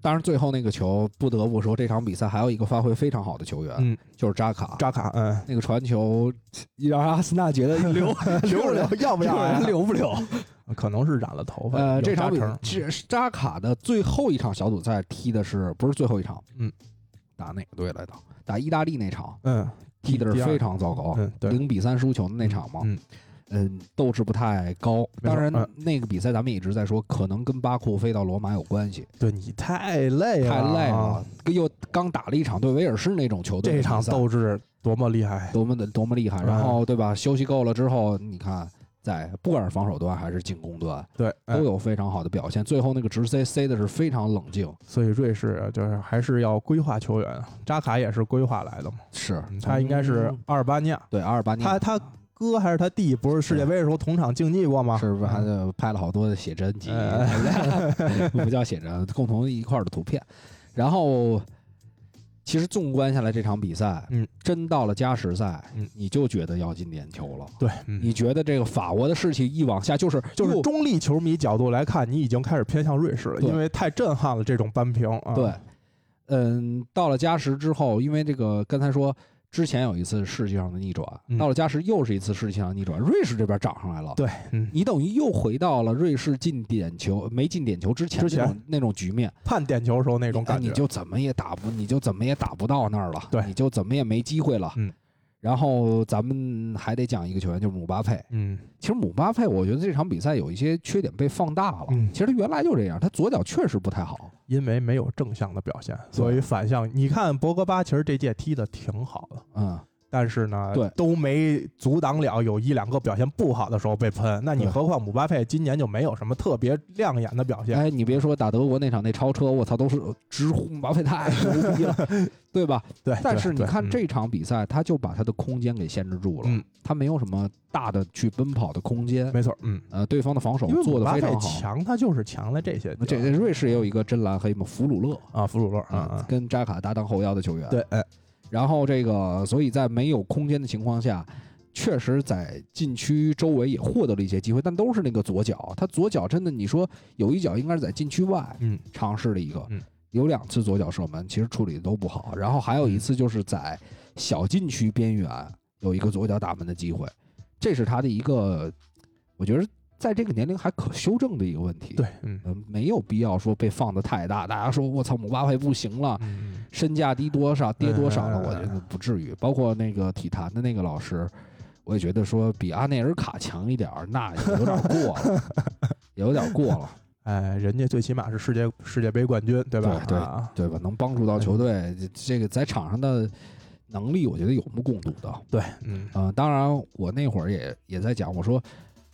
Speaker 2: 当然最后那个球，不得不说这场比赛还有一个发挥非常好的球员，
Speaker 3: 嗯，
Speaker 2: 就是扎卡。
Speaker 3: 扎卡，嗯，
Speaker 2: 那个传球让阿森纳
Speaker 3: <laughs>
Speaker 2: 觉得留
Speaker 3: 留不留，要不啊要 <laughs> 呀？
Speaker 2: 留不留？
Speaker 3: 可能是染了头发。
Speaker 2: 呃，
Speaker 3: 有
Speaker 2: 这
Speaker 3: 扎
Speaker 2: 场比
Speaker 3: 成
Speaker 2: 这扎卡的最后一场小组赛踢的是不是最后一场？
Speaker 3: 嗯，
Speaker 2: 打哪个队来着？打意大利那场
Speaker 3: 嗯
Speaker 2: 踢的
Speaker 3: 第
Speaker 2: 是
Speaker 3: 二
Speaker 2: 非常糟糕，
Speaker 3: 嗯，对，
Speaker 2: 零比三输球的哦那场嘛。
Speaker 3: 嗯
Speaker 2: 嗯，斗志不太高。
Speaker 3: 没错
Speaker 2: 当然
Speaker 3: 嗯，
Speaker 2: 那个比赛咱们也一直在说，可能跟巴库飞到罗马有关系，
Speaker 3: 对你太累了，
Speaker 2: 太累
Speaker 3: 啊
Speaker 2: 了，跟又刚打了一场对威尔士那种球队的
Speaker 3: 这
Speaker 2: 比赛，
Speaker 3: 场斗志多么厉害！
Speaker 2: 多么的多么厉害。
Speaker 3: 嗯
Speaker 2: 然后对吧？休息够了之后，你看在不管是防守端还是进攻端，
Speaker 3: 对，哎
Speaker 2: 都有非常好的表现。最后那个直塞塞的是非常冷静，
Speaker 3: 所以瑞士呃就是还是要规划球员，扎卡也是规划来的嘛，
Speaker 2: 是
Speaker 3: 嗯他应该是
Speaker 2: 从
Speaker 3: 阿尔巴尼亚，
Speaker 2: 对阿尔巴尼亚
Speaker 3: 他他哥还是他弟，不是世界杯的时候同场竞技过吗？
Speaker 2: 是不是还
Speaker 3: 嗯
Speaker 2: 得拍了好多的写真集 <laughs>
Speaker 3: 哎？
Speaker 2: 不叫写真，共同一块儿的图片。然后，其实纵观下来这场比赛，
Speaker 3: 嗯，
Speaker 2: 真到了加时赛，
Speaker 3: 嗯
Speaker 2: 你就觉得要进点球了。
Speaker 3: 对，嗯
Speaker 2: 你觉得这个法国的士气一往下，就是
Speaker 3: 就是
Speaker 2: 又
Speaker 3: 中立球迷角度来看，你已经开始偏向瑞士了，
Speaker 2: 对
Speaker 3: 因为太震撼了这种扳平啊。
Speaker 2: 对，，嗯，到了加时之后，因为这个刚才说之前有一次士气上的逆转，
Speaker 3: 嗯
Speaker 2: 到了加时又是一次士气上的逆转，瑞士这边涨上来了。
Speaker 3: 对，嗯，
Speaker 2: 你等于又回到了瑞士进点球没进点球之前
Speaker 3: 之
Speaker 2: 那
Speaker 3: 前
Speaker 2: 种那种局面，
Speaker 3: 判点球时候那
Speaker 2: 那
Speaker 3: 种感觉，
Speaker 2: 哎你就怎么也打不，你就怎么也打不到那儿了，
Speaker 3: 对
Speaker 2: 你就怎么也没机会了。
Speaker 3: 嗯，
Speaker 2: 然后咱们还得讲一个球员，就是姆巴佩。
Speaker 3: 嗯，
Speaker 2: 其实姆巴佩，我觉得这场比赛有一些缺点被放大了。
Speaker 3: 嗯
Speaker 2: 其实他原来就这样，他左脚确实不太好。
Speaker 3: 因为没有正向的表现，所以反向。你看博格巴其实这届踢的挺好的，
Speaker 2: 嗯，
Speaker 3: 但是呢，
Speaker 2: 对
Speaker 3: 都没阻挡了有一两个表现不好的时候被喷。那你
Speaker 2: 对
Speaker 3: 何况姆巴佩今年就没有什么特别亮眼的表现，
Speaker 2: 哎，你别说打德国那场那超车，我操，都是直呼姆巴佩太牛逼
Speaker 3: <laughs>
Speaker 2: 了，对吧？
Speaker 3: 对。
Speaker 2: 但
Speaker 3: 对
Speaker 2: 是你
Speaker 3: 对
Speaker 2: 看
Speaker 3: 嗯
Speaker 2: 这场比赛，他就把他的空间给限制住了，
Speaker 3: 嗯
Speaker 2: 他没有什么大的去奔跑的空间。
Speaker 3: 没错，嗯，
Speaker 2: 呃，对方的防守
Speaker 3: 因为
Speaker 2: 做
Speaker 3: 姆
Speaker 2: 得
Speaker 3: 巴
Speaker 2: 非
Speaker 3: 佩
Speaker 2: 常好。
Speaker 3: 强，啊他就是强在这些地
Speaker 2: 那
Speaker 3: 方。
Speaker 2: 这瑞士也有一个真蓝黑嘛，弗鲁勒
Speaker 3: 啊，弗鲁勒啊
Speaker 2: 啊
Speaker 3: 啊，，
Speaker 2: 跟扎卡搭档后腰的球员。
Speaker 3: 对，，哎，
Speaker 2: 然后这个，所以在没有空间的情况下，确实在禁区周围也获得了一些机会，但都是那个左脚，他左脚真的，你说有一脚应该是在禁区外
Speaker 3: 嗯，
Speaker 2: 尝试了一个
Speaker 3: 嗯，
Speaker 2: 有两次左脚射门，其实处理的都不好。然后还有
Speaker 3: 嗯
Speaker 2: 一次就是在小禁区边缘有一个左脚打门的机会，这是他的一个，我觉得在这个年龄还可修正的一个问题。
Speaker 3: 对，嗯
Speaker 2: 嗯，没有必要说被放的太大，大家说我操姆巴佩不行了，
Speaker 3: 嗯，
Speaker 2: 身价低多少跌多少了，
Speaker 3: 嗯
Speaker 2: 我觉得不至于。包括那个体坛的那个老师，我也觉得说比阿内尔卡强一点儿，那有点过
Speaker 3: <laughs>
Speaker 2: 了，有点过了，
Speaker 3: 哎，人家最起码是世界世界杯冠军，对吧？
Speaker 2: 对对
Speaker 3: 啊
Speaker 2: 对吧？能帮助到球队，这这个在场上的能力，我觉得有目共睹的。
Speaker 3: 对，嗯，
Speaker 2: 呃，当然我那会儿也也在讲，我说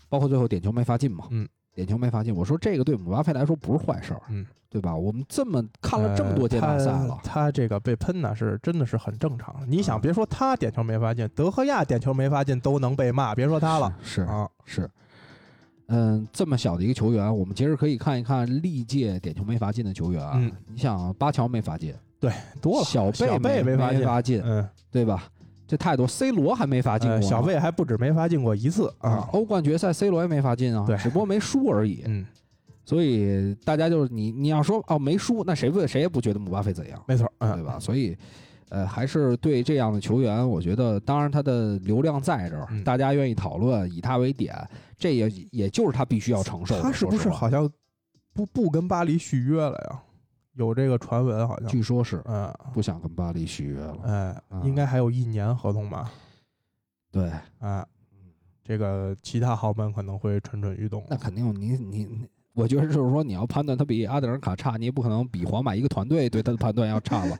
Speaker 2: 包括最后点球没罚进嘛，
Speaker 3: 嗯，
Speaker 2: 点球没罚进，我说这个对姆巴佩来说不是坏事儿，
Speaker 3: 嗯，
Speaker 2: 对吧？我们这么看了这么多届大
Speaker 3: 呃
Speaker 2: 赛
Speaker 3: 他
Speaker 2: 了，
Speaker 3: 他这个被喷呢是真的是很正常。你想，
Speaker 2: 嗯
Speaker 3: 别说他点球没发进，德赫亚点球没发进都能被骂，别说他了
Speaker 2: 是
Speaker 3: 啊。
Speaker 2: 是，嗯，这么小的一个球员，我们其实可以看一看历届点球没罚进的球员啊，
Speaker 3: 嗯
Speaker 2: 你想巴乔没罚进，
Speaker 3: 多啊了，
Speaker 2: 小贝
Speaker 3: 小贝
Speaker 2: 没
Speaker 3: 没罚进，
Speaker 2: 罚进，
Speaker 3: 嗯，
Speaker 2: 对吧？这太多，C 罗还没罚进过
Speaker 3: 呃
Speaker 2: 呢、
Speaker 3: 小贝还不止没发进过一次
Speaker 2: 啊
Speaker 3: 啊，，
Speaker 2: 欧冠决赛 C 罗也没罚进啊，
Speaker 3: 对
Speaker 2: 只不过没输而已。
Speaker 3: 嗯，
Speaker 2: 所以大家就是你，你要说哦没输，那谁不谁也不觉得姆巴佩怎样，
Speaker 3: 没错，
Speaker 2: 对
Speaker 3: 嗯，
Speaker 2: 吧？所以，呃，还是对这样的球员，我觉得，当然他的流量在这儿，
Speaker 3: 嗯
Speaker 2: 大家愿意讨论，以他为点，这也也就是他必须要承受的。
Speaker 3: 他是
Speaker 2: 说
Speaker 3: 不
Speaker 2: 实
Speaker 3: 是
Speaker 2: 话
Speaker 3: 好像不不跟巴黎续约了呀？有这个传闻好像，
Speaker 2: 据说是
Speaker 3: 嗯，
Speaker 2: 不想跟巴黎续约了。
Speaker 3: 哎
Speaker 2: 啊，
Speaker 3: 应该还有一年合同吧？
Speaker 2: 对，
Speaker 3: 啊，这个其他豪门可能会蠢蠢欲动。
Speaker 2: 嗯那肯定你你，你我觉得就是说，你要判断他比阿德尔卡差，你也不可能比皇马一个团队对他的判断要差
Speaker 3: <laughs>
Speaker 2: 吧，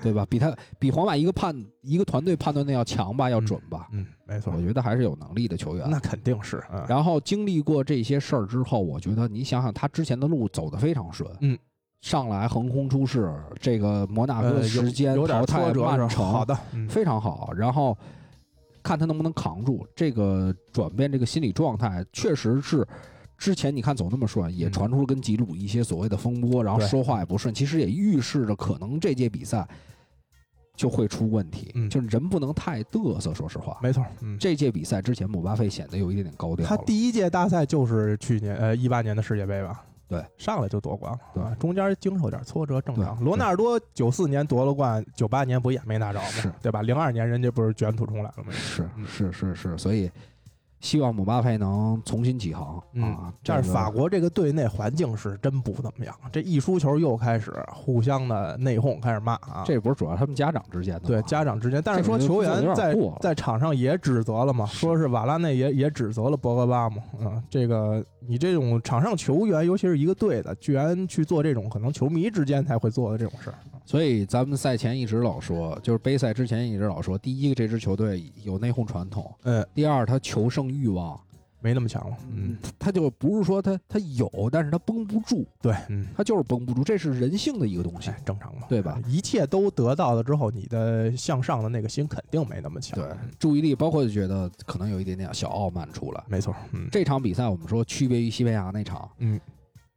Speaker 2: 对吧？比他比皇马一个判一个团队判断的要强吧，要准吧。
Speaker 3: 嗯，没错
Speaker 2: 我，觉得还是有能力的球员。
Speaker 3: 那肯定是，嗯，
Speaker 2: 然后经历过这些事儿之后，我觉得你想想，他之前的路走得非常顺，
Speaker 3: 嗯，
Speaker 2: 上来横空出世，这个摩纳哥
Speaker 3: 呃有
Speaker 2: 时间
Speaker 3: 有点
Speaker 2: 淘汰
Speaker 3: 挫折是
Speaker 2: 曼
Speaker 3: 吧
Speaker 2: 城，
Speaker 3: 好的，嗯
Speaker 2: 非常好。然后看他能不能扛住这个转变，这个心理状态确实是之前你看总这么顺，也
Speaker 3: 嗯
Speaker 2: 传出跟吉鲁一些所谓的风波，然后
Speaker 3: 对
Speaker 2: 说话也不顺，其实也预示着可能这届比赛就会出问题，
Speaker 3: 嗯
Speaker 2: 就是人不能太嘚瑟。说实话，
Speaker 3: 没错，嗯，
Speaker 2: 这届比赛之前，姆巴佩显得有一点点高调了。
Speaker 3: 他第一届大赛就是去年呃一八年的世界杯吧？
Speaker 2: 对，
Speaker 3: 上来就夺冠了，
Speaker 2: 对
Speaker 3: 啊中间经受点挫折正常。
Speaker 2: 对
Speaker 3: 罗纳尔多九四年夺了冠，九八年不也没拿着
Speaker 2: 是
Speaker 3: 吗？对吧？零二年人家不是卷土重来了吗？
Speaker 2: 是
Speaker 3: 嗯
Speaker 2: 是是是，所以希望姆巴佩能重新起航、
Speaker 3: 嗯
Speaker 2: 啊！。
Speaker 3: 但
Speaker 2: 这
Speaker 3: 是
Speaker 2: 个
Speaker 3: 法国这个队内环境是真不怎么样，这一输球又开始互相的内讧，开始骂啊。
Speaker 2: 这不是主要他们家长之间的
Speaker 3: 对
Speaker 2: 吗
Speaker 3: 家长之间，但是
Speaker 2: 这
Speaker 3: 说
Speaker 2: 个就
Speaker 3: 球
Speaker 2: 有
Speaker 3: 员
Speaker 2: 点
Speaker 3: 在
Speaker 2: 过了
Speaker 3: 在场上也指责了嘛，说是瓦拉内也也指责了博格巴嘛，嗯，这个你这种场上球员，尤其是一个队的，居然去做这种可能球迷之间才会做的这种事儿，
Speaker 2: 所以咱们赛前一直老说，就是杯赛之前一直老说，第一个这支球队有内讧传统，
Speaker 3: 嗯，
Speaker 2: 第二他求胜欲望，
Speaker 3: 没那么强了，嗯，，
Speaker 2: 他就不是说他他有，但是他绷不住，
Speaker 3: 对，嗯，
Speaker 2: 他就是绷不住，这是人性的一个东西
Speaker 3: 哎。，正常嘛，
Speaker 2: 对吧？
Speaker 3: 一切都得到了之后，你的向上的那个心肯定没那么强，
Speaker 2: 对，注意力包括就觉得可能有一点点小傲慢出来。
Speaker 3: 没错，嗯，
Speaker 2: 这场比赛我们说区别于西班牙那场，
Speaker 3: 嗯，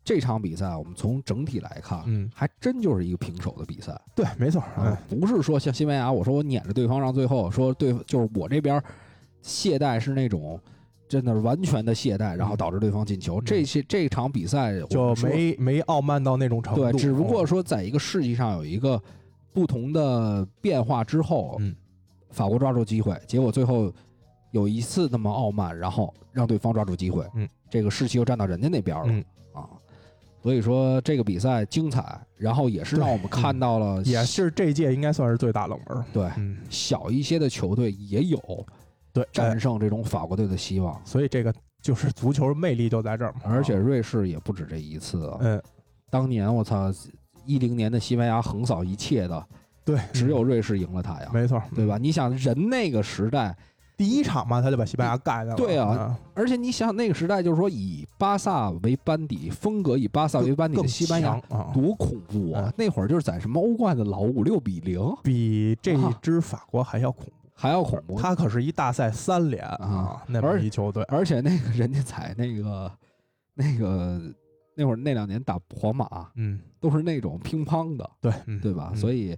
Speaker 2: 这场比赛我们从整体来看，
Speaker 3: 嗯，
Speaker 2: 还真就是一个平手的比赛
Speaker 3: 对，没错，嗯
Speaker 2: 啊，，不是说像西班牙，我说我撵着对方，让最后说对，就是我这边懈怠是那种真的是完全的懈怠，然后导致对方进球。
Speaker 3: 嗯
Speaker 2: 这些这场比赛我们
Speaker 3: 就
Speaker 2: 说
Speaker 3: 没没傲慢到那种程度，
Speaker 2: 对，只不过
Speaker 3: 哦
Speaker 2: 说在一个世纪上有一个不同的变化之后，
Speaker 3: 嗯
Speaker 2: 法国抓住机会，结果最后有一次那么傲慢，然后让对方抓住机会，
Speaker 3: 嗯，
Speaker 2: 这个士气又站到人家那边了、
Speaker 3: 嗯
Speaker 2: 啊。所以说这个比赛精彩，然后也是让
Speaker 3: 对
Speaker 2: 我们看到了
Speaker 3: 也是这届应该算是最大冷门，
Speaker 2: 对
Speaker 3: 嗯，
Speaker 2: 小一些的球队也有
Speaker 3: 对，哎
Speaker 2: 战胜这种法国队的希望，
Speaker 3: 所以这个就是足球魅力就在这儿嘛。
Speaker 2: 而且，瑞士也不止这一次啊。
Speaker 3: 哦嗯，
Speaker 2: 当年我操，一零年的西班牙横扫一切的，
Speaker 3: 对，
Speaker 2: 只有瑞士赢了他呀。
Speaker 3: 嗯 <laughs> 没错，
Speaker 2: 对吧？
Speaker 3: 嗯？
Speaker 2: 你想人那个时代，
Speaker 3: 第一场嘛，他就把西班牙干掉了。
Speaker 2: 对
Speaker 3: 啊
Speaker 2: 啊，而且你想想那个时代，就是说以巴萨为班底，风格以巴萨为班底的
Speaker 3: 更
Speaker 2: 西班牙
Speaker 3: 强啊，
Speaker 2: 多恐怖啊
Speaker 3: 嗯！
Speaker 2: 那会儿就是在什么欧冠的老五六比零
Speaker 3: 比这
Speaker 2: 啊
Speaker 3: 支法国还要恐怖。
Speaker 2: 还要恐怖，
Speaker 3: 他可是一大赛三连
Speaker 2: 啊
Speaker 3: 啊，那么
Speaker 2: 而
Speaker 3: 一球队，
Speaker 2: 而且那个人家在那个那个那会儿那两年打皇马
Speaker 3: 嗯，
Speaker 2: 都是那种乒乓的，
Speaker 3: 对，嗯，
Speaker 2: 对吧？
Speaker 3: 嗯
Speaker 2: 所以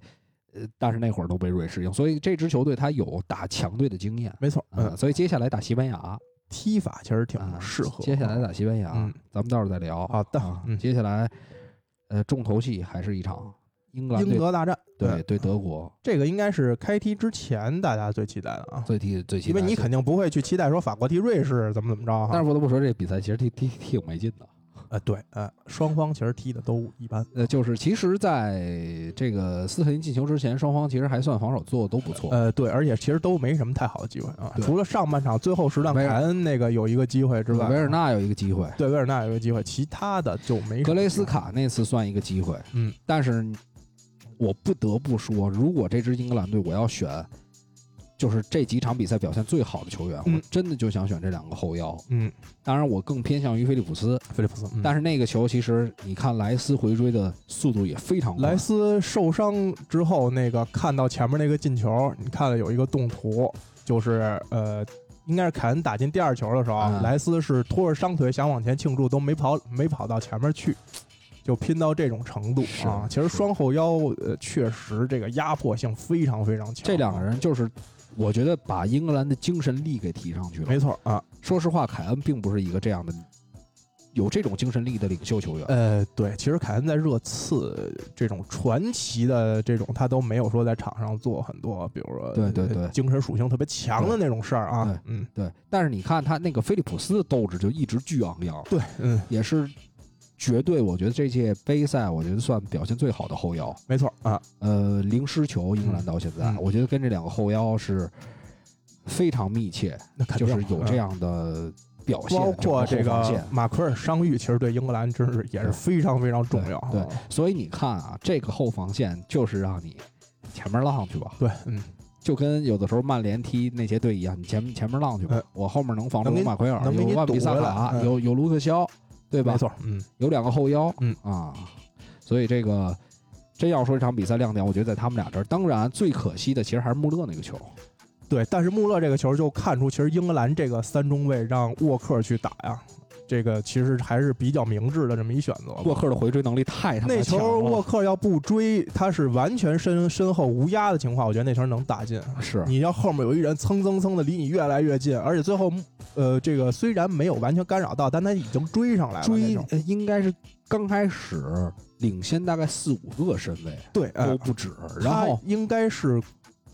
Speaker 2: 呃，但是那会儿都被瑞士赢，所以这支球队他有打强队的经验。
Speaker 3: 没错，
Speaker 2: 嗯，
Speaker 3: 嗯，
Speaker 2: 所以接下来打西班牙，
Speaker 3: 踢法其实挺
Speaker 2: 啊
Speaker 3: 适合。
Speaker 2: 接下来打西班牙，
Speaker 3: 嗯
Speaker 2: 咱们到时候再聊。
Speaker 3: 好的
Speaker 2: 啊
Speaker 3: 嗯
Speaker 2: 接下来呃，重头戏还是一场英格兰
Speaker 3: 英
Speaker 2: 对
Speaker 3: 德大战，
Speaker 2: 对对德国，
Speaker 3: 这个应该是开踢之前大家最期待的啊，
Speaker 2: 最替最期
Speaker 3: 因
Speaker 2: 待
Speaker 3: 为你
Speaker 2: 的
Speaker 3: 肯定不会去期待说法国踢瑞士怎么怎么着哈。
Speaker 2: 但是不得不说，这比赛其实挺挺挺没劲的。
Speaker 3: 呃，对，呃，双方其实踢的都一般。
Speaker 2: 呃，就是其实在这个斯特林进球之前，双方其实还算防守做的都不错。
Speaker 3: 呃，对，而且其实都没什么太好的机会啊，
Speaker 2: 对
Speaker 3: 除了上半场最后时段
Speaker 2: 维尔嗯
Speaker 3: 凯恩那个有一个机会之外，
Speaker 2: 维尔纳有一个机会，
Speaker 3: 对维尔纳有一个机会，其他的就没什么机会。
Speaker 2: 格雷斯卡那次算一个机会，
Speaker 3: 嗯，
Speaker 2: 但是我不得不说，如果这支英格兰队我要选，就是这几场比赛表现最好的球员，
Speaker 3: 嗯
Speaker 2: 我真的就想选这两个后腰。
Speaker 3: 嗯，
Speaker 2: 当然，我更偏向于菲利普斯，
Speaker 3: 菲利普斯，嗯
Speaker 2: 但是那个球其实你看莱斯回追的速度也非常快
Speaker 3: 莱，斯受伤之后，那个看到前面那个进球，你看了有一个动图，就是呃。应该是凯恩打进第二球的时候啊，
Speaker 2: 嗯
Speaker 3: 莱斯是拖着伤腿想往前庆祝，都没跑，没跑到前面去，就拼到这种程度
Speaker 2: 是
Speaker 3: 啊！其实
Speaker 2: 是
Speaker 3: 双后腰呃确实这个压迫性非常非常强。
Speaker 2: 这两个人就是我觉得把英格兰的精神力给提上去了。
Speaker 3: 没错啊，
Speaker 2: 说实话，凯恩并不是一个这样的有这种精神力的领袖球员，
Speaker 3: 呃，对，其实凯恩在热刺这种传奇的这种，他都没有说在场上做很多，比如说
Speaker 2: 对
Speaker 3: 呃
Speaker 2: 对对
Speaker 3: 精神属性特别强的那种事儿啊。嗯，
Speaker 2: 对。但是你看他那个菲利普斯的斗志就一直巨昂扬，
Speaker 3: 对，嗯，
Speaker 2: 也是绝对我觉得这届杯赛我觉得算表现最好的后腰。
Speaker 3: 没错啊，
Speaker 2: 呃，零失球，英格兰到现在，
Speaker 3: 嗯
Speaker 2: 我觉得跟这两个后腰是非常密切，
Speaker 3: 那肯
Speaker 2: 就
Speaker 3: 定
Speaker 2: 是有这
Speaker 3: 嗯。
Speaker 2: 样的表现，
Speaker 3: 包括这
Speaker 2: 整后防
Speaker 3: 个
Speaker 2: 线。
Speaker 3: 马奎尔伤愈，其实对英格兰真是也是非常非常重要啊。
Speaker 2: 对所以你看啊，这个后防线就是让你前面浪去吧，
Speaker 3: 对，嗯，
Speaker 2: 就跟有的时候曼联踢那些队一样，你前前面浪去吧，
Speaker 3: 嗯
Speaker 2: 我后面能防住
Speaker 3: 能给
Speaker 2: 有
Speaker 3: 你
Speaker 2: 马奎尔，
Speaker 3: 能给你
Speaker 2: 有万比萨
Speaker 3: 堵回
Speaker 2: 卡，
Speaker 3: 来嗯
Speaker 2: 有有卢克肖，对吧
Speaker 3: 没？错，嗯，
Speaker 2: 有两个后腰，
Speaker 3: 嗯
Speaker 2: 啊，所以这个真要说这场比赛亮点，我觉得在他们俩这儿。当然，最可惜的其实还是穆勒那个球，
Speaker 3: 对。但是穆勒这个球就看出，其实英格兰这个三中卫让沃克去打呀，这个其实还是比较明智的这么一选择吧。
Speaker 2: 沃克的回追能力太他妈
Speaker 3: 那
Speaker 2: 强
Speaker 3: 球沃
Speaker 2: 了，
Speaker 3: 克要不追，他是完全身身后无压的情况，我觉得那球能打进。
Speaker 2: 是
Speaker 3: 你要后面有一人蹭蹭蹭的离你越来越近，而且最后，呃，这个虽然没有完全干扰到，但他已经追上来了那
Speaker 2: 追
Speaker 3: 种。
Speaker 2: 呃应该是刚开始领先大概四五个身位
Speaker 3: 对，哎
Speaker 2: 都不止，然后
Speaker 3: 他应该是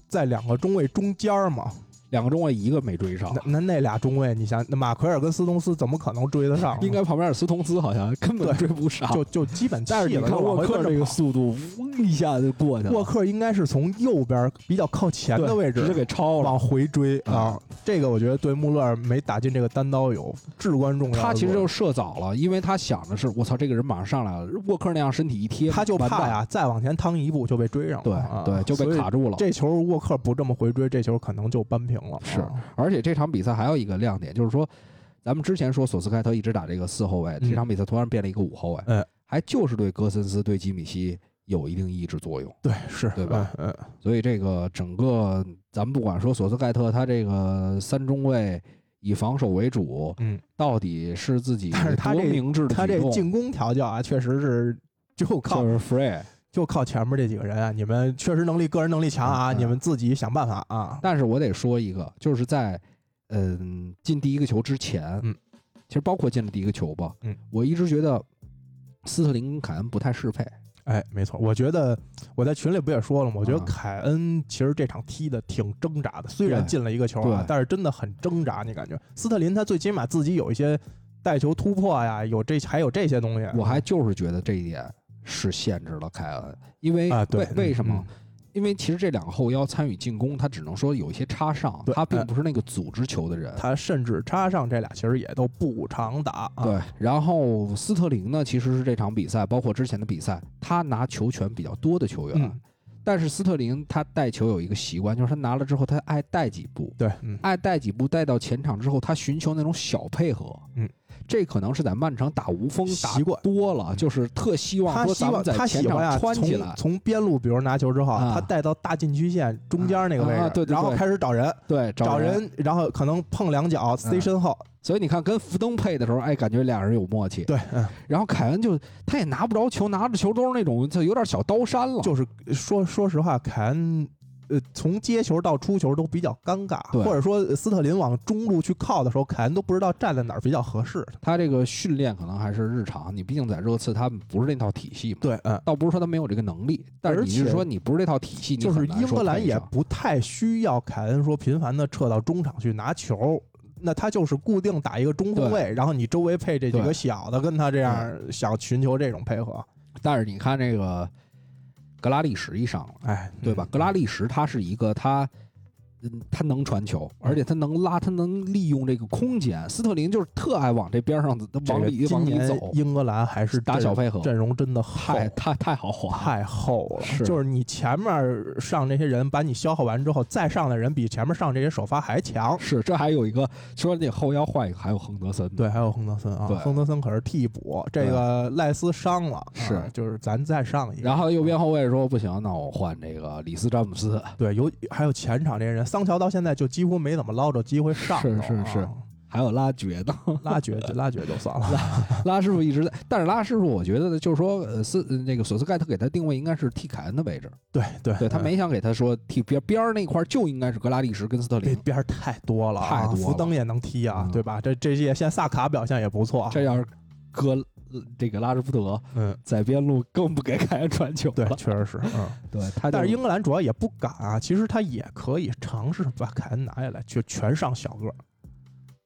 Speaker 3: 在两个中卫中间儿嘛。
Speaker 2: 两个中卫一个没追上
Speaker 3: 那，那那俩中卫，你想，那马奎尔跟斯通斯怎么可能追得上呢？
Speaker 2: 应该旁边的斯通斯好像根本追不上。
Speaker 3: 就就基本
Speaker 2: 但是
Speaker 3: 弃
Speaker 2: 你
Speaker 3: 了，
Speaker 2: 看
Speaker 3: 就往
Speaker 2: 沃
Speaker 3: 回
Speaker 2: 克
Speaker 3: 跟着
Speaker 2: 这个
Speaker 3: 跑
Speaker 2: 速度，嗡一下就过去了，
Speaker 3: 沃克应该是从右边比较靠前
Speaker 2: 对
Speaker 3: 的位
Speaker 2: 直接
Speaker 3: 置
Speaker 2: 给超了。
Speaker 3: 往回追
Speaker 2: 嗯
Speaker 3: 啊。这个我觉得对穆勒尔没打进这个单刀有至关重要的作用。
Speaker 2: 他其实就射早了，因为他想的是，我操，这个人马上上来了，沃克那样身体一贴，
Speaker 3: 他就
Speaker 2: 完蛋
Speaker 3: 怕，呀，再往前趟一步就被追上了，
Speaker 2: 对、
Speaker 3: 啊
Speaker 2: 对，就被。
Speaker 3: 所以
Speaker 2: 卡住了。
Speaker 3: 这球沃克不这么回追，这球可能就扳平了。
Speaker 2: 是
Speaker 3: 啊
Speaker 2: 而且这场比赛还有一个亮点，就是说，咱们之前说索斯盖特一直打这个四后卫，
Speaker 3: 嗯
Speaker 2: 这场比赛突然变了一个五后卫，
Speaker 3: 嗯，
Speaker 2: 还就是对戈森斯、对吉米西有一定抑制作用。
Speaker 3: 对，是，
Speaker 2: 对吧
Speaker 3: 嗯？嗯，
Speaker 2: 所以这个整个，咱们不管说索斯盖特他这个三中卫以防守为主，
Speaker 3: 嗯，
Speaker 2: 到底是自己
Speaker 3: 但是他
Speaker 2: 多
Speaker 3: 这
Speaker 2: 明智的
Speaker 3: 他
Speaker 2: 举
Speaker 3: 这
Speaker 2: 动
Speaker 3: 进攻调教啊，确实是就靠
Speaker 2: 就是 free。
Speaker 3: 就靠前面这几个人啊，你们确实能力，个人能力强啊，
Speaker 2: 嗯嗯
Speaker 3: 你们自己想办法啊。
Speaker 2: 但是我得说一个，就是在嗯进第一个球之前，
Speaker 3: 嗯，
Speaker 2: 其实包括进了第一个球吧，
Speaker 3: 嗯，
Speaker 2: 我一直觉得斯特林跟凯恩不太适配，
Speaker 3: 哎，没错，我觉得我在群里不也说了吗？我觉得
Speaker 2: 啊
Speaker 3: 凯恩其实这场踢的挺挣扎的，虽然
Speaker 2: 对
Speaker 3: 进了一个球啊
Speaker 2: 对，
Speaker 3: 但是真的很挣扎。你感觉斯特林他最起码自己有一些带球突破呀，有这还有这些东西。
Speaker 2: 我还就是觉得这一点是限制了凯恩，因为、
Speaker 3: 啊，对
Speaker 2: 为，为什么？
Speaker 3: 嗯？
Speaker 2: 因为其实这两个后腰参与进攻，他只能说有一些插上，
Speaker 3: 对
Speaker 2: 他并
Speaker 3: 哎
Speaker 2: 不是那个组织球的人。
Speaker 3: 他甚至插上这俩，其实也都不常打。啊，
Speaker 2: 对，然后斯特林呢，其实是这场比赛，包括之前的比赛，他拿球权比较多的球员，
Speaker 3: 嗯
Speaker 2: 但是斯特林他带球有一个习惯，就是他拿了之后，他爱带几步，
Speaker 3: 对，嗯，
Speaker 2: 爱带几步带到前场之后，他寻求那种小配合，
Speaker 3: 嗯，
Speaker 2: 这可能是在曼城打无锋打
Speaker 3: 习惯
Speaker 2: 多了，
Speaker 3: 嗯
Speaker 2: 就是特希望
Speaker 3: 他
Speaker 2: 说
Speaker 3: 希
Speaker 2: 咱
Speaker 3: 望
Speaker 2: 们在
Speaker 3: 他
Speaker 2: 前
Speaker 3: 喜欢
Speaker 2: 场
Speaker 3: 啊，
Speaker 2: 穿起
Speaker 3: 从
Speaker 2: 来，
Speaker 3: 从边路，比如拿球之后，
Speaker 2: 啊
Speaker 3: 他带到大禁区线中间那个位
Speaker 2: 啊啊对
Speaker 3: 置，
Speaker 2: 对
Speaker 3: 然后
Speaker 2: 对
Speaker 3: 开始找人，
Speaker 2: 对，
Speaker 3: 找
Speaker 2: 找。
Speaker 3: 然后可能碰两脚塞
Speaker 2: 嗯
Speaker 3: 身后，
Speaker 2: 所以你看，跟福登配的时候，哎，感觉俩人有默契。
Speaker 3: 对，嗯，
Speaker 2: 然后凯恩就他也拿不着球，拿着球都是那种就有点小刀山了。
Speaker 3: 就是说说实话，凯恩。呃，从接球到出球都比较尴尬，
Speaker 2: 对
Speaker 3: 或者说呃斯特林往中路去靠的时候，凯恩都不知道站在哪儿比较合适。
Speaker 2: 他这个训练可能还是日常，你毕竟在热刺他们不是那套体系嘛。
Speaker 3: 对，嗯，
Speaker 2: 倒不是说他没有这个能力，但是
Speaker 3: 而
Speaker 2: 你是
Speaker 3: 且
Speaker 2: 说你不是这套体系，你
Speaker 3: 就是
Speaker 2: 很难
Speaker 3: 英
Speaker 2: 说
Speaker 3: 格
Speaker 2: 配
Speaker 3: 兰也
Speaker 2: 上
Speaker 3: 不太需要凯恩说频繁的撤到中场去拿球，那他就是固定打一个中后卫，然后你周围配这几
Speaker 2: 对
Speaker 3: 个小的跟他这样想寻求这种配合，
Speaker 2: 但是你看这个格拉利什一上了，
Speaker 3: 哎，
Speaker 2: 对吧？
Speaker 3: 嗯
Speaker 2: 格拉利什他是一个他，嗯，他能传球，而且他能拉，他能利用这个空间。斯特林就是特爱往这边上走
Speaker 3: 这
Speaker 2: 往
Speaker 3: 个
Speaker 2: 里
Speaker 3: 今
Speaker 2: 往里
Speaker 3: 年
Speaker 2: 走，
Speaker 3: 英格兰还是
Speaker 2: 打
Speaker 3: 阵
Speaker 2: 小配合，
Speaker 3: 阵容真的厚
Speaker 2: 太太太好滑了。
Speaker 3: 太厚了，
Speaker 2: 是
Speaker 3: 就是你前面上这些人把你消耗完之后，再上的人比前面上这些首发还强。
Speaker 2: 是，这还有一个说你后腰换一个，还有亨德森呢。
Speaker 3: 对，还有亨德森啊
Speaker 2: 对，
Speaker 3: 亨德森可是替补，这
Speaker 2: 对
Speaker 3: 个赖斯伤了，啊
Speaker 2: 是
Speaker 3: 就是咱再上一个。
Speaker 2: 然后右边后卫说不行，那我换这个里斯詹姆斯。
Speaker 3: 对，有还有前场这些人，桑乔到现在就几乎没怎么捞着机会上手、
Speaker 2: 是
Speaker 3: 啊，
Speaker 2: 是是，还有拉爵
Speaker 3: <laughs>
Speaker 2: 呢，
Speaker 3: 拉绝拉绝就算了，
Speaker 2: 拉师傅一直在，但是拉师傅我觉得就是说，呃，斯呃那个索斯盖特给他定位应该是替凯恩的位置，
Speaker 3: 对对 <laughs>
Speaker 2: 对他没想给他说替边边儿那块儿就应该是格拉利什跟斯特
Speaker 3: 这
Speaker 2: 林，
Speaker 3: 边儿太多了、啊，
Speaker 2: 太多了
Speaker 3: 福登也能踢啊，
Speaker 2: 嗯
Speaker 3: 对吧？这这些现在萨卡表现也不错啊，
Speaker 2: 这要是搁呃这个拉什福德
Speaker 3: 嗯，
Speaker 2: 在边路更不给凯恩传球
Speaker 3: 对，
Speaker 2: 了，
Speaker 3: 确实是，嗯。
Speaker 2: 对，他
Speaker 3: 但
Speaker 2: 就是
Speaker 3: 英格兰主要也不敢啊，其实他也可以尝试把凯恩拿下来，就全上小个儿，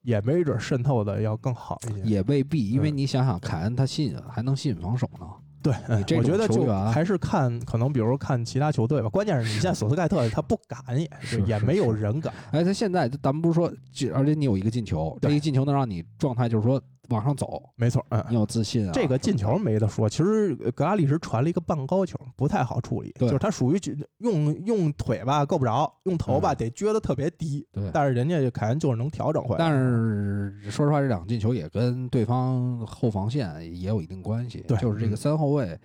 Speaker 3: 也没准渗透的要更好一些。
Speaker 2: 也未必，因为
Speaker 3: 嗯
Speaker 2: 你想想凯恩他吸引还能吸引防守呢，
Speaker 3: 对，嗯
Speaker 2: 你这
Speaker 3: 我
Speaker 2: 种
Speaker 3: 觉得
Speaker 2: 球
Speaker 3: 就
Speaker 2: 员啊
Speaker 3: 还是看可能，比如看其他球队吧。关键是你
Speaker 2: 是
Speaker 3: 现在索斯盖特他不敢也，
Speaker 2: 是
Speaker 3: 就是也
Speaker 2: 是
Speaker 3: 没有
Speaker 2: 是
Speaker 3: 人敢。
Speaker 2: 哎，他现在咱们不是说，这而且你有一个进球，这
Speaker 3: 对
Speaker 2: 一进球能让你状态就是说往上走，
Speaker 3: 没错，嗯，
Speaker 2: 你有自信啊，
Speaker 3: 这个进球没得说，其实格拉利什传了一个半高球，不太好处理，
Speaker 2: 对
Speaker 3: 就是他属于用用腿吧够不着，用头吧、
Speaker 2: 嗯
Speaker 3: 得撅得特别低，
Speaker 2: 对。
Speaker 3: 但是人家凯恩就是能调整回来。
Speaker 2: 但是说实话，这两个进球也跟对方后防线也有一定关系。
Speaker 3: 对
Speaker 2: 就是这个
Speaker 3: 嗯
Speaker 2: 三后卫，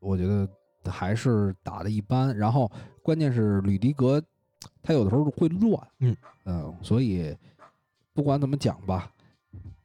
Speaker 2: 我觉得还是打的一般。然后关键是吕迪格，他有的时候会乱。
Speaker 3: 嗯
Speaker 2: 嗯，所以不管怎么讲吧，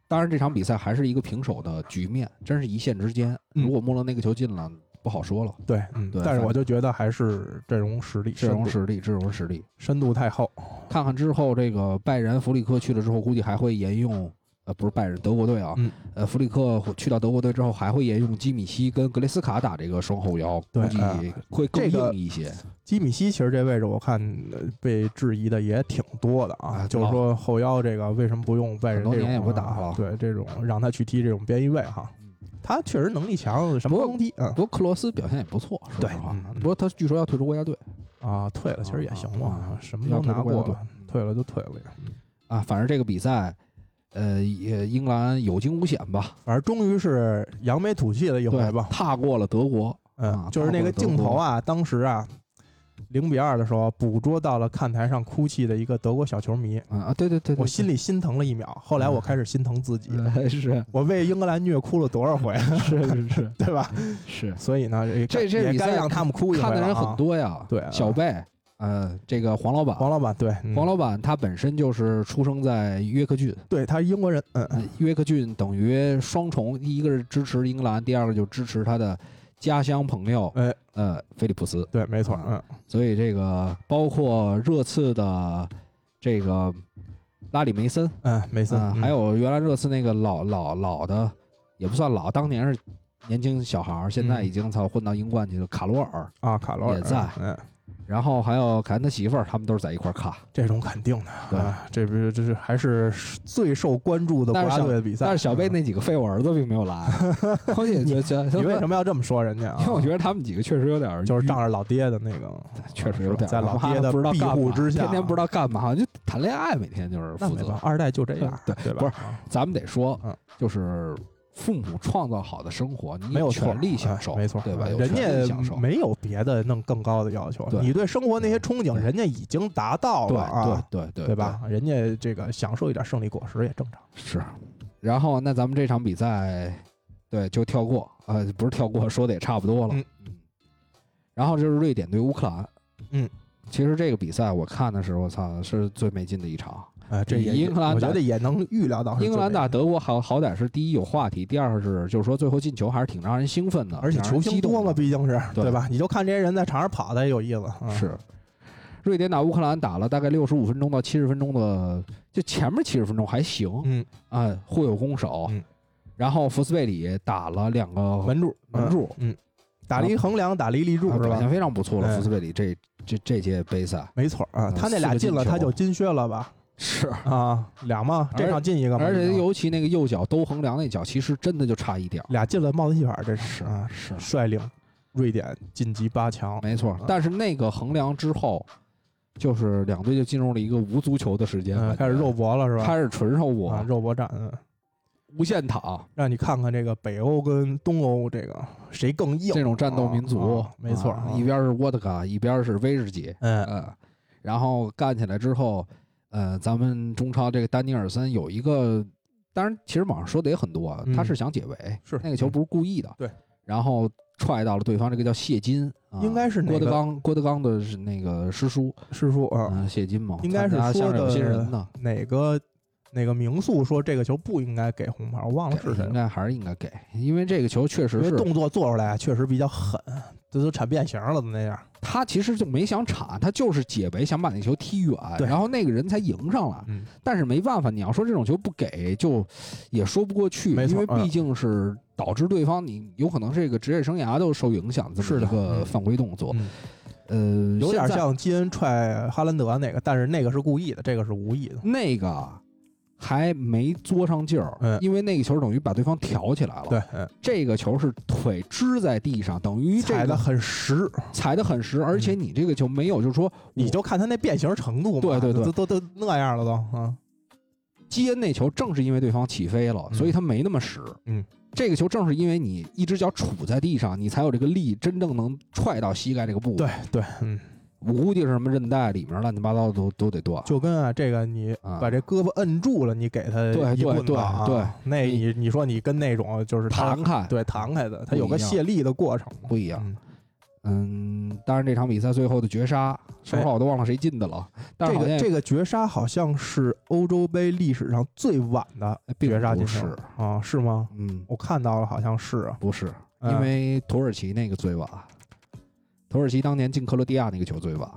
Speaker 2: 当然，这场比赛还是一个平手的局面，真是一线之间。
Speaker 3: 嗯
Speaker 2: 如果莫勒那个球进了，不好说了。
Speaker 3: 对，嗯
Speaker 2: 对
Speaker 3: 但是
Speaker 2: 反
Speaker 3: 我就觉得还是阵容实力，
Speaker 2: 阵容
Speaker 3: 深度
Speaker 2: 实力，阵容实力。
Speaker 3: 深度太厚，
Speaker 2: 看看之后，这个拜仁弗里克去了之后，估计还会沿用，呃，不是拜仁德国队啊，
Speaker 3: 嗯
Speaker 2: 呃，弗里克去到德国队之后，还会沿用基米希跟格雷斯卡打这个双后腰，
Speaker 3: 对
Speaker 2: 估计
Speaker 3: 啊
Speaker 2: 会更
Speaker 3: 这个
Speaker 2: 硬一些。
Speaker 3: 基米希其实这位置我看呃被质疑的也挺多的啊，
Speaker 2: 啊
Speaker 3: 就是说后腰这个为什么不用外
Speaker 2: 很
Speaker 3: 人
Speaker 2: 多
Speaker 3: 这种
Speaker 2: 年也不打
Speaker 3: 啊
Speaker 2: 了
Speaker 3: 对这种让他去踢这种边翼位哈
Speaker 2: 嗯，
Speaker 3: 他确实能力强，什么
Speaker 2: 不过
Speaker 3: 都能踢，嗯
Speaker 2: 不过克罗斯表现也不错，说
Speaker 3: 对
Speaker 2: 实话
Speaker 3: 嗯嗯。
Speaker 2: 不过他据说要退出国家队
Speaker 3: 啊退了其实也行
Speaker 2: 啊
Speaker 3: 嘛
Speaker 2: 啊，
Speaker 3: 什么都拿过了，
Speaker 2: 嗯
Speaker 3: 退了就退了呀，
Speaker 2: 啊，反正这个比赛，呃，也英格兰有惊无险吧，
Speaker 3: 反正终于是扬眉吐气了一回
Speaker 2: 对
Speaker 3: 吧，
Speaker 2: 踏过了德国，
Speaker 3: 嗯
Speaker 2: 啊，
Speaker 3: 就是那个镜头啊，当时啊。零比二的时候，捕捉到了看台上哭泣的一个德国小球迷，
Speaker 2: 嗯啊，对对对，对嗯
Speaker 3: 我心里心疼了一秒，后来我开始心疼自己，
Speaker 2: 呃 <laughs> 是
Speaker 3: 我为英格兰虐哭了多少回，啊 <laughs>
Speaker 2: 是是
Speaker 3: 对吧？
Speaker 2: 是
Speaker 3: 所以呢，也
Speaker 2: 嗯这这
Speaker 3: 也
Speaker 2: 比赛
Speaker 3: 该让他们哭一
Speaker 2: 是，
Speaker 3: 回
Speaker 2: 看的
Speaker 3: 了
Speaker 2: 人
Speaker 3: 啊
Speaker 2: 很。多呀，
Speaker 3: 对啊
Speaker 2: 小贝，呃，这个黄老板，
Speaker 3: 黄老板对，嗯
Speaker 2: 黄老板他本身就是出生在约克郡，
Speaker 3: 对他是英国人，嗯，
Speaker 2: 呃约克郡等于双重，一个是支持英格兰，第二个就支持他的家乡朋友，
Speaker 3: 哎，
Speaker 2: 呃，菲利普斯，
Speaker 3: 对，没错，嗯
Speaker 2: 啊，所以这个包括热刺的这个拉里梅森，
Speaker 3: 嗯，梅森，
Speaker 2: 嗯，
Speaker 3: 嗯
Speaker 2: 还有原来热刺那个老老老的，也不算老，当年是年轻小孩儿，现
Speaker 3: 嗯
Speaker 2: 在已经操混到英冠去了。卡罗尔，
Speaker 3: 啊，卡罗尔
Speaker 2: 也在
Speaker 3: 嗯，
Speaker 2: 然后还有凯恩他媳妇儿，他们都是在一块儿看。
Speaker 3: 这种肯定的，
Speaker 2: 对
Speaker 3: 啊，这不是这是还是最受关注的国
Speaker 2: 但是
Speaker 3: 家
Speaker 2: 小
Speaker 3: 队的比赛。
Speaker 2: 但是小贝那几个废物儿子并没有
Speaker 3: <laughs>
Speaker 2: 来，我也觉得，
Speaker 3: 嗯嗯，你为什
Speaker 2: 么？
Speaker 3: 么要这么说人家啊？
Speaker 2: <laughs> 因为我觉得他们几个确实有点儿，
Speaker 3: 就是仗着老爹的那个，
Speaker 2: 确实有点儿
Speaker 3: 在老
Speaker 2: 他妈
Speaker 3: 爹的
Speaker 2: 不知道
Speaker 3: 庇
Speaker 2: 干嘛
Speaker 3: 护之下，
Speaker 2: 天天不知道干嘛，就谈恋爱，每天就是
Speaker 3: 那
Speaker 2: 负
Speaker 3: 没办
Speaker 2: 责。
Speaker 3: 法，二代就这样，
Speaker 2: 对
Speaker 3: 对吧？
Speaker 2: 不是
Speaker 3: 啊
Speaker 2: 咱们得说
Speaker 3: 嗯，
Speaker 2: 就是父母创造好的生活，你
Speaker 3: 没有错
Speaker 2: 权利享
Speaker 3: 哎
Speaker 2: 受，
Speaker 3: 没错，
Speaker 2: 对吧？有
Speaker 3: 人
Speaker 2: 权利享
Speaker 3: 家
Speaker 2: 受。
Speaker 3: 没有别的弄更高的要求，
Speaker 2: 对
Speaker 3: 你对生活那些憧憬，
Speaker 2: 对
Speaker 3: 人家已经达到
Speaker 2: 对
Speaker 3: 了啊，
Speaker 2: 对对
Speaker 3: 对？吧？人家这个享受一点胜利果实也正常。
Speaker 2: 是，然后那咱们这场比赛，对，就跳过，呃，不是跳过，说的也差不多了。
Speaker 3: 嗯
Speaker 2: 然后就是瑞典对乌克兰，
Speaker 3: 嗯，
Speaker 2: 其实这个比赛我看的时候，我操，是最没劲的一场。
Speaker 3: 啊，这
Speaker 2: 比
Speaker 3: 也
Speaker 2: 哎英格兰
Speaker 3: 我
Speaker 2: 打
Speaker 3: 觉得也能预料哦到是最
Speaker 2: 英
Speaker 3: 美的，
Speaker 2: 格兰打德国好好歹是第一有话题，第二是就是说最后进球还是挺让人兴奋的，
Speaker 3: 而且
Speaker 2: 挺让
Speaker 3: 球
Speaker 2: 人
Speaker 3: 星
Speaker 2: 激动
Speaker 3: 多嘛，
Speaker 2: 的
Speaker 3: 毕竟是
Speaker 2: 对
Speaker 3: 对吧？你就看这些人在场上跑的也有意思，啊
Speaker 2: 是。瑞典打乌克兰打了大概六十五分钟到七十分钟的，就前面七十分钟还行，
Speaker 3: 嗯，
Speaker 2: 啊，互有攻守，
Speaker 3: 嗯
Speaker 2: 然后福斯贝里打了两个
Speaker 3: 门柱
Speaker 2: 哦门，柱，
Speaker 3: 嗯嗯，打了一横梁，打了一立柱
Speaker 2: 啊
Speaker 3: 是
Speaker 2: 表
Speaker 3: 吧
Speaker 2: 现？非常不错
Speaker 3: 哎
Speaker 2: 了。福斯贝里这这这届杯赛
Speaker 3: 没错啊，
Speaker 2: 嗯
Speaker 3: 他那
Speaker 2: 四
Speaker 3: 俩
Speaker 2: 个
Speaker 3: 进
Speaker 2: 进
Speaker 3: 了，他
Speaker 2: 球
Speaker 3: 就金靴了吧？
Speaker 2: 是，
Speaker 3: 啊，俩嘛，这
Speaker 2: 而
Speaker 3: 场进一个嘛，
Speaker 2: 而
Speaker 3: 这
Speaker 2: 且
Speaker 3: 场
Speaker 2: 尤其那个右脚兜横梁那脚，其实真的就差一点儿。
Speaker 3: 俩进了帽子戏法，这
Speaker 2: 嗯是
Speaker 3: 啊，
Speaker 2: 是，
Speaker 3: 率领瑞典晋级八强。
Speaker 2: 没错
Speaker 3: 嗯。
Speaker 2: 但是那个横梁之后，就是两队就进入了一个无足球的时间，
Speaker 3: 嗯，
Speaker 2: 感觉
Speaker 3: 开始肉搏了是吧？
Speaker 2: 开始纯肉
Speaker 3: 啊，
Speaker 2: 搏，
Speaker 3: 肉搏战，嗯，
Speaker 2: 无限躺
Speaker 3: 让你看看这个北欧跟东欧这个谁更硬，
Speaker 2: 这种战斗民族
Speaker 3: 啊啊，没错
Speaker 2: 啊
Speaker 3: 啊
Speaker 2: 一边是沃特卡，一边是威士忌，
Speaker 3: 嗯，
Speaker 2: 呃，然后干起来之后，呃，咱们中超这个丹尼尔森有一个，当然其实网上说的也很多啊，他
Speaker 3: 嗯
Speaker 2: 是想解围，
Speaker 3: 是
Speaker 2: 那个球不是故意的，
Speaker 3: 对，
Speaker 2: 然后踹到了对方这个叫谢金，啊
Speaker 3: 应该是哪
Speaker 2: 郭德
Speaker 3: 个
Speaker 2: 纲，郭德纲的是那个师叔，
Speaker 3: 师叔啊，
Speaker 2: 嗯，谢金嘛，
Speaker 3: 应该是
Speaker 2: 他
Speaker 3: 说
Speaker 2: 相声有
Speaker 3: 的
Speaker 2: 新人呢，
Speaker 3: 哪
Speaker 2: 嗯
Speaker 3: 个哪个名宿说这个球不应该给红牌，我忘了是谁
Speaker 2: 应
Speaker 3: 了，
Speaker 2: 该还是应该给，因为这个球确
Speaker 3: 因
Speaker 2: 实
Speaker 3: 为
Speaker 2: 是
Speaker 3: 动作做出来确实比较狠，这都铲变形了都那样。
Speaker 2: 他其实就没想铲，他就是解围想把那球踢远，
Speaker 3: 对
Speaker 2: 然后那个人才迎上来。
Speaker 3: 嗯，
Speaker 2: 但是没办法，你要说这种球不给，就也说不过去，
Speaker 3: 没
Speaker 2: 因
Speaker 3: 错
Speaker 2: 为
Speaker 3: 嗯
Speaker 2: 毕竟是导致对方你有可能这个职业生涯都受影响的这
Speaker 3: 是
Speaker 2: 么
Speaker 3: 的
Speaker 2: 一个
Speaker 3: 嗯
Speaker 2: 犯规动作。
Speaker 3: 嗯
Speaker 2: 呃，
Speaker 3: 有点
Speaker 2: 现在
Speaker 3: 像基恩踹哈兰德那个，但是那个是故意的，这个是无意的。
Speaker 2: 那个还没作上劲儿，
Speaker 3: 嗯
Speaker 2: 因为那个球等于把对方挑起来了。
Speaker 3: 对，，嗯
Speaker 2: 这个球是腿支在地上，等于这
Speaker 3: 踩
Speaker 2: 个
Speaker 3: 的很实，
Speaker 2: 踩的很实，而且你这个球没有，就是说
Speaker 3: 你就看他那变形程度嘛，
Speaker 2: 对对对
Speaker 3: 都都都那样了都，啊，
Speaker 2: 基恩那球正是因为对方起飞了，
Speaker 3: 嗯
Speaker 2: 所以他没那么实。
Speaker 3: 嗯，
Speaker 2: 这个球正是因为你一只脚杵在地上，你才有这个力，真正能踹到膝盖这个部位。
Speaker 3: 对对，嗯，
Speaker 2: 我估计是什么韧带里面乱七八糟的都都得断。
Speaker 3: 就跟啊这个你
Speaker 2: 啊
Speaker 3: 把这胳膊摁住了，你给他
Speaker 2: 对
Speaker 3: 一棍子啊，
Speaker 2: 对对对
Speaker 3: 那你你说你跟那种就是他
Speaker 2: 弹开
Speaker 3: 对弹开的，它
Speaker 2: 不一
Speaker 3: 有个
Speaker 2: 样
Speaker 3: 卸力的过程嘛，
Speaker 2: 不一样，
Speaker 3: 嗯
Speaker 2: 嗯，当然这场比赛最后的绝杀，说实话我都忘了谁进的了，但
Speaker 3: 这
Speaker 2: 是好像
Speaker 3: 个这个绝杀好像是欧洲杯历史上最晚的
Speaker 2: 并
Speaker 3: 绝杀
Speaker 2: 不
Speaker 3: 进
Speaker 2: 是
Speaker 3: 球啊，是吗？
Speaker 2: 嗯，
Speaker 3: 我看到了，好像是啊，
Speaker 2: 不是，
Speaker 3: 嗯
Speaker 2: 因为土耳其那个最晚，土耳其当年进克罗地亚那个球最晚，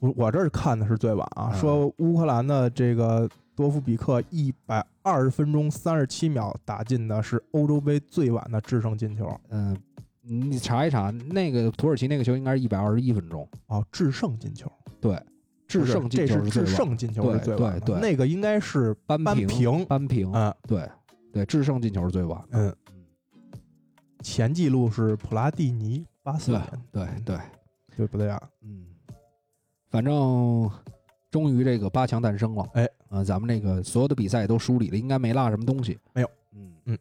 Speaker 3: 我我这儿看的是最晚啊，
Speaker 2: 嗯
Speaker 3: 说乌克兰的这个多夫比克一百二十分钟三十七秒打进的是欧洲杯最晚的制胜进球
Speaker 2: 嗯，你查一查那个土耳其那个球应该是一百二十一分钟，
Speaker 3: 哦，制胜进球，
Speaker 2: 对，制
Speaker 3: 不是
Speaker 2: 胜进
Speaker 3: 这
Speaker 2: 球
Speaker 3: 是
Speaker 2: 最
Speaker 3: 制
Speaker 2: 晚
Speaker 3: 胜进球是
Speaker 2: 对
Speaker 3: 最晚的，
Speaker 2: 对对
Speaker 3: 那个应该是
Speaker 2: 扳
Speaker 3: 扳
Speaker 2: 平
Speaker 3: 平
Speaker 2: 扳平，
Speaker 3: 嗯
Speaker 2: 对对，制胜进球是最晚，
Speaker 3: 嗯
Speaker 2: 嗯，
Speaker 3: 前记录是普拉蒂尼八四
Speaker 2: 对
Speaker 3: 年，
Speaker 2: 对对，
Speaker 3: 对不对啊？
Speaker 2: 嗯，反正终于这个八强诞生了，
Speaker 3: 哎，
Speaker 2: 呃，咱们这个所有的比赛都梳理了，应该没落什么东西，
Speaker 3: 没有，
Speaker 2: 嗯
Speaker 3: 嗯。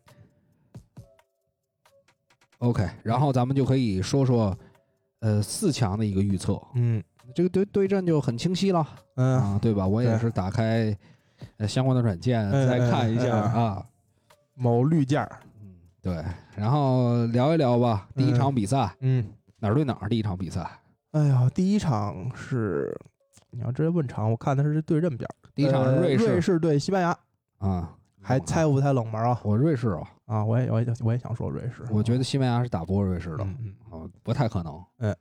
Speaker 2: OK，然后咱们就可以说说，呃，四强的一个预测，
Speaker 3: 嗯
Speaker 2: 这个对对阵就很清晰了。
Speaker 3: 嗯，
Speaker 2: 啊，对吧？我也
Speaker 3: 对
Speaker 2: 是打开呃相关的软件
Speaker 3: 嗯
Speaker 2: 再看一下
Speaker 3: 嗯嗯
Speaker 2: 啊。
Speaker 3: 某绿箭儿，
Speaker 2: 嗯，对，然后聊一聊吧。第一场比赛
Speaker 3: 嗯，
Speaker 2: 哪儿对哪儿？第一场比赛，
Speaker 3: 哎呀，第一场是你要直接问场，我看的是对阵表，
Speaker 2: 第一场是
Speaker 3: 呃
Speaker 2: 瑞
Speaker 3: 瑞
Speaker 2: 士
Speaker 3: 士对西班牙，
Speaker 2: 啊，
Speaker 3: 还猜不猜冷门啊？
Speaker 2: 我瑞士啊，
Speaker 3: 啊，我也我也我也想说瑞士，
Speaker 2: 我觉得西班牙是打不过瑞士的，
Speaker 3: 嗯嗯
Speaker 2: 啊，不太可能。
Speaker 3: 嗯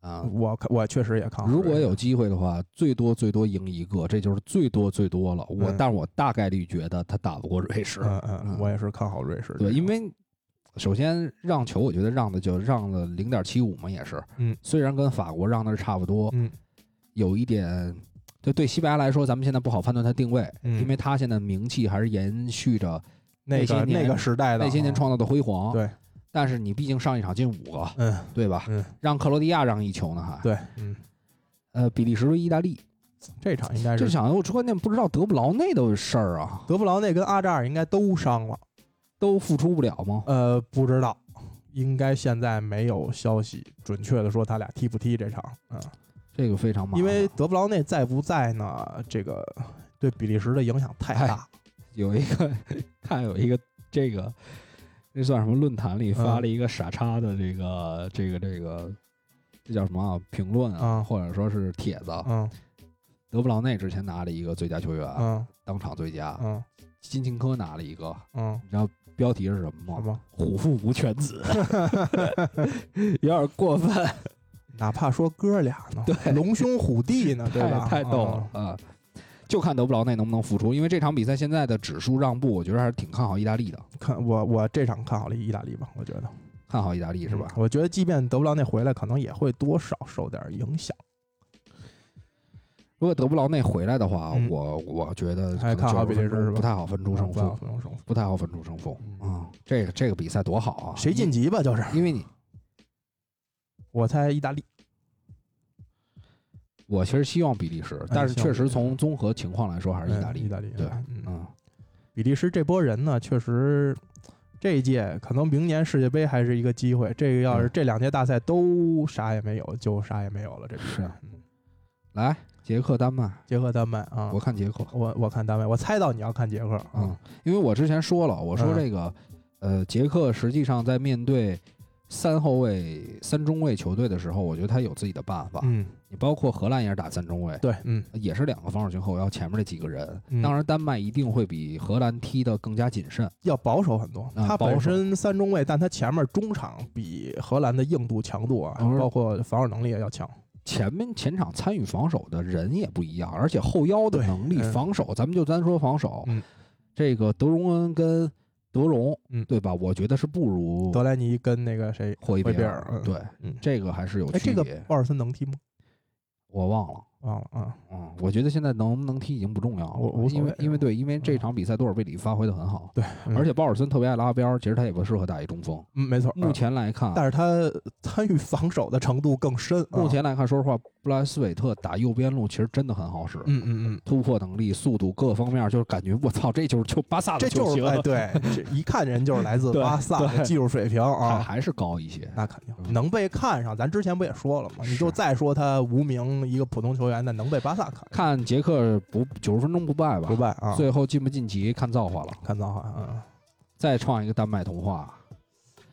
Speaker 2: 啊，
Speaker 3: 我看我确实也啊看好瑞士。嗯
Speaker 2: 如果有机会的话，最多最多赢一个，这就是最多最多了。我
Speaker 3: 嗯
Speaker 2: 但我大概率觉得他打不过瑞士。
Speaker 3: 嗯嗯
Speaker 2: 嗯，
Speaker 3: 我也是看好瑞士。
Speaker 2: 对，因为首先让球，我觉得让的就让了零点七五嘛，也是，
Speaker 3: 嗯，
Speaker 2: 虽然跟法国让的是差不多，
Speaker 3: 嗯
Speaker 2: 有一点，就对西班牙来说，咱们现在不好判断它定位，
Speaker 3: 嗯
Speaker 2: 因为它现在名气还是延续着那
Speaker 3: 那
Speaker 2: 些
Speaker 3: 个
Speaker 2: 年
Speaker 3: 那个时代的
Speaker 2: 那些年
Speaker 3: 啊，
Speaker 2: 创造的辉煌，
Speaker 3: 对，
Speaker 2: 但是你毕竟上一场进五个，
Speaker 3: 嗯
Speaker 2: 对吧？
Speaker 3: 嗯
Speaker 2: 让克罗地亚让一球呢，还
Speaker 3: 对，嗯，
Speaker 2: 呃，比利时对意大利，
Speaker 3: 这场应该
Speaker 2: 这
Speaker 3: 是
Speaker 2: 场我关键不知道德布劳内的事儿啊，
Speaker 3: 德布劳内跟阿扎尔应该都伤了，
Speaker 2: 都复出不了吗？
Speaker 3: 呃，不知道。应该现在没有消息，准确的说他俩踢不踢这场，嗯，
Speaker 2: 这个非常麻烦，啊
Speaker 3: 因为德布劳内在不在呢，这个对比利时的影响太
Speaker 2: 哎
Speaker 3: 大，
Speaker 2: 有一个 <laughs> 看有一个这个那算什么论坛里发了一个傻叉的这个、这个这个这叫什么啊评论啊，
Speaker 3: 嗯
Speaker 2: 或者说是帖子。
Speaker 3: 嗯
Speaker 2: 德布劳内之前拿了一个最佳球员，
Speaker 3: 嗯
Speaker 2: 当场最佳；
Speaker 3: 嗯
Speaker 2: 金琴科拿了一个，
Speaker 3: 嗯，
Speaker 2: 你知道标题是什么
Speaker 3: 好
Speaker 2: 吗？
Speaker 3: 吧，
Speaker 2: 虎父无犬子， <laughs> 有点过分，
Speaker 3: 哪怕说哥俩呢，
Speaker 2: 对
Speaker 3: 龙兄虎弟呢，对
Speaker 2: 太
Speaker 3: 吧？
Speaker 2: 太逗
Speaker 3: 嗯
Speaker 2: 了啊！就看德布劳内能不能复出，因为这场比赛现在的指数让步，我觉得还是挺看好意大利的，
Speaker 3: 嗯看我我这场看好了意大利吧，我觉得
Speaker 2: 看好意大利是吧？
Speaker 3: 嗯我觉得即便德布劳内回来，可能也会多少受点影响。
Speaker 2: 如果德布劳内回来的话，
Speaker 3: 嗯
Speaker 2: 我我觉得
Speaker 3: 还
Speaker 2: 可能
Speaker 3: 看好
Speaker 2: 90
Speaker 3: 比利时
Speaker 2: 分钟
Speaker 3: 是吧嗯
Speaker 2: 不太好分出胜负，
Speaker 3: 不用胜负，
Speaker 2: 不太好分出胜负啊、
Speaker 3: 嗯
Speaker 2: 嗯这个这个比赛多好啊！
Speaker 3: 谁晋级吧？就是
Speaker 2: 因？因为你
Speaker 3: 我猜意大利。
Speaker 2: 我其实希望比利时，但是
Speaker 3: 哎希望
Speaker 2: 确
Speaker 3: 比
Speaker 2: 实
Speaker 3: 利时
Speaker 2: 从综合情况来说还是意大
Speaker 3: 嗯
Speaker 2: 利。
Speaker 3: 意大利
Speaker 2: 对，
Speaker 3: 嗯，
Speaker 2: 嗯，
Speaker 3: 比利时这波人呢，确实这一届可能明年世界杯还是一个机会。这个要是
Speaker 2: 嗯
Speaker 3: 这两届大赛都啥也没有，就啥也没有了。这比赛
Speaker 2: 是啊
Speaker 3: 嗯
Speaker 2: 来捷克丹麦，
Speaker 3: 捷克丹麦啊
Speaker 2: 我，看捷克，
Speaker 3: 我我看丹麦，我猜到你要看捷克
Speaker 2: 嗯
Speaker 3: 啊，，
Speaker 2: 因为我之前说了，我说
Speaker 3: 嗯
Speaker 2: 这个、呃，捷克实际上在面对三后卫、三中卫球队的时候，我觉得他有自己的办法。
Speaker 3: 嗯，
Speaker 2: 你包括荷兰也是打三中卫，
Speaker 3: 对，嗯
Speaker 2: 也是两个防守型后腰，前面这几个人。
Speaker 3: 嗯
Speaker 2: 当然，丹麦一定会比荷兰踢得更加谨慎。
Speaker 3: 要保守很多。
Speaker 2: 啊
Speaker 3: 他
Speaker 2: 保守
Speaker 3: 本身三中卫，但他前面中场比荷兰的硬度、强度啊
Speaker 2: 嗯，
Speaker 3: 包括防守能力也要强。
Speaker 2: 前面前场参与防守的人也不一样，而且后腰的
Speaker 3: 对
Speaker 2: 能力、
Speaker 3: 嗯
Speaker 2: 防守，咱们就单说防守，
Speaker 3: 嗯
Speaker 2: 这个德容恩跟德容，
Speaker 3: 嗯
Speaker 2: 对吧？我觉得是不如
Speaker 3: 德莱尼跟那个谁，
Speaker 2: 霍伊
Speaker 3: 霍
Speaker 2: 别
Speaker 3: 伊别
Speaker 2: 尔，
Speaker 3: 尔嗯
Speaker 2: 对，
Speaker 3: 嗯，
Speaker 2: 这个还是有
Speaker 3: 哎，
Speaker 2: 区
Speaker 3: 这
Speaker 2: 别。
Speaker 3: 个鲍尔森能踢吗？
Speaker 2: 我忘了。
Speaker 3: 忘了啊，
Speaker 2: 嗯，我觉得现在能不能踢已经不重要了，
Speaker 3: 我无所
Speaker 2: 因为
Speaker 3: 谓
Speaker 2: 因为对，因为这
Speaker 3: 嗯
Speaker 2: 场比赛多尔贝里发挥的很好，
Speaker 3: 对，嗯
Speaker 2: 而且鲍尔森特别爱拉边儿，其实他也不适合打一中锋。
Speaker 3: 嗯，没错，
Speaker 2: 目
Speaker 3: 嗯
Speaker 2: 前来看，
Speaker 3: 但是他参与防守的程度更深。
Speaker 2: 目
Speaker 3: 啊，
Speaker 2: 前来看，说实话，布莱斯韦特打右边路其实真的很好使，
Speaker 3: 嗯嗯嗯，
Speaker 2: 突破能力、速度各方面，就是感觉我操，这就是就巴萨的
Speaker 3: 这
Speaker 2: 球
Speaker 3: 就是
Speaker 2: 星，
Speaker 3: 哎，对，
Speaker 2: <laughs>
Speaker 3: 这一看人就是来自
Speaker 2: 对
Speaker 3: 巴萨的
Speaker 2: 对
Speaker 3: 技术水平
Speaker 2: 还
Speaker 3: 啊。
Speaker 2: 还是高一些。
Speaker 3: 那肯定
Speaker 2: 嗯
Speaker 3: 能被看上，咱之前不也说了吗？你
Speaker 2: 是
Speaker 3: 就再说他无名一个普通球员，那能被巴萨看上
Speaker 2: 看捷克不九十分钟不败吧，
Speaker 3: 不败啊？
Speaker 2: 最后晋不晋级看造化了。
Speaker 3: 看造化，嗯，
Speaker 2: 再创一个丹麦童话，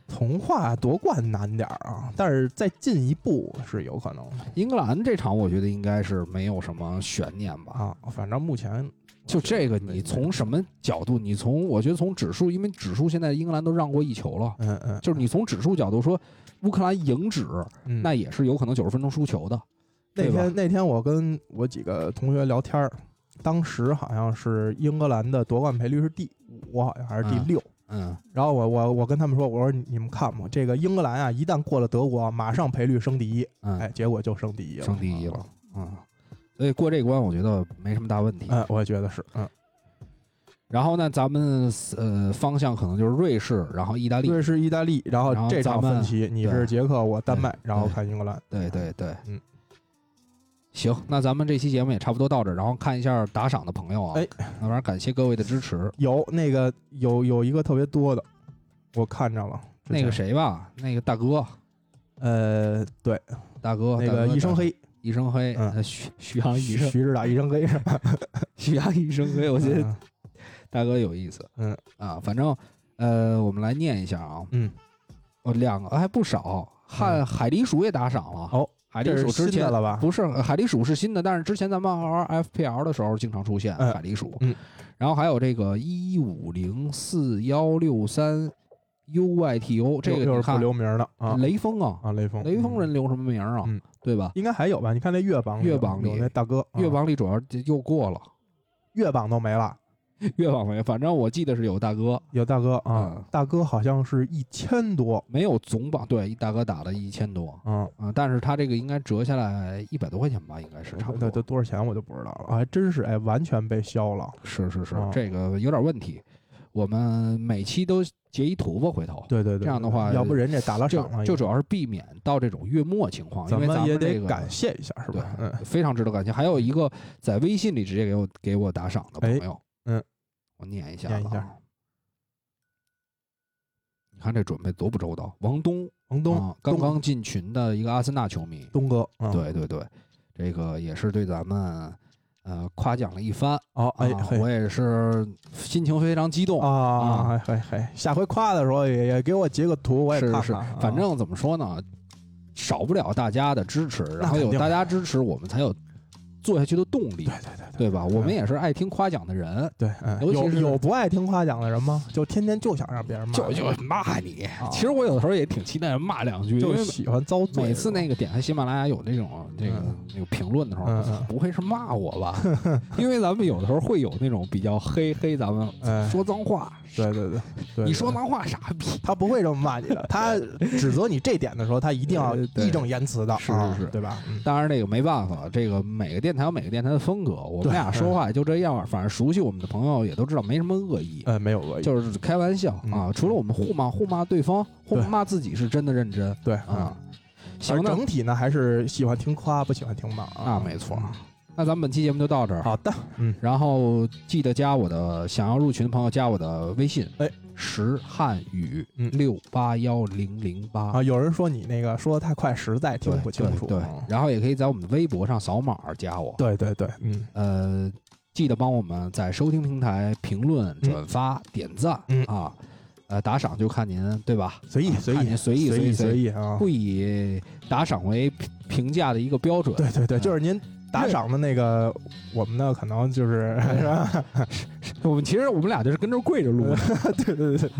Speaker 3: 童话夺冠难点儿啊，但是再进一步是有可能的
Speaker 2: 英格兰这场我觉得应该是没有什么悬念吧。
Speaker 3: 啊。反正目前
Speaker 2: 就这个，
Speaker 3: 没
Speaker 2: 你
Speaker 3: 没
Speaker 2: 从什么角度？你从我觉得从指数，因为指数现在英格兰都让过一球了，
Speaker 3: 嗯嗯，
Speaker 2: 就是你从指数角度说，乌克兰赢指，
Speaker 3: 嗯
Speaker 2: 那也是有可能九十分钟输球的。
Speaker 3: 那
Speaker 2: 对吧
Speaker 3: 天那天我跟我几个同学聊天儿，当时好像是英格兰的夺冠赔率是第五，好像还是第
Speaker 2: 嗯
Speaker 3: 六。
Speaker 2: 嗯，
Speaker 3: 然后我我我跟他们说，我说你们看吧，这个英格兰啊，一旦过了德国，马上赔率升第一，
Speaker 2: 嗯
Speaker 3: 哎，结果就升第一了，
Speaker 2: 升第一了。嗯，所以过这关我觉得没什么大问题。
Speaker 3: 嗯，我也觉得是，嗯，
Speaker 2: 然后呢，咱们呃方向可能就是瑞士，然后意大利。
Speaker 3: 瑞士、意大利，然
Speaker 2: 然
Speaker 3: 后
Speaker 2: 后
Speaker 3: 这
Speaker 2: 咱
Speaker 3: 场
Speaker 2: 们
Speaker 3: 分歧，你
Speaker 2: 对
Speaker 3: 是捷克，我丹麦，然后
Speaker 2: 对
Speaker 3: 看英格兰，
Speaker 2: 对对对，
Speaker 3: 嗯。
Speaker 2: 行，那咱们这期节目也差不多到这儿，然后看一下打赏的朋友啊，
Speaker 3: 哎，
Speaker 2: 那玩意儿感谢各位的支持。
Speaker 3: 有那个有有一个特别多的，我看着了，之前
Speaker 2: 那个，谁吧，那个大哥，
Speaker 3: 呃，对，
Speaker 2: 大哥，
Speaker 3: 那
Speaker 2: 哦大哥
Speaker 3: 个一生，黑，
Speaker 2: 大医生黑，
Speaker 3: 嗯
Speaker 2: 呃徐徐阳医
Speaker 3: 徐
Speaker 2: 生，
Speaker 3: 徐指导一生黑是吧？
Speaker 2: 徐阳医生黑，我觉得
Speaker 3: 嗯
Speaker 2: 大哥有意思。
Speaker 3: 嗯
Speaker 2: 啊，反正呃，我们来念一下啊，
Speaker 3: 嗯，
Speaker 2: 哦，两个还不少，汉海狸鼠也打赏了。
Speaker 3: 哦，
Speaker 2: 海狸
Speaker 3: 这
Speaker 2: 鼠
Speaker 3: 是
Speaker 2: 之
Speaker 3: 新
Speaker 2: 前
Speaker 3: 的了吧？
Speaker 2: 不是呃海狸鼠是新的，但是之前咱们玩 FPL 的时候经常出现
Speaker 3: 嗯
Speaker 2: 海狸鼠。
Speaker 3: 嗯
Speaker 2: 然后还有这个一五零四幺六三 UYTO，这个
Speaker 3: 又又
Speaker 2: 你
Speaker 3: 是不
Speaker 2: 看，
Speaker 3: 留名的啊
Speaker 2: 雷锋啊，
Speaker 3: 啊，雷锋，
Speaker 2: 雷锋
Speaker 3: 嗯
Speaker 2: 人留什么名儿啊？
Speaker 3: 嗯
Speaker 2: 对吧？
Speaker 3: 应该还有吧？你看那月榜里有，
Speaker 2: 月榜里
Speaker 3: 有那大哥，啊
Speaker 2: 越榜里主要就又过了，
Speaker 3: 月榜都没了。
Speaker 2: 越往没，反正我记得是有大哥，
Speaker 3: 有大哥啊，
Speaker 2: 嗯
Speaker 3: 大哥好像是一千多，
Speaker 2: 没有总榜，对，一大哥打了一千多，
Speaker 3: 嗯，
Speaker 2: 啊、但是他这个应该折下来一百多块钱吧，应该是差不多。
Speaker 3: 这这多少钱我就不知道了，啊还真是哎，完全被削了。
Speaker 2: 是是是，
Speaker 3: 哦
Speaker 2: 这个有点问题。我们每期都截一图吧，回头。
Speaker 3: 对对对，
Speaker 2: 这样的
Speaker 3: 对
Speaker 2: 话
Speaker 3: 要不人家打了赏
Speaker 2: 就
Speaker 3: 了，
Speaker 2: 就主要是避免到这种月末情况，因
Speaker 3: 咱
Speaker 2: 为咱
Speaker 3: 们也
Speaker 2: 们这
Speaker 3: 得
Speaker 2: 个
Speaker 3: 感谢一下，是吧？
Speaker 2: 对
Speaker 3: 嗯，
Speaker 2: 非常值得感谢。还有一个在微信里直接给我给我打赏的朋
Speaker 3: 哎
Speaker 2: 友，
Speaker 3: 嗯，
Speaker 2: 我念一下，啊
Speaker 3: 念一下。
Speaker 2: 你看这准备多不周到，王东，
Speaker 3: 王东
Speaker 2: 啊，刚
Speaker 3: 东
Speaker 2: 刚进群的一个阿森纳球迷，
Speaker 3: 东哥，嗯，
Speaker 2: 对对对，这个也是对咱们呃夸奖了一番
Speaker 3: 哦，哎
Speaker 2: 啊
Speaker 3: 嘿
Speaker 2: 我也是心情非常激动。
Speaker 3: 啊，嘿嘿嘿，下回夸的时候也也给我截个图，我也
Speaker 2: 是
Speaker 3: 看
Speaker 2: 是
Speaker 3: 看啊。，
Speaker 2: 反正怎么说呢，少不了大家的支持，然后
Speaker 3: 肯
Speaker 2: 有
Speaker 3: 定啊
Speaker 2: 大家支持，我们才有做下去的动力
Speaker 3: 对，对对对啊
Speaker 2: 对吧？我们也是爱听夸奖的人，
Speaker 3: 对，嗯，
Speaker 2: 尤其
Speaker 3: 有
Speaker 2: 是
Speaker 3: 有不爱听夸奖的人吗？就天天就想让别人骂，
Speaker 2: 就就骂你
Speaker 3: 啊。
Speaker 2: <laughs> 其实我有的时候也挺期待骂两句，因
Speaker 3: 就
Speaker 2: 为
Speaker 3: 喜欢遭罪。
Speaker 2: 每次那个点开喜马拉雅有那种这个
Speaker 3: 嗯
Speaker 2: 那个评论的时候，
Speaker 3: 嗯
Speaker 2: 我操
Speaker 3: 嗯
Speaker 2: 不会是骂我
Speaker 3: <laughs>
Speaker 2: 吧？因为咱们有的时候会有那种比较黑黑咱们
Speaker 3: 哎
Speaker 2: 说脏话，
Speaker 3: 对对对对，
Speaker 2: 你
Speaker 3: 对
Speaker 2: 说脏话傻逼。
Speaker 3: 他不会这么骂你的。他指责你这点的时候，他一定要
Speaker 2: 对对
Speaker 3: 义正言辞的，
Speaker 2: 是
Speaker 3: 啊
Speaker 2: 是是
Speaker 3: 对吧？嗯
Speaker 2: 当然，这个没办法，这个每个电台有每个电台的风格，我们
Speaker 3: 对
Speaker 2: 俩说话也就这样。反正熟悉我们的朋友也都知道，没什么恶意，
Speaker 3: 呃，没有恶意，
Speaker 2: 就是开玩笑啊。
Speaker 3: 嗯
Speaker 2: 除了我们互骂互骂对方，互
Speaker 3: 对
Speaker 2: 骂自己是真的认真
Speaker 3: 对嗯
Speaker 2: 啊。。
Speaker 3: 反
Speaker 2: 行，
Speaker 3: 正
Speaker 2: 那
Speaker 3: 整体呢，还是喜欢听夸，不喜欢听骂
Speaker 2: 啊，
Speaker 3: 啊。
Speaker 2: 没错
Speaker 3: 嗯。
Speaker 2: 那咱们本期节目就到这儿。
Speaker 3: 好的，嗯，
Speaker 2: 然后记得加我的，想要入群的朋友加我的微信，
Speaker 3: 哎，
Speaker 2: 石汉语
Speaker 3: 嗯
Speaker 2: 六八幺零零八，
Speaker 3: 啊，有人说你那个说的太快，实在
Speaker 2: 对
Speaker 3: 听不清楚。
Speaker 2: 对，对
Speaker 3: 嗯
Speaker 2: 然后也可以在我们微博上扫码儿加我，
Speaker 3: 对对对，嗯
Speaker 2: 呃，记得帮我们在收听平台评论、转发、点赞
Speaker 3: 嗯
Speaker 2: 啊，呃，打赏就看您对吧？
Speaker 3: 随意
Speaker 2: 啊
Speaker 3: 随
Speaker 2: 看
Speaker 3: 意
Speaker 2: 您随
Speaker 3: 意
Speaker 2: 意
Speaker 3: 意
Speaker 2: 意
Speaker 3: 随
Speaker 2: 意，
Speaker 3: 意啊。
Speaker 2: 不以打赏为评评价的一个标准。
Speaker 3: 对对对，
Speaker 2: 嗯
Speaker 3: 就是您打赏的那个，我们呢可
Speaker 2: <laughs>
Speaker 3: 能就是是吧？ <laughs>
Speaker 2: 我们其实我们俩就是跟着跪着录的，
Speaker 3: 对对对，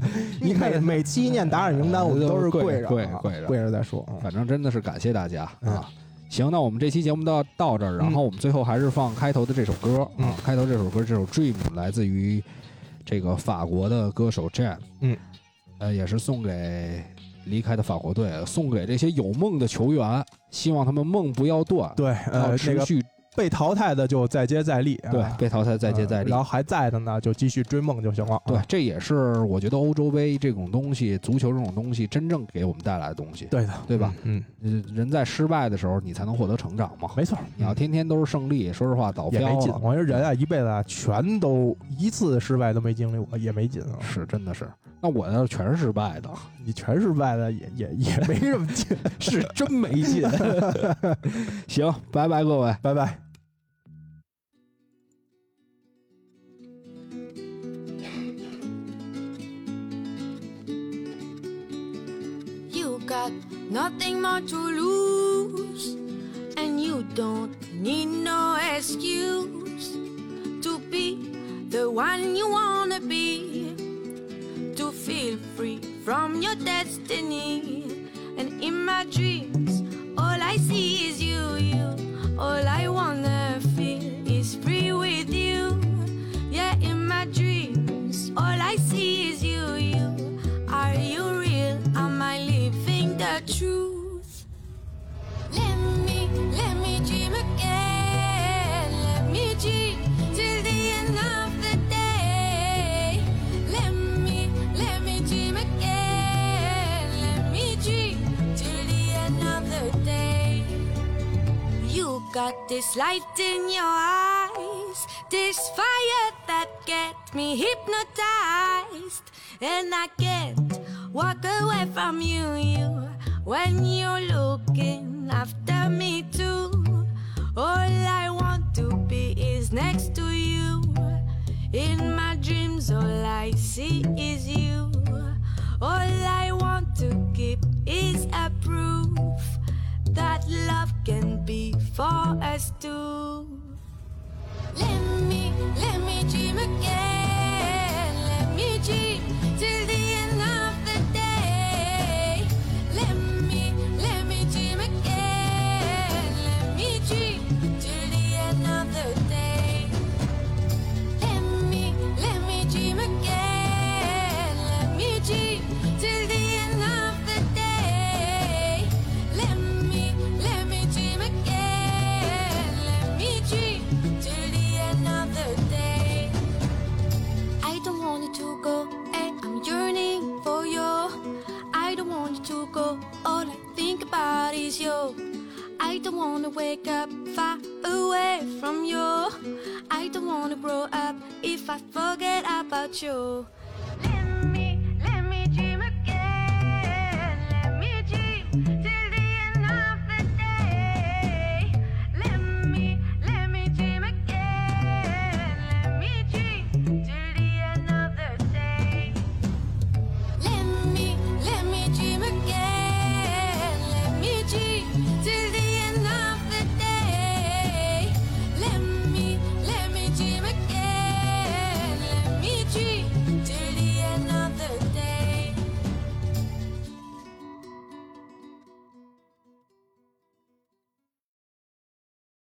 Speaker 3: 你
Speaker 2: 看
Speaker 3: 每每期念打赏名单，我们都是
Speaker 2: 跪
Speaker 3: 跪
Speaker 2: 着
Speaker 3: 着
Speaker 2: 嗯跪
Speaker 3: 啊
Speaker 2: 跪着
Speaker 3: 跪着再说。嗯
Speaker 2: 反正真的是感谢大家
Speaker 3: 嗯
Speaker 2: 啊。行，那我们这期节目到到这儿，然后我们最后还是放开头的这首歌啊，
Speaker 3: 嗯
Speaker 2: 开头这首歌这首《Dream》来自于这个法国的歌手 Jam，
Speaker 3: 嗯，
Speaker 2: 呃，也是送给离开的法国队，送给这些有梦的球员，希望他们梦不要断，
Speaker 3: 对，
Speaker 2: 要
Speaker 3: 呃，那
Speaker 2: 持
Speaker 3: 个
Speaker 2: 续、
Speaker 3: 被淘汰的就再接再厉，啊
Speaker 2: 对被淘汰再接再厉。
Speaker 3: 然后还在的呢，就继续追梦就行了。啊
Speaker 2: 对，这也是我觉得欧洲杯这种东西，足球这种东西，真正给我们带来的东西。
Speaker 3: 对的，
Speaker 2: 对吧？
Speaker 3: 嗯，
Speaker 2: 呃人在失败的时候，你才能获得成长嘛。
Speaker 3: 没错。嗯
Speaker 2: 你要天天都是胜利，说实话倒
Speaker 3: 也
Speaker 2: 飘
Speaker 3: 没劲，
Speaker 2: 了。
Speaker 3: 我觉得人啊，一辈子啊，全都一次失败都没经历过，也没劲啊。
Speaker 2: 是，真的是。那我要是全是失败的，
Speaker 3: 你全失败了，也也也没什么劲。
Speaker 2: <laughs>
Speaker 3: <laughs>
Speaker 2: 是真没劲。 <laughs> 行，拜拜，各位。
Speaker 3: 拜拜。
Speaker 1: got nothing more to lose, and you don't need no excuse to be the one you wanna be. To feel free from your destiny, and in my dreams, all I see is you, you. All I wanna feel is free with you. Yeah, in my dreams, all I see is you, you. Are you real? Am I living the truth? Let me, let me dream again. Let me dream till the end of the day. Let me, let me dream again. Let me dream till the end of the day. You got this light in your eyes, this fire that get me hypnotized, and I can't walk away from you. You, when you're looking after me too, all I want to be is next to you. In my dreams, all I see is you. All I want to keep is a proof that love can be for us two. Let me, let me dream again. Let me dream till the end of the day. Let me, let me dream again. Let me dream till the end of the day. Let me, let me dream again. Let me dream till the end of the day. Let me, let me dream again. Let me dream till the end of the day. I don't want it to go. eh, I'm yearning for you. I don't want it to go. All I think about is you. I don't want to wake up far away from you. I don't want to grow up if I forget about you.